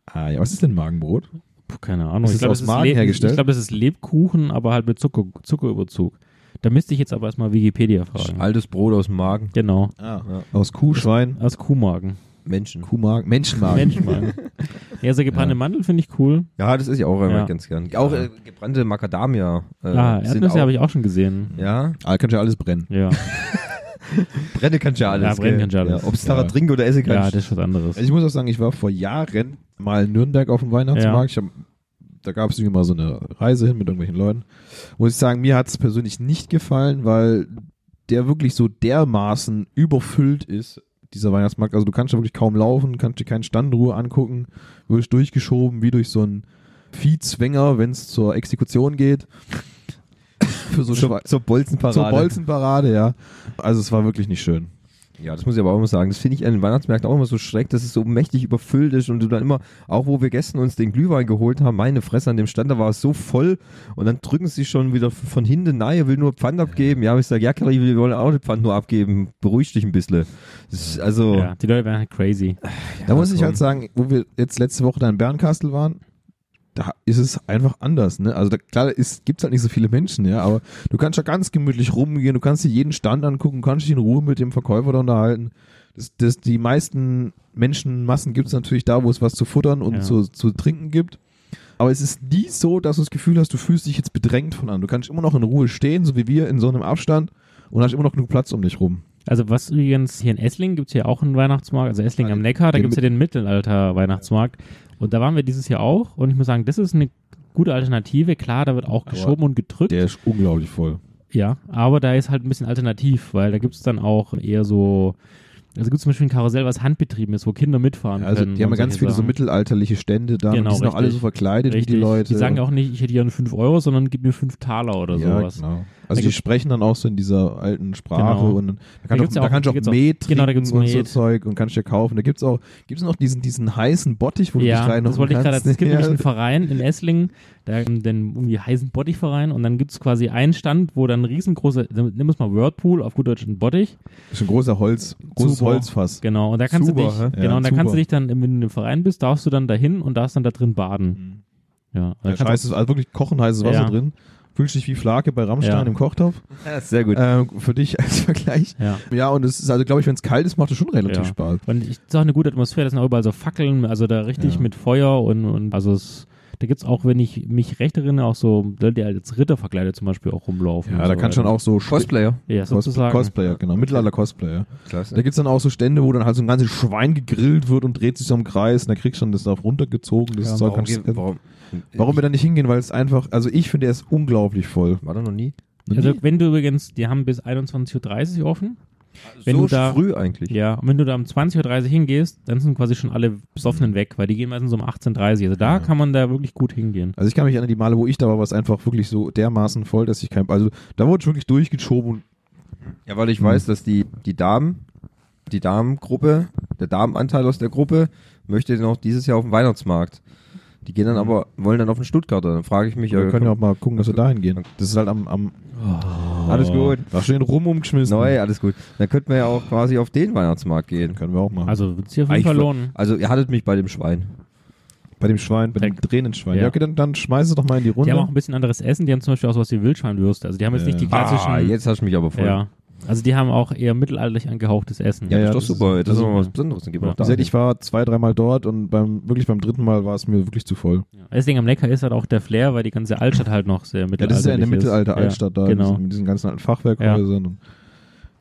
S2: Ah, ja, was ist denn Magenbrot?
S3: Puh, keine Ahnung.
S2: Ist es
S3: ich glaube,
S2: aus
S3: das
S2: Magen
S3: ist Le-
S2: hergestellt?
S3: Ich glaube, das ist Lebkuchen, aber halt mit Zucker, Zuckerüberzug. Da müsste ich jetzt aber erstmal Wikipedia fragen.
S1: Altes Brot aus dem Magen.
S3: Genau.
S2: Ah, Aus Kuh, Schwein,
S3: Aus Kuhmagen.
S1: Menschen.
S2: Kuhmagen, Menschenmagen. (laughs)
S3: Menschenmagen. ja, so gebrannte
S2: Ja.
S3: Mandeln finde ich cool.
S1: Ja, das ist ja auch immer
S3: Ja.
S1: ganz gern. Auch äh, gebrannte Macadamia. Äh,
S3: ah,
S1: sind
S3: Erdnüsse habe ich auch schon gesehen.
S1: Ja,
S2: Ah, kannst ja alles brennen. (laughs)
S3: Ja,
S1: brennen kannst du ja alles.
S3: Ja, brennen
S1: gell?
S3: kannst du alles.
S1: Ja, Ob es
S2: Ja.
S1: daran trinken oder essen
S3: ja
S1: kannst.
S3: das ist was anderes.
S2: Also ich muss auch sagen, ich war vor Jahren mal in Nürnberg auf dem Weihnachtsmarkt. Ich hab, da gab es immer so eine Reise hin mit irgendwelchen Leuten. Muss ich sagen, mir hat es persönlich nicht gefallen, weil der wirklich so dermaßen überfüllt ist, dieser Weihnachtsmarkt. Also du kannst da wirklich kaum laufen, kannst dir keinen Stand in Ruhe angucken, wirst durchgeschoben wie durch so einen Viehzwänger, wenn es zur Exekution geht. Für so
S1: zur,
S2: Schwe-
S1: zur Bolzenparade.
S2: zur Bolzenparade, ja. Also es war wirklich nicht schön.
S1: Ja, das muss ich aber auch mal sagen. Das finde ich an den Weihnachtsmärkten auch immer so schreck, dass es so mächtig überfüllt ist und du dann immer, auch wo wir gestern uns den Glühwein geholt haben, meine Fresse an dem Stand, da war es so voll und dann drücken sie schon wieder von hinten, nein, ihr will nur Pfand abgeben. Ja, aber ich sage, ja klar, wir wollen auch den Pfand nur abgeben. Beruhig dich ein bisschen. Das ist also,
S3: Ja, die Leute werden halt crazy.
S2: Da muss ich
S1: komm.
S2: halt sagen, wo wir jetzt letzte Woche da in Bernkastel waren, da ist es einfach anders, ne? Also da, klar, es gibt halt nicht so viele Menschen, ja, aber du kannst ja ganz gemütlich rumgehen, du kannst dir jeden Stand angucken, kannst dich in Ruhe mit dem Verkäufer da unterhalten. Das, das, die meisten Menschenmassen gibt es natürlich da, wo es was zu futtern und
S3: Ja.
S2: zu, zu trinken gibt. Aber es ist nie so, dass du das Gefühl hast, du fühlst dich jetzt bedrängt von an. Du kannst immer noch in Ruhe stehen, so wie wir in so einem Abstand, und hast immer noch genug Platz um dich rum.
S3: Also was übrigens hier in Esslingen gibt es ja auch einen Weihnachtsmarkt, also Esslingen am Neckar, da
S2: Den
S3: gibt es ja den Mittelalter-Weihnachtsmarkt. Und da waren wir dieses Jahr auch und ich muss sagen, das ist eine gute Alternative. Klar, da wird auch geschoben und gedrückt.
S2: Der ist unglaublich voll.
S3: Ja, aber da ist halt ein bisschen alternativ, weil da gibt es dann auch eher so. Also gibt es zum Beispiel ein Karussell, was handbetrieben ist, wo Kinder mitfahren
S2: Also
S3: können.
S2: die haben ja
S3: und
S2: ganz
S3: solche
S2: viele so
S3: Sachen.
S2: mittelalterliche Stände da. und
S3: Genau,
S2: die sind auch alle so
S3: richtig.
S2: verkleidet
S3: Richtig.
S2: wie die Leute.
S3: Die sagen auch nicht, ich hätte gerne 5 Euro, sondern gib mir 5 Taler oder
S2: ja,
S3: sowas.
S2: Genau.
S3: Da
S2: Also die
S3: gibt's-
S2: sprechen dann auch so in dieser alten Sprache
S3: Genau.
S2: und dann- da
S3: Da
S2: kann
S3: gibt's
S2: auch,
S3: ja
S2: da
S3: auch-
S2: kannst du
S3: da
S2: auch
S3: gibt's auch-
S2: Met
S3: genau, da
S2: trinken
S3: gibt's
S2: und so
S3: Met.
S2: Zeug und kannst dir kaufen. Da gibt's auch gibt's noch diesen diesen heißen Bottich, wo du dich
S3: Ja,
S2: rein
S3: das wollte ich gerade.
S2: kannst. (laughs)
S3: Es gibt nämlich
S2: Ja.
S3: einen Verein in Esslingen, da ähm, den irgendwie heißen Bottichverein und dann gibt es quasi einen Stand, wo dann ein riesengroßer, nimm es mal Whirlpool, auf gut Deutsch ein Bottich.
S2: ist ein großer Holz, großes
S3: Zuber.
S2: Holzfass.
S3: Genau, und da kannst
S1: Zuber,
S3: du dich,
S1: hä?
S3: genau,
S2: Ja,
S3: und da kannst
S2: Zuber.
S3: du dich dann, wenn du in dem Verein bist, darfst du dann dahin und darfst dann da drin
S2: Mhm.
S3: baden. Ja, und dann
S2: Da
S3: kannst du-
S2: scheiße, ist also wirklich kochend heißes Wasser
S3: Ja.
S2: drin. Fühlst dich wie Flake bei Rammstein
S3: Ja.
S2: im Kochtopf.
S1: sehr gut.
S2: Ähm, für dich (laughs) als Vergleich.
S3: ja.
S2: Ja, und es ist also, glaube ich, wenn es kalt ist, macht es schon relativ
S3: Ja.
S2: Spaß.
S3: Und ich ist auch eine gute Atmosphäre, das sind auch überall so Fackeln, also da richtig
S2: Ja.
S3: mit Feuer und, und also es, da gibt es auch, wenn ich mich recht erinnere, auch so Leute, die als Ritter verkleidet zum Beispiel auch rumlaufen.
S2: Ja,
S3: und
S2: da
S3: so
S2: kannst du
S3: weiter.
S2: dann auch so also Sp-
S1: Cosplayer.
S3: ja,
S2: Cos-
S3: sozusagen.
S2: Cosplayer, genau. Mittelalter Cosplayer. Da
S1: Klasse.
S2: gibt es dann auch so Stände, wo dann halt so ein ganzes Schwein gegrillt wird und dreht sich so im Kreis und da kriegst du dann das da runtergezogen. Das Zeug
S1: warum,
S2: kannst du-
S1: warum,
S2: warum wir da nicht hingehen? Weil es einfach, also ich finde, er ist unglaublich voll.
S1: War da noch nie?
S3: Also
S2: Hm?
S3: wenn du übrigens, die haben bis 21.30 Uhr offen. Wenn
S1: so
S3: du da-
S1: früh eigentlich.
S3: Ja, und wenn du da um 20.30 Uhr hingehst, dann sind quasi schon alle Besoffenen weg, weil die gehen meistens um 18.30 Uhr. Also da kann man da wirklich gut hingehen.
S2: Also ich kann mich erinnern, die Male, wo ich da war, war es einfach wirklich so dermaßen voll, dass ich kein, also da wurde ich wirklich durchgeschoben und
S1: Ja, weil
S2: Hm.
S1: ich weiß, dass die, die Damen, die Damengruppe, der Damenanteil aus der Gruppe, möchte noch dieses Jahr auf den Weihnachtsmarkt. Die gehen dann aber, wollen dann auf den Stuttgarter. Dann frage ich mich,
S2: Hm.
S1: äh,
S2: wir
S1: ja,
S2: können ja auch mal gucken, dass wir da hingehen. Das ist halt am, am
S1: alles gut.
S2: da stehen rum umgeschmissen.
S1: Oh. Neu, alles gut. Dann könnten wir ja auch quasi auf den Weihnachtsmarkt gehen.
S2: Können wir auch machen.
S3: Also wird sich auf jeden
S1: Eigentlich
S3: Fall
S1: ver-
S3: lohnen.
S1: Also ihr hattet mich bei dem Schwein.
S2: bei dem Schwein, bei dem
S3: Direkt.
S2: Tränenschwein. Ja,
S3: Ja.
S2: okay, dann, dann schmeiß es doch mal in die Runde.
S3: Die haben auch ein bisschen anderes Essen. Die haben zum Beispiel auch sowas wie Wildschweinwürste. Also die haben jetzt nicht die
S2: Ja.
S3: klassischen...
S1: Ah, jetzt hast du mich aber voll.
S3: ja. Also die haben auch eher mittelalterlich angehauchtes Essen.
S1: Ja,
S2: Ja,
S1: das ist doch
S2: das ist-
S1: super. Das ist
S2: das
S1: doch mal
S3: ist-
S1: was Besonderes. Dann gehen wir
S3: Ja.
S1: auch
S2: Wie
S1: da.
S2: gesagt, ich war zwei, dreimal dort und beim, wirklich beim dritten Mal war es mir wirklich zu voll.
S3: Deswegen am lecker ist halt auch der Flair, weil die ganze Altstadt halt noch sehr
S2: Ja,
S3: mittelalterlich
S2: das ist ja in der
S3: Ja,
S2: Mittelalter-Altstadt da, mit
S3: Genau.
S2: diesen- mit diesen ganzen alten Fachwerkhäusern. Und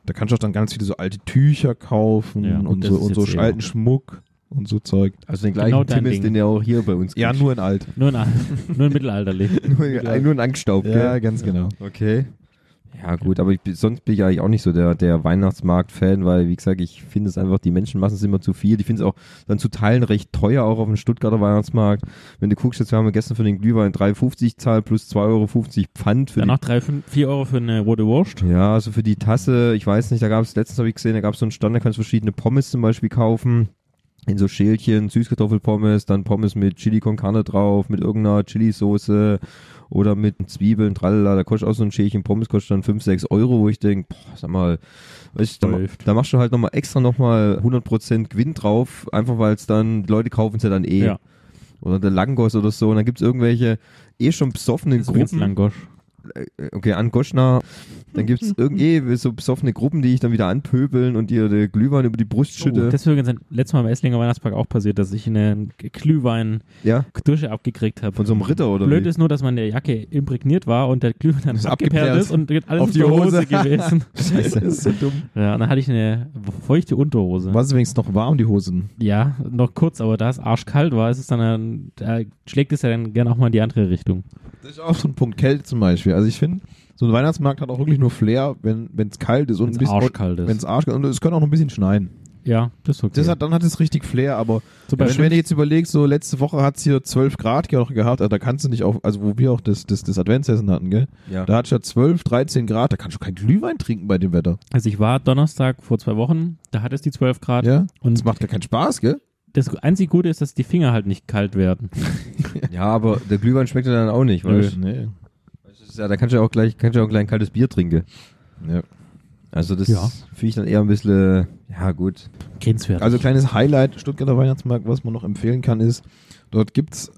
S2: da kannst du auch dann ganz viele so alte Tücher kaufen
S3: Ja, gut,
S2: und
S3: das
S2: so,
S3: ist
S2: und so
S3: jetzt eher-
S2: alten Schmuck und so Zeug.
S1: also den
S3: Genau
S1: gleichen
S3: dein
S1: Timmis,
S3: Ding.
S1: den ihr auch hier bei uns
S2: Ja,
S1: kriegt.
S2: nur in alt.
S3: Nur, in, (laughs) nur in mittelalterlich.
S2: (laughs)
S1: nur, nur ein Angststaub.
S2: Ja,
S1: gell?
S2: ganz genau.
S1: Okay. Ja, gut, aber ich, bin- sonst bin ich eigentlich auch nicht so der, der Weihnachtsmarkt-Fan, weil, wie gesagt, ich finde es einfach, die Menschenmassen sind immer zu viel. Ich finde es auch dann zu Teilen recht teuer, auch auf dem Stuttgarter Weihnachtsmarkt. Wenn du guckst, jetzt haben wir gestern für den Glühwein 3,50 zahlt plus 2,50 Euro Pfand für
S3: Danach drei, fünf, vier Euro für eine rote Wurst.
S1: die, Ja, also für die Tasse, ich weiß nicht, da gab es, letztens habe ich gesehen, da gab es so einen Stand, da kannst du verschiedene Pommes zum Beispiel kaufen. In so Schälchen, Süßkartoffelpommes, dann Pommes mit Chili con Carne drauf, mit irgendeiner Chili-Soße oder mit Zwiebeln, tralala. Da kostet auch so ein Schälchen Pommes, kostet dann 5, 6 Euro, wo ich denke, boah, sag mal, weißt du, da, ma-
S3: Läuft.
S1: da machst du halt nochmal extra nochmal 100% Gewinn drauf, einfach weil es dann, die Leute kaufen es ja dann eh.
S3: Ja.
S1: Oder der Langos oder so. Und dann gibt es irgendwelche eh schon besoffenen
S3: Das ist übrigens
S1: Gruppen
S2: Oh,
S3: Langosch.
S1: okay, an Goschner. Dann gibt es irgendwie so besoffene Gruppen, die ich dann wieder anpöbeln und ihre Glühwein über die Brust schütte.
S3: Oh, Das ist übrigens ein- letztes Mal im Esslinger Weihnachtspark auch passiert, dass ich eine Glühwein-Dusche
S1: ja,
S3: abgekriegt habe.
S1: von so einem Ritter oder
S3: Blöd
S1: wie?
S3: ist nur, dass meine Jacke imprägniert war und der Glühwein dann
S2: Ist
S3: abgeperrt
S2: abgeperrt.
S3: ist und alles
S2: Auf
S3: auf
S2: die
S3: die Hose
S2: Hose.
S3: gewesen.
S2: (laughs) Scheiße, das ist so dumm.
S3: Ja, und dann hatte ich eine feuchte Unterhose.
S2: War es wenigstens noch warm, die Hosen?
S3: Ja, noch kurz, aber da es arschkalt war, ist es dann, äh, da schlägt es ja dann gerne auch mal in die andere Richtung.
S2: Das ist auch so ein Punkt Kälte zum Beispiel. Also ich finde, so ein Weihnachtsmarkt hat auch wirklich nur Flair, wenn es kalt ist und
S3: Wenn's
S2: ein bisschen
S3: arschkalt ist.
S2: Wenn's arschkalt und es kann auch noch ein bisschen schneien.
S3: Ja, das ist okay.
S2: Das hat, dann hat es richtig Flair, aber
S3: So bei
S2: wenn, wenn
S3: fünf-
S2: du jetzt überlegst, so letzte Woche hat es hier 12 Grad ge- gehabt, also da kannst du nicht auf, also wo wir auch das, das, das Adventsessen hatten, gell?
S1: Ja.
S2: Da hat es ja 12, 13 Grad, da kannst du keinen Glühwein trinken bei dem Wetter.
S3: also ich war Donnerstag vor zwei Wochen, da hat es die 12 Grad.
S2: Ja?
S3: Und
S2: Das macht ja keinen Spaß, gell?
S3: das einzig Gute ist, dass die Finger halt nicht kalt werden.
S1: Ja, aber der Glühwein schmeckt ja dann auch nicht, weißt du?
S2: Nee.
S1: Das ist Ja, da kannst du ja auch gleich, kannst du ja auch gleich ein kaltes Bier trinken.
S2: Ja.
S1: Also das
S3: Ja.
S1: finde ich dann eher ein bisschen, äh, ja gut.
S3: Grenzwert.
S2: Also kleines Highlight Stuttgarter Weihnachtsmarkt, was man noch empfehlen kann, ist, dort gibt's,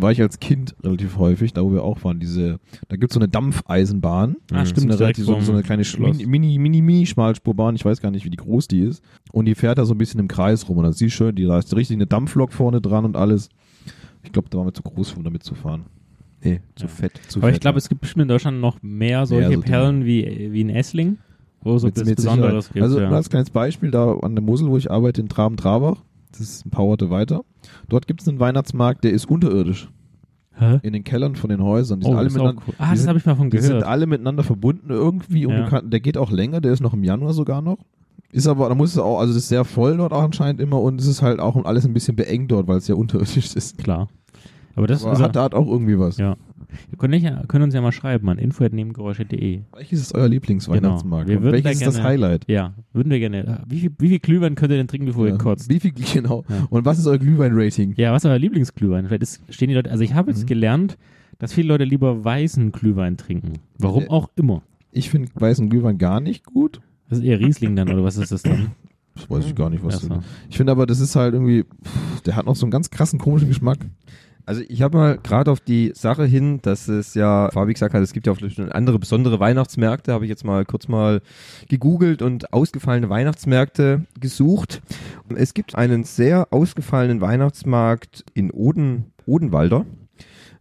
S2: war ich als Kind relativ häufig, da wo wir auch waren, diese, da gibt's so eine Dampfeisenbahn.
S3: Ah,
S2: Das ist
S3: stimmt,
S2: eine
S3: direkt
S2: relativ, so,
S3: vom
S2: so eine kleine Sch-
S3: Schloss.
S2: Mini, Mini, Mini, Mini Schmalspurbahn, ich weiß gar nicht, wie die groß die ist. Und die fährt da so ein bisschen im Kreis rum und das ist schön, die, da ist richtig eine Dampflok vorne dran und alles. Ich glaube, da waren wir zu groß, um damit zu fahren.
S1: Nee, zu fett. Zu
S3: aber ich
S1: fett.
S3: glaube, es gibt bestimmt in Deutschland noch mehr solche
S2: Ja, so
S3: Perlen wie, wie in Essling, wo so
S2: Mit-
S3: das
S2: mit
S3: Besonderes
S2: Sicherheit.
S3: gibt.
S2: Also
S3: ja.
S2: als kleines Beispiel, da an der Mosel, wo ich arbeite, in Traben-Trabach, das ist ein paar Orte weiter, dort gibt's einen Weihnachtsmarkt, der ist unterirdisch.
S3: Hä?
S2: in den Kellern von den Häusern. Die sind
S3: Oh,
S2: alle
S3: ist auch
S2: miteinander,
S3: cool. Ah,
S2: die
S3: das
S2: sind,
S3: habe ich mal von
S2: die sind
S3: gehört.
S2: alle miteinander verbunden irgendwie. Und
S3: Ja.
S2: du kann, der geht auch länger, der ist noch im Januar sogar noch. Ist aber, da muss es auch, also das ist sehr voll dort auch anscheinend immer und es ist halt auch alles ein bisschen beengt dort, weil es ja unterirdisch ist.
S3: Klar. Aber das
S2: Aber
S3: ist
S2: hat, da hat auch irgendwie was.
S3: Ja. Wir können, nicht, können uns ja mal schreiben an info.nebengeräusche.de.
S2: Welches ist euer Lieblingsweihnachtsmarkt?
S3: Genau. Wir
S2: Und
S3: würden
S2: welches
S3: da
S2: ist das
S3: gerne-
S2: Highlight?
S3: Ja, würden wir gerne. Wie viel, wie viel Glühwein könnt ihr denn trinken, bevor ihr
S2: Ja.
S3: kotzt?
S2: Wie viel, (laughs) genau.
S3: Ja.
S2: Und was ist euer Glühwein-Rating?
S3: Ja, was ist euer Lieblingsglühwein? Vielleicht ist, stehen die Leute, also ich habe
S2: Mhm.
S3: jetzt gelernt, dass viele Leute lieber weißen Glühwein trinken. Warum
S2: Äh,
S3: auch immer.
S2: Ich finde weißen Glühwein gar nicht gut.
S3: Das ist eher Riesling dann, oder was ist das dann?
S2: Das weiß ich gar nicht, (laughs) was
S3: Ach so.
S2: das ist. Ich finde aber, das ist halt irgendwie, pff, der hat noch so einen ganz krassen komischen Geschmack.
S1: Also ich habe mal gerade auf die Sache hin, dass es ja, Fabi gesagt hat, es gibt ja auch bestimmt andere besondere Weihnachtsmärkte, habe ich jetzt mal kurz mal gegoogelt und ausgefallene Weihnachtsmärkte gesucht. Es gibt einen sehr ausgefallenen Weihnachtsmarkt in Oden, Odenwalder,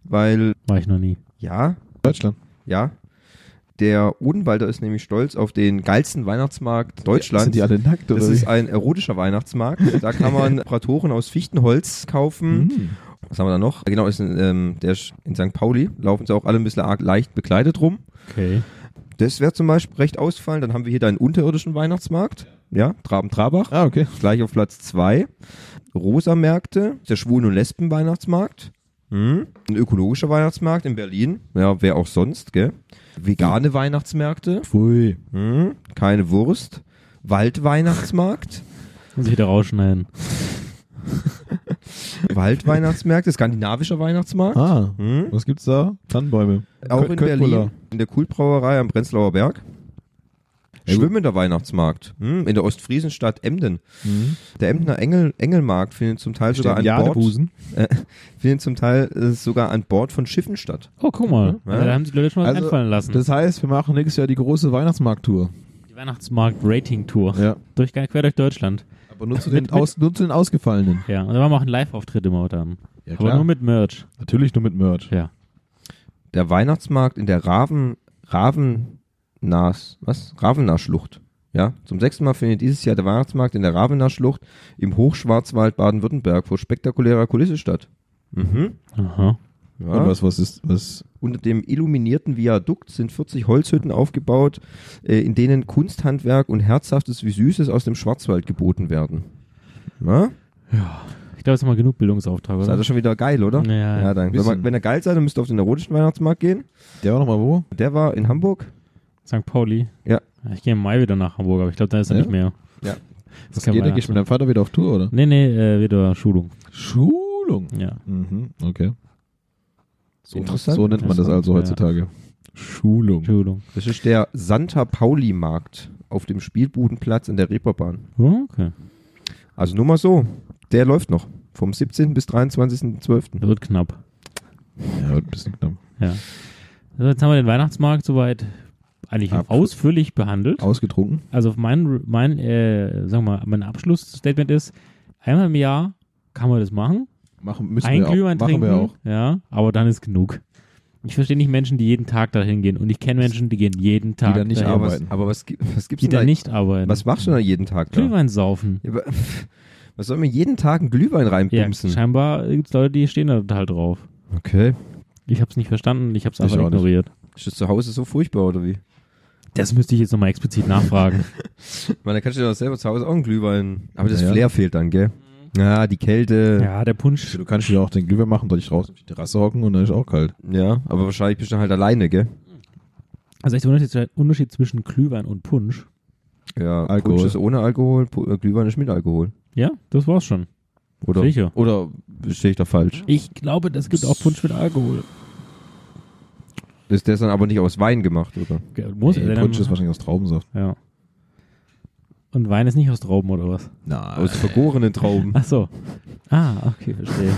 S1: weil,
S3: War ich noch nie.
S1: ja,
S2: Deutschland.
S1: ja, der Odenwalder ist nämlich stolz auf den geilsten Weihnachtsmarkt Deutschlands.
S2: Sind die alle nackt oder
S1: Das
S2: wie?
S1: ist ein erotischer Weihnachtsmarkt. Da kann
S2: (laughs)
S1: man Apparaturen aus Fichtenholz
S2: Mhm.
S1: kaufen.
S2: Hm.
S1: Was haben wir da noch? Genau, ist in, ähm, der ist in St. Pauli. Laufen sie auch alle ein bisschen arg leicht bekleidet rum.
S3: Okay.
S1: Das wäre zum Beispiel recht ausfallen. Dann haben wir hier deinen unterirdischen Weihnachtsmarkt. Ja, Traben-Trabach.
S2: Ah, okay.
S1: Gleich auf Platz 2. Rosa-Märkte. Der Schwulen- und Lesben-Weihnachtsmarkt. Hm. Ein ökologischer Weihnachtsmarkt in Berlin. Ja, wer auch sonst, gell? Vegane Weihnachtsmärkte.
S2: Pfui.
S1: Hm. Keine Wurst. Waldweihnachtsmarkt.
S3: Muss ich da rausschneiden.
S1: Waldweihnachtsmärkte, skandinavischer Weihnachtsmarkt.
S2: Ah,
S1: Hm?
S2: was gibt's da? Tannenbäume.
S1: Auch
S2: Kö-
S1: in
S2: Köttbullar.
S1: Berlin, in der Kultbrauerei am Prenzlauer Berg. Schwimmender Weihnachtsmarkt hm, in der Ostfriesenstadt Emden.
S2: Mhm.
S1: Der Emdener Engel, Engelmarkt findet zum Teil sogar an Bord,
S2: Jadebusen.
S1: findet zum Teil äh, sogar an Bord von Schiffen statt.
S3: Oh, guck mal.
S1: Ja.
S3: Da haben sich die Leute schon was
S2: Also,
S3: einfallen lassen.
S2: Das heißt, wir machen nächstes Jahr die große Weihnachtsmarkttour.
S3: die Weihnachtsmarkt-Rating-Tour.
S2: Ja.
S3: Durch, quer durch Deutschland.
S2: Aber nur zu den, aus, nur zu den Ausgefallenen.
S3: Ja, und dann machen wir auch einen Live-Auftritt immer dann.
S2: Ja,
S3: Aber nur mit Merch.
S2: Natürlich nur mit Merch.
S3: Ja.
S1: Der Weihnachtsmarkt in der Raven Ravennas, was? Ravenaer Schlucht. Ja, zum sechsten Mal findet dieses Jahr der Weihnachtsmarkt in der Ravenaer Schlucht im Hochschwarzwald Baden-Württemberg vor spektakulärer Kulisse statt. Mhm.
S3: Aha.
S1: Ja.
S2: Und was, was ist, was?
S1: Unter dem illuminierten Viadukt sind 40 Holzhütten aufgebaut, äh, in denen Kunsthandwerk und Herzhaftes wie Süßes aus dem Schwarzwald geboten werden. Na?
S3: Ich glaube, das ist mal genug Bildungsauftrag,
S1: Seid
S3: oder?
S1: ihr schon wieder geil, oder?
S3: Ja.
S1: ja dann. Wenn,
S2: Bisschen.
S1: man, wenn ihr geil seid, dann müsst ihr auf den erotischen Weihnachtsmarkt gehen.
S2: Der war nochmal wo?
S1: Der war in Hamburg.
S3: St. Pauli.
S1: Ja.
S3: Ich gehe im Mai wieder nach Hamburg, aber ich glaube, da ist er
S2: Ja?
S3: nicht mehr.
S1: Ja.
S3: Das
S2: Geht, denke ich, mit deinem Vater wieder auf Tour, oder?
S3: Nee, nee, äh, wieder Schulung.
S2: Schulung.
S3: Ja.
S2: Mhm, okay. So,
S1: Interessant.
S2: So nennt man das also heutzutage. Schulung.
S3: Schulung.
S1: Das ist der Santa Pauli Markt auf dem Spielbudenplatz in der Reeperbahn.
S3: Oh, okay.
S1: Also nur mal so. Der läuft noch. Vom 17. bis 23.12.
S3: Das wird knapp.
S2: Ja, wird ein bisschen knapp.
S3: Ja. Also jetzt haben wir den Weihnachtsmarkt soweit eigentlich
S2: Abschlu-
S3: ausführlich behandelt.
S2: Ausgetrunken.
S3: Also mein, mein äh, sag mal, mein Abschlussstatement ist, einmal im Jahr kann man das machen.
S2: Machen, müssen
S3: Ein
S2: wir
S3: Glühwein
S2: auch. Machen
S3: trinken.
S2: wir auch.
S3: Ja, aber dann ist genug. Ich verstehe nicht Menschen, die jeden Tag dahin gehen. Und ich kenne Menschen, die gehen jeden Tag
S2: dann nicht
S3: dahin,
S1: Aber,
S2: arbeiten.
S1: was, aber was, gibt- was gibt's
S3: die
S1: denn
S3: dann
S1: da?
S3: nicht arbeiten.
S1: Was machst du denn da jeden Tag da?
S3: Glühwein saufen.
S1: Ja, aber, (laughs) was soll mir jeden Tag einen Glühwein
S3: Ja,
S1: reinpumpen?
S3: scheinbar gibt es Leute, die stehen da total drauf.
S1: okay.
S3: Ich habe es nicht verstanden, ich habe es
S2: Ich
S3: einfach
S2: auch nicht.
S3: ignoriert.
S1: Ist das zu Hause so furchtbar oder wie?
S3: Das müsste ich jetzt nochmal explizit nachfragen.
S1: Ich meine, da kannst du dir doch selber zu Hause auch einen Glühwein. Aber das
S2: Ja, ja.
S1: Flair fehlt dann, gell? Ja, die Kälte.
S3: Mhm. ja, der Punsch.
S2: Du kannst dir auch den Glühwein machen, dann ich raus auf die Terrasse hocken und dann ist auch kalt.
S1: Ja. aber wahrscheinlich bist du dann halt alleine, gell?
S3: Also echt der Unterschied, der Unterschied zwischen Glühwein und Punsch.
S1: Ja,
S2: Alkohol.
S1: Punsch ist ohne Alkohol, Pu- äh, Glühwein ist mit Alkohol.
S3: Ja, das war's schon.
S1: Oder,
S3: Sicher.
S1: Oder stehe ich da falsch?
S3: Ich glaube, das gibt auch Punsch mit Alkohol.
S1: Ist der dann aber nicht aus Wein gemacht, oder?
S3: Ja, Muss
S2: Nee,
S3: er denn-
S2: Punsch ist wahrscheinlich aus Traubensaft.
S3: Ja. Und Wein ist nicht aus Trauben oder was?
S2: Nein.
S1: Aus
S3: Äh.
S1: vergorenen Trauben.
S3: Ach so. Ah, okay, verstehe.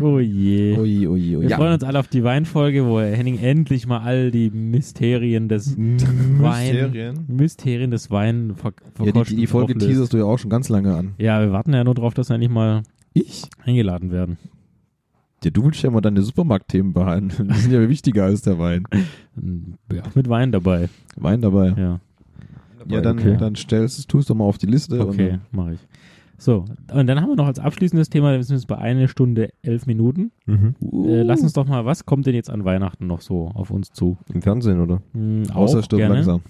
S3: oh je.
S2: Ui, ui, ui.
S3: Wir freuen uns alle auf die Weinfolge, wo Henning endlich mal all die Mysterien des Wein,
S2: Mysterien?
S3: Mysterien des Wein ver
S2: Ja, die, die, die Folge
S3: auflöst.
S2: teaserst du ja auch schon ganz lange an.
S3: Ja, wir warten ja nur drauf, dass wir endlich mal
S2: Ich?
S3: eingeladen werden.
S2: Ja, du willst ja mal deine Supermarktthemen behandeln. (laughs) Die sind ja wichtiger als der Wein. Hm,
S3: Ja, mit Wein dabei.
S2: Wein dabei.
S3: Ja,
S2: Ja, dann,
S3: okay.
S2: dann stellst es, tust doch mal auf die Liste.
S3: okay,
S2: Und
S3: mache ich. So, und dann haben wir noch als abschließendes Thema, wir sind jetzt bei einer Stunde elf Minuten.
S2: Mhm.
S3: Äh, lass uns doch mal, was kommt denn jetzt an Weihnachten noch so auf uns zu?
S1: Im Fernsehen, oder?
S3: Hm, auch
S2: Außer stirb
S3: gerne.
S2: langsam.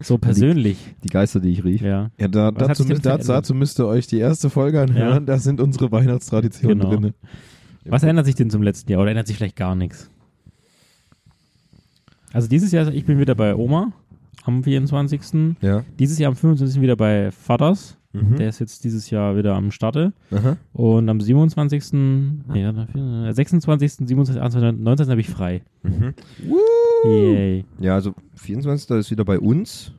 S3: So persönlich,
S1: Die Geister, die ich rief.
S3: ja.
S2: Ja, da,
S3: Was hat
S2: dazu,
S3: sich denn
S2: da,
S3: verändert?
S2: dazu müsst ihr euch die erste Folge anhören.
S3: Ja.
S2: Da sind unsere Weihnachtstraditionen
S3: Genau.
S2: drin.
S3: Was ändert sich denn zum letzten Jahr oder ändert sich vielleicht gar nichts? Also dieses Jahr, ich bin wieder bei Oma am 24.
S1: Ja.
S3: Dieses Jahr am 25. wieder bei Vaters.
S1: Mhm.
S3: Der ist jetzt dieses Jahr wieder am Starte.
S1: Aha.
S3: Und am 27., nee, ja, dafür- äh, 26., 27., 28., 19. habe ich frei.
S1: Mhm.
S3: Yay.
S1: Ja, also 24. ist wieder bei uns.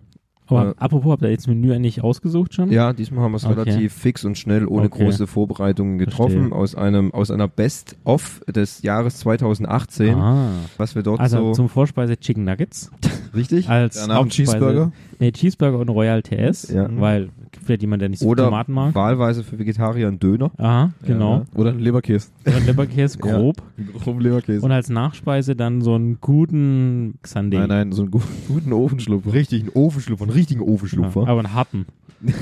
S3: Aber
S1: Äh,
S3: apropos, habt ihr jetzt Menü eigentlich ausgesucht schon?
S1: Ja, diesmal haben wir es
S3: Mhm. Okay.
S1: relativ fix und schnell ohne
S3: Okay.
S1: große Vorbereitungen getroffen
S3: Verstehe.
S1: aus einem aus einer Best of des Jahres 2018,
S3: Ah.
S1: was wir dort
S3: Also
S1: so
S3: zum Vorspeise Chicken Nuggets.
S1: richtig
S3: Als
S2: Danach ein
S3: Hauptspeise-
S2: Cheeseburger.
S3: Nee, Cheeseburger und Royal TS.
S1: Ja.
S3: Weil vielleicht jemand, der nicht so
S1: oder
S3: Tomaten mag.
S1: wahlweise für Vegetarier ein Döner.
S3: Aha, genau.
S2: Ja. ne? Oder ein Leberkäse. (laughs)
S3: Oder Leberkäse grob.
S2: Groben Leberkäse.
S3: Und als Nachspeise dann so einen guten Xandé.
S2: nein, nein, so einen gu- guten Ofenschlupfer.
S1: Richtig, einen Ofenschlupfer, einen richtigen
S3: Ja,
S1: Ofenschlupfer.
S3: aber einen harten.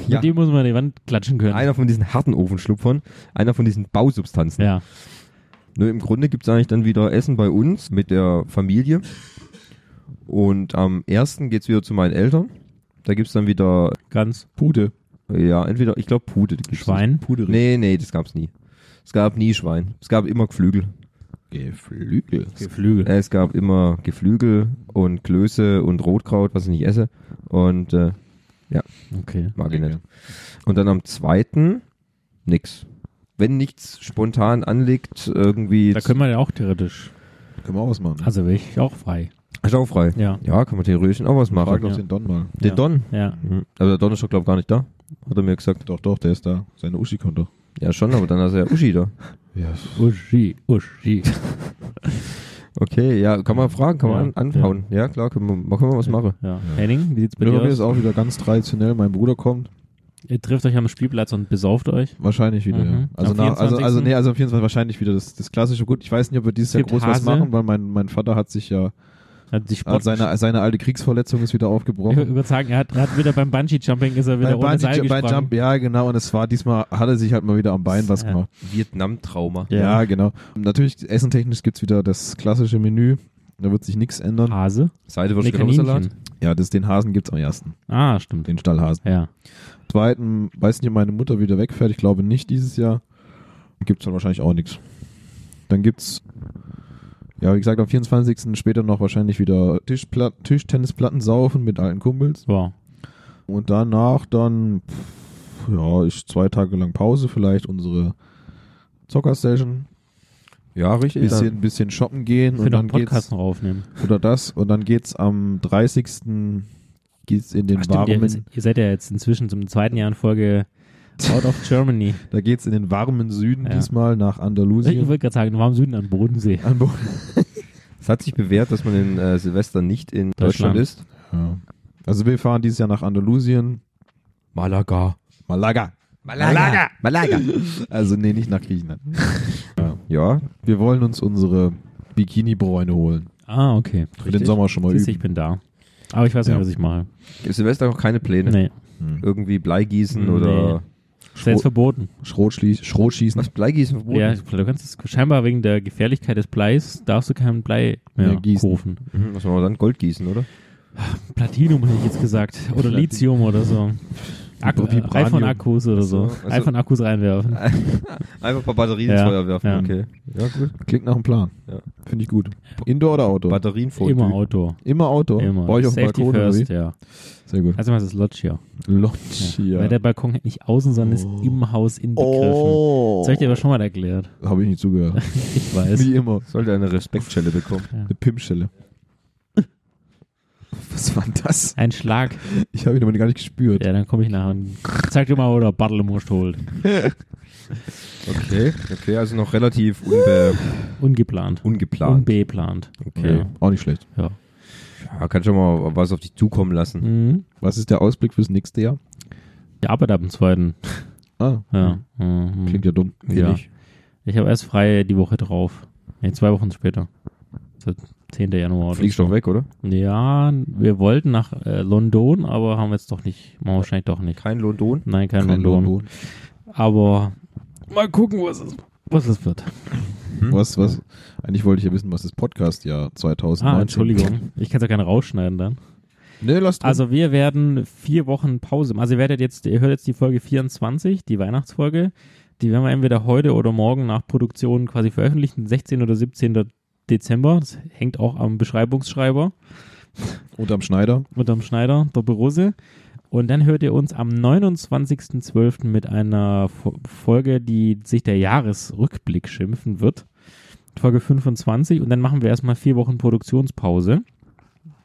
S1: Ja.
S3: Mit dem muss man an die Wand klatschen können.
S1: Einer von diesen harten Ofenschlupfern, einer von diesen Bausubstanzen.
S3: ja.
S1: Nur Ne, im Grunde gibt's eigentlich dann wieder Essen bei uns mit der Familie. Und am 1. geht's wieder zu meinen Eltern. Da gibt's dann wieder,
S3: Ganz
S2: Pute.
S1: ja, entweder, ich glaube, Pute. gibt's
S3: Schwein.
S2: Puderich.
S1: Nee, nee, das gab's nie. Es gab nie Schwein. Es gab immer Geflügel. Äh,
S2: Geflügel.
S3: Geflügel.
S1: Es gab immer Geflügel und Klöße und Rotkraut, was ich nicht esse. Und äh,
S3: Okay.
S1: mag ich nicht. Und dann am zweiten nix. Wenn nichts spontan anliegt, irgendwie
S3: Da können wir ja auch theoretisch.
S2: Können wir auch was machen.
S3: Also bin ich auch frei.
S1: staufrei.
S3: Ja.
S1: Ja, kann man theoretisch auch was
S2: Frag
S1: machen.
S2: doch
S3: Ja.
S2: den Don mal.
S1: Den
S3: Ja.
S1: Don.
S3: Ja.
S1: Mhm. Aber der Don ist doch, glaube ich, gar nicht da. Hat er mir gesagt.
S2: Doch, doch, der ist da. Seine Uschi kommt doch.
S1: Ja, schon, aber dann ist er ja Uschi da.
S2: Ja.
S3: Uschi, Uschi.
S1: Okay, ja, kann man fragen, kann man
S3: Ja.
S1: an, anhauen. Ja, klar, können wir, mal- können wir was machen.
S3: Ja. Henning, wie sieht's bei
S2: Bei mir
S3: dir
S2: ist
S3: aus?
S2: auch wieder ganz traditionell. Mein Bruder kommt.
S3: Ihr trifft euch am Spielplatz und besauft euch.
S2: Wahrscheinlich wieder, ja.
S3: Mhm.
S2: Also,
S3: Am
S2: nach, also,
S3: 24.
S2: also, nee, also am 24. wahrscheinlich wieder das, das klassische. Gut, ich weiß nicht, ob wir dieses Jahr
S3: gibt
S2: groß was
S3: Hase.
S2: machen, weil mein, mein Vater hat sich ja,
S3: Hat sich
S2: hat
S3: Sport
S2: seine, seine alte Kriegsverletzung ist wieder
S3: Ich
S2: aufgebrochen.
S3: würde sagen, er hat, er hat wieder beim Bungee-Jumping ist er wieder ohne Seil
S2: Bungee- bei
S3: gesprungen.
S2: Jump, ja, genau. Und es war diesmal, hat er sich halt mal wieder am Bein was
S3: Ja.
S2: gemacht.
S1: Vietnam-Trauma.
S2: Ja, genau. Natürlich, essentechnisch gibt es wieder das klassische Menü. Da wird sich nichts ändern.
S3: Hase?
S1: Seite wird
S3: Nee,
S1: Kartoffelsalat.
S3: Kaninchen.
S2: Ja, das, den Hasen gibt es am ersten.
S3: Ah, stimmt.
S2: Den Stallhasen.
S3: Ja.
S2: Zweiten, weiß nicht, ob meine Mutter wieder wegfährt. Ich glaube nicht dieses Jahr. Gibt es dann wahrscheinlich auch nichts. Dann gibt's, ja, wie gesagt, am 24. später noch wahrscheinlich wieder Tischpla Tischtennisplatten saufen mit alten Kumpels.
S3: Wow.
S2: Und danach dann, pff, ja, ich zwei Tage lang Pause, vielleicht unsere Zocker-Session.
S1: Ja, richtig.
S2: Bisschen, bisschen shoppen gehen
S3: Ich
S2: und
S3: könnte auch einen
S2: dann geht's,
S3: Podcast noch aufnehmen.
S2: Oder das. Und dann geht's am 30. geht's in den
S3: Ach, stimmt, ihr,
S2: warmen,
S3: ihr seid ja jetzt inzwischen zum zweiten Jahr
S2: (laughs)
S3: in Folge Out of Germany.
S2: da geht's in den warmen Süden
S3: Ja.
S2: diesmal nach
S3: Ich wollte
S2: Andalusien.
S3: gerade sagen, warum Süden am Bodensee?
S2: An Bo-
S1: Es hat sich bewährt, dass man in äh, Silvester nicht in Deutschland,
S3: Deutschland.
S1: ist.
S2: ja. Also wir fahren dieses Jahr nach Andalusien.
S1: Malaga.
S2: Malaga.
S1: Malaga. Malaga.
S2: Also nee, nicht nach Griechenland.
S1: Ja,
S2: Wir wollen uns unsere Bikini-Bräune holen.
S3: Ah, okay.
S2: Für den Sommer schon mal
S3: Siehst, du, ich
S2: üben.
S3: bin da. Aber ich weiß nicht,
S2: Ja.
S3: was ich mache.
S1: Silvester auch keine Pläne.
S3: Nee.
S2: Hm.
S1: Irgendwie Bleigießen
S3: Nee.
S1: oder.
S3: Ist jetzt verboten.
S2: Schrotschli- Schrotschießen.
S1: Was? Bleigießen verboten?
S3: Ja, du kannst es scheinbar wegen der Gefährlichkeit des Bleis darfst du kein Blei mehr
S2: Mehr gießen.
S3: kaufen.
S1: Mhm, was machen wir dann? Gold gießen,
S3: (laughs)
S1: oder?
S3: Platinum hätte ich jetzt gesagt. Oder
S2: Platin-
S3: Lithium oder so. Akku, äh,
S2: Vibranium.
S3: iPhone-Akkus oder so.
S1: Ach so, also-
S3: iPhone-Akkus reinwerfen.
S2: Ah,
S1: Einfach ein paar Batterien ins
S3: Ja,
S1: Feuer werfen.
S3: ja.
S1: Okay. Ja, gut.
S2: Klingt nach einem Plan.
S1: Ja.
S2: Finde ich gut. Indoor oder Outdoor?
S1: Batterien vor.
S3: Immer Outdoor.
S2: Immer Outdoor.
S3: Immer.
S2: Bei euch Oh, auf dem
S3: Safety
S2: Balkon
S3: first,
S2: oder
S3: ja.
S2: wie? Sehr gut.
S3: Also mal das Lodge hier.
S2: Loggia.
S3: Weil der Balkon halt nicht außen, sondern
S2: Oh.
S3: ist im Haus inbegriffen. Das habe ich dir aber schon mal erklärt.
S2: Habe Oh. ich nicht zugehört.
S3: (laughs) Ich weiß.
S2: Wie immer.
S1: Sollte eine Respektschelle bekommen.
S2: Eine
S3: (laughs)
S2: Pimpschelle. Was war denn das?
S3: Ein Schlag.
S2: Ich habe ihn aber gar nicht gespürt.
S3: Ja, dann komme ich nachher und zeig dir mal, wo der Battle im Wurst holt.
S1: Okay. Okay, also noch relativ unbe
S3: Ungeplant.
S1: ungeplant.
S3: Unbeplant.
S1: Okay.
S3: Ja.
S2: Auch nicht schlecht.
S1: ja, kann schon mal was auf dich zukommen lassen.
S3: Mhm.
S2: Was ist der Ausblick fürs nächste Jahr?
S3: Ich arbeite ab dem zweiten.
S2: Ah,
S3: Ja. Mhm.
S2: klingt ja dumm.
S3: Ja. Ich habe erst frei die Woche drauf. Nee, zwei Wochen später. so 10. Januar. oder
S1: Fliegst
S3: so.
S1: doch weg, oder?
S3: Ja, wir wollten nach äh, London, aber haben wir jetzt doch nicht, machen wir wahrscheinlich doch nicht.
S1: Kein London?
S3: Nein, kein,
S2: Kein
S3: London.
S2: London.
S3: Aber mal gucken, was es, was es wird. Hm?
S2: Was, was? Eigentlich wollte ich ja wissen, was das Podcast-Jahr 2019
S3: Ah, Entschuldigung. Ich kann es ja gerne rausschneiden dann.
S2: Nee, lass drin.
S3: Also wir werden vier Wochen Pause machen. Also ihr werdet jetzt, ihr hört jetzt die Folge 24, die Weihnachtsfolge. Die werden wir entweder heute oder morgen nach Produktion quasi veröffentlichen, 16. oder 17. Dezember. Das hängt auch am Beschreibungsschreiber.
S2: Unterm Schneider.
S3: unterm Schneider, Doppelrose. Und dann hört ihr uns am 29.12. mit einer Fo- Folge, die sich der Jahresrückblick schimpfen wird. Folge 25. Und dann machen wir erstmal vier Wochen Produktionspause.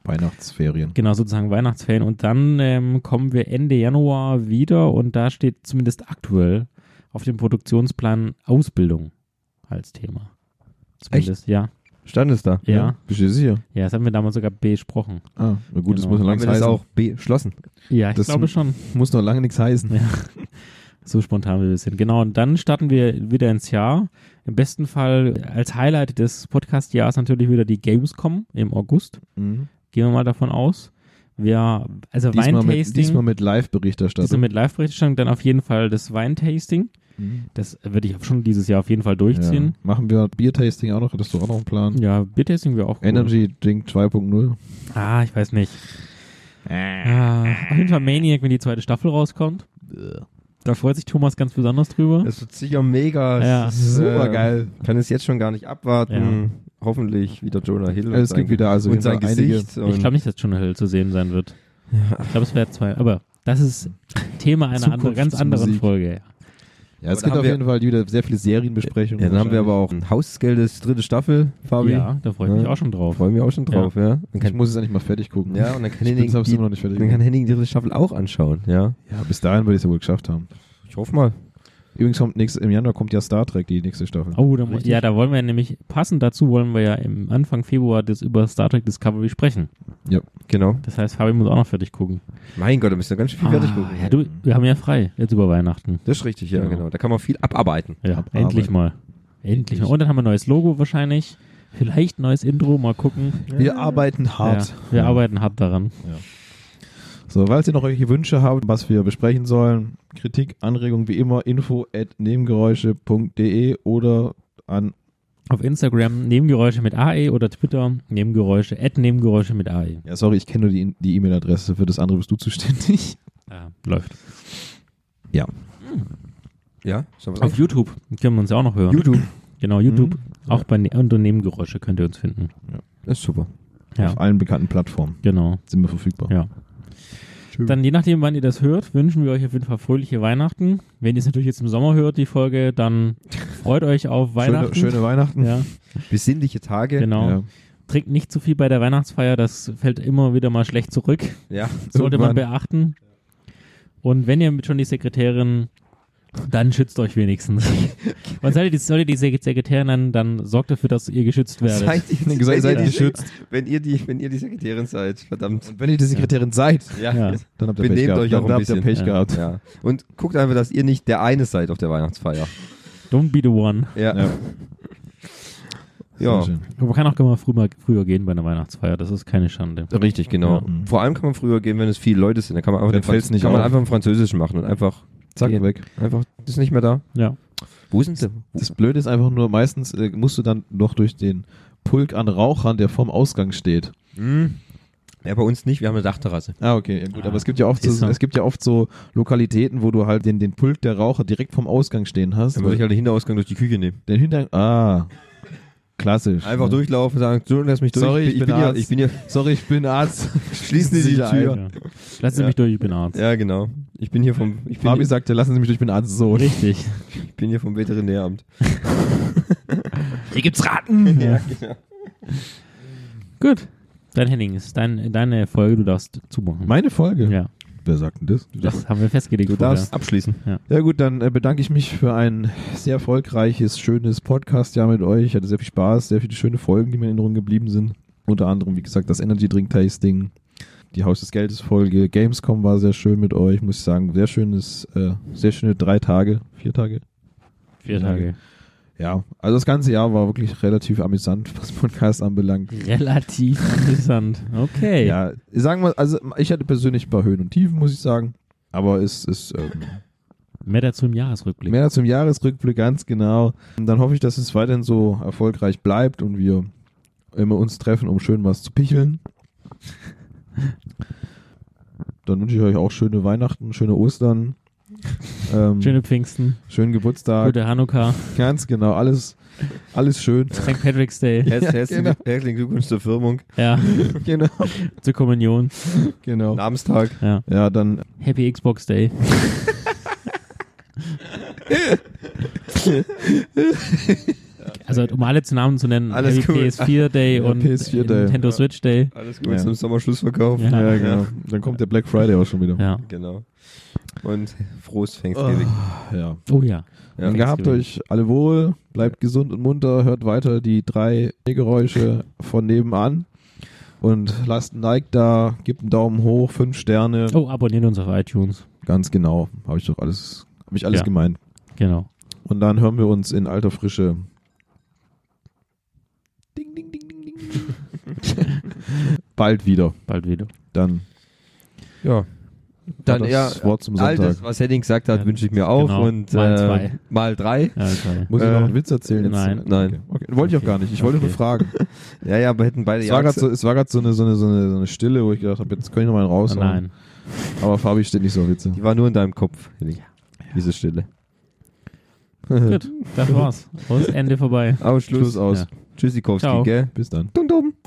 S2: Weihnachtsferien.
S3: Genau, sozusagen Weihnachtsferien. Und dann ähm, kommen wir Ende Januar wieder und da steht zumindest aktuell auf dem Produktionsplan Ausbildung als Thema. Zumindest, ja.
S1: Stand es da?
S3: Ja. ja.
S2: Bist du sicher?
S3: Ja, das haben wir damals sogar besprochen.
S2: Ah, na gut, das
S3: Genau.
S2: muss noch
S1: Haben
S2: lange
S1: wir das
S2: heißen.
S1: auch beschlossen?
S3: Ja, ich
S2: Das-
S3: glaube schon.
S2: Muss noch lange nichts heißen.
S3: Ja. So spontan wie wir sind. Genau, und dann starten wir wieder ins Jahr. Im besten Fall als Highlight des Podcast-Jahres natürlich wieder die Gamescom im August.
S2: Mhm.
S3: Gehen wir mal davon aus. Wir, also
S2: Diesmal, mit,
S3: Weintasting,
S2: diesmal mit
S3: diesmal
S2: Live-Berichterstattung.
S3: mit Live-Berichterstattung, dann auf jeden Fall das Weintasting.
S2: Mhm.
S3: Das würde ich schon dieses Jahr auf jeden Fall durchziehen.
S2: Ja. Machen wir Biertasting auch noch? Hattest du auch noch einen Plan?
S3: Ja, Biertasting wäre auch cool.
S2: Energy Drink 2.0.
S3: Ah, ich weiß nicht. Ah, auf jeden Fall Maniac, wenn die zweite Staffel rauskommt. Da freut sich Thomas ganz besonders drüber.
S1: Das wird sicher mega.
S3: Ja.
S1: Das ist,
S2: Super geil.
S1: Kann es jetzt schon gar nicht abwarten. Hoffentlich wieder Jonah Hill.
S2: Es
S1: und
S2: gibt
S1: sein-
S2: wieder also
S1: und sein
S2: wieder einige-
S1: Gesicht.
S3: Ich
S1: und-
S3: glaube nicht, dass Jonah Hill zu sehen sein wird. Ich glaube, es wäre zwei. Aber das ist Thema einer anderen, ganz anderen
S2: Zukunftsmusik.
S3: Folge. ja.
S2: Ja,
S1: Aber da
S2: es gibt
S1: haben
S2: auf
S1: wir-
S2: jeden Fall wieder sehr viele Serienbesprechungen.
S1: Ja, dann haben wir aber auch ein Hausgeldes dritte Staffel, Fabi.
S3: Ja, da freue ich mich auch schon drauf.
S1: Freuen wir auch schon drauf, ja. Dann
S2: Ich
S1: kann,
S2: muss es eigentlich mal fertig gucken.
S1: ja, und dann kann,
S2: Ich
S1: Henning
S2: bin's, hab's
S1: die,
S2: immer noch nicht fertig
S1: dann kann Henning die dritte Staffel auch anschauen, ja.
S2: Ja, bis dahin würde ich es ja wohl geschafft haben.
S1: Ich hoffe mal.
S2: Übrigens kommt nächst, im Januar kommt ja Star Trek, die nächste Staffel.
S3: Oh, da, mu- ja, da wollen wir nämlich, passend dazu wollen wir ja im Anfang Februar das über Star Trek Discovery sprechen.
S1: Genau.
S3: Das heißt, Fabi muss auch noch fertig gucken.
S1: Mein Gott, da müssen wir ganz schön viel fertig gucken.
S3: Ah, Ja, du, wir haben ja frei, jetzt über Weihnachten.
S1: Das ist richtig, ja,
S3: Genau.
S1: genau. Da kann man viel abarbeiten.
S3: Ja,
S2: Abarbeiten.
S3: endlich mal. Endlich mal. Und dann haben wir ein neues Logo wahrscheinlich. Vielleicht ein neues Intro, mal gucken.
S2: Wir arbeiten hart.
S3: Ja, wir arbeiten hart daran.
S2: So, falls ihr noch irgendwelche Wünsche habt, was wir besprechen sollen, Kritik, Anregungen wie immer, info at nebengeräusche.de oder an
S3: Auf Instagram Nebengeräusche mit AE oder Twitter Nebengeräusche, at Nebengeräusche mit E. AE.
S2: Ja, sorry, ich kenne nur die die E-Mail-Adresse. Für das andere bist du zuständig.
S3: Ja, läuft.
S1: Ja? Sollen wir's
S3: Auf YouTube können wir uns ja auch noch hören.
S1: YouTube.
S3: Genau, YouTube.
S2: Mhm.
S3: Auch bei ne unter Nebengeräusche könnt ihr uns finden.
S1: Das ist super.
S3: Ja,
S2: Auf allen bekannten Plattformen
S3: genau.
S2: sind wir verfügbar.
S3: Ja. Dann je nachdem, wann ihr das hört, wünschen wir euch auf jeden Fall fröhliche Weihnachten. Wenn ihr es natürlich jetzt im Sommer hört, die Folge, dann freut euch auf Weihnachten.
S2: Schöne, schöne Weihnachten.
S3: ja,
S1: Besinnliche Tage.
S3: genau.
S2: Ja.
S3: Trinkt nicht zu viel bei der Weihnachtsfeier, das fällt immer wieder mal schlecht zurück. (laughs)
S1: Ja.
S3: Sollte man
S2: Irgendwann.
S3: beachten. Und wenn ihr mit schon die Sekretärin, dann schützt euch wenigstens.
S1: (laughs)
S3: Und solltet ihr, solltet ihr die Sek- Sekretärin nennen, dann sorgt dafür, dass ihr geschützt werdet.
S1: Seid ihr,
S2: Seid ihr
S1: seid ihr
S2: geschützt.
S1: Wenn ihr, die, wenn ihr die Sekretärin seid, verdammt.
S2: Wenn ihr die Sekretärin seid,
S3: Ja.
S2: dann habt ihr
S1: Benehmt
S2: Pech gehabt.
S1: euch auch
S2: dann
S1: ein
S2: habt ihr
S1: bisschen.
S2: Pech
S3: Ja.
S2: gehabt.
S1: Ja. Und guckt einfach, dass ihr nicht der eine seid auf der Weihnachtsfeier.
S3: Don't be the one.
S1: Ja.
S2: Ja.
S1: Ja.
S2: Sehr schön.
S3: Aber Man kann auch gerne mal früher, früher gehen bei einer Weihnachtsfeier, das ist keine Schande.
S1: Richtig, genau.
S3: Ja.
S2: Mhm.
S1: Vor allem kann man früher gehen, wenn es viele Leute sind. Dann kann man einfach,
S2: Dann
S1: den
S2: fällt's
S1: Franz-
S2: nicht
S1: kann man
S2: auf.
S1: einfach im Französischen machen und einfach,
S2: Zack,
S1: Gehen.
S2: weg.
S1: einfach, ist nicht mehr da.
S3: Ja.
S1: Wo sind sie?
S2: Das Blöde ist einfach nur, meistens äh, musst du dann noch durch den Pulk an Rauchern, der vorm Ausgang steht.
S1: Hm. Ja, bei uns nicht. Wir haben eine Dachterrasse.
S2: Ah, okay, ja, gut.
S3: Ah,
S2: aber es gibt ja oft
S3: ist
S2: so,
S3: so.
S2: es gibt ja oft so Lokalitäten, wo du halt den, den Pulk der Raucher direkt vorm Ausgang stehen hast.
S1: Dann würde ich halt den Hinterausgang durch die Küche nehmen.
S2: den Hintern. Ah. Klassisch.
S1: Einfach
S2: Ja.
S1: durchlaufen, sagen, so, lass mich durch.
S2: Sorry, ich, bin,
S1: hier,
S2: Arzt.
S1: ich bin hier.
S2: Sorry, ich bin (laughs) Arzt.
S1: Schließen Sie die
S2: Sicher
S1: Tür.
S2: ein.
S3: ja. Lass sie
S1: Ja.
S3: mich durch, ich bin Arzt.
S1: Ja, genau. Ich bin hier vom, ich bin
S2: Fabi
S1: hier,
S2: sagte, lassen Sie mich durch, ich bin Arzt. So.
S3: Richtig.
S1: ich bin hier vom (laughs) Veterinäramt.
S3: Hier gibt's Ratten. Ja, genau. Gut. Dein Henning, ist dein, deine Folge, du darfst zumachen.
S2: Meine Folge.
S3: ja,
S2: Wer sagt denn das?
S3: das haben wir festgelegt.
S1: Du
S3: vorher.
S1: darfst abschließen.
S2: Ja gut, dann äh, bedanke ich mich für ein sehr erfolgreiches, schönes Podcast-Jahr mit euch. Ich hatte sehr viel Spaß, sehr viele schöne Folgen, die mir in Erinnerung geblieben sind. Unter anderem, wie gesagt, das Energy Drink Tasting, die Haus des Geldes Folge, Gamescom war sehr schön mit euch, muss ich sagen. Sehr schönes, äh, sehr schöne drei Tage, vier Tage.
S3: Vier Tage.
S2: Ja, also das ganze Jahr war wirklich relativ amüsant, (laughs) was Podcast anbelangt.
S3: Relativ
S2: (laughs)
S3: amüsant. Okay.
S2: Ja, sagen wir, also ich hatte persönlich ein paar Höhen und Tiefen, muss ich sagen. Aber es ist ähm,
S3: Mehr dazu im Jahresrückblick.
S2: mehr zum Jahresrückblick, ganz genau. Und dann hoffe ich, dass es weiterhin so erfolgreich bleibt und wir immer uns treffen, um schön was zu picheln. Dann wünsche ich euch auch schöne Weihnachten, schöne Ostern. ähm,
S3: Schöne Pfingsten,
S2: Schönen Geburtstag.
S3: gute Hanukkah,
S2: Ganz genau, alles, alles
S3: (laughs)
S2: schön.
S3: St. Patrick's Day,
S1: (laughs) Herz,
S2: Ja,
S1: herzlichen,
S2: genau.
S1: herzlichen Glückwunsch zur Firmung.
S3: ja,
S2: genau,
S3: zur Kommunion,
S2: genau.
S1: Namenstag.
S3: ja,
S2: Ja, dann
S3: Happy
S2: (laughs)
S3: Xbox Day. Also um alle zu Namen zu nennen,
S1: Alles
S3: Happy
S1: cool.
S3: PS4 Day und
S2: PS4 Day.
S3: Nintendo Switch Day.
S1: Alles gut
S2: Ja.
S1: zum Sommerschlussverkauf.
S3: Ja.
S2: Ja, genau. Dann kommt der Black Friday auch schon wieder.
S3: Ja.
S1: Genau. Und frohes Thanksgiving.
S2: Ja.
S3: Oh ja.
S2: Dann gehabt euch alle wohl, bleibt gesund und munter, hört weiter die drei Geräusche von nebenan und lasst ein Like da, gebt einen Daumen hoch, fünf Sterne.
S3: Oh, abonniert uns auf iTunes.
S2: Ganz genau, habe ich doch alles, habe ich alles
S3: Ja.
S2: gemeint.
S3: Genau.
S2: Und dann hören wir uns in alter Frische. Ding, ding, ding, ding,
S3: (laughs)
S2: ding. Bald wieder.
S3: Bald wieder.
S2: Dann
S1: Ja.
S2: war
S1: Dann
S2: das
S1: eher
S2: Wort zum Sonntag.
S1: All das, was Henning gesagt hat,
S3: Ja,
S1: wünsche ich mir auch.
S3: genau.
S1: Und,
S3: Mal
S1: äh,
S3: zwei.
S1: Mal drei.
S3: Ja, okay.
S2: Muss ich noch
S1: Äh,
S2: einen Witz erzählen? jetzt?
S3: nein.
S1: Nein.
S2: Okay. Okay. Wollte ich auch gar nicht. Ich wollte nur
S3: Okay.
S2: fragen.
S1: Ja, ja, aber hätten beide
S2: Es war
S1: ja
S2: gerade so, es war grad so, eine, so, eine, so, eine, so eine Stille, wo ich gedacht habe, jetzt kann ich noch mal einen
S3: Ah,
S2: raus.
S3: nein.
S2: Aber Fabi steht nicht so Witze.
S1: Die war nur in deinem Kopf, Henning. Diese Stille.
S3: Gut, das war's. Aus, Ende vorbei.
S2: (laughs)
S1: Aber Schluss.
S2: Schluss aus.
S3: Ja.
S1: Tschüssikowski,
S3: Ciao.
S1: gell?
S2: Bis dann.
S1: Dumm, dumm.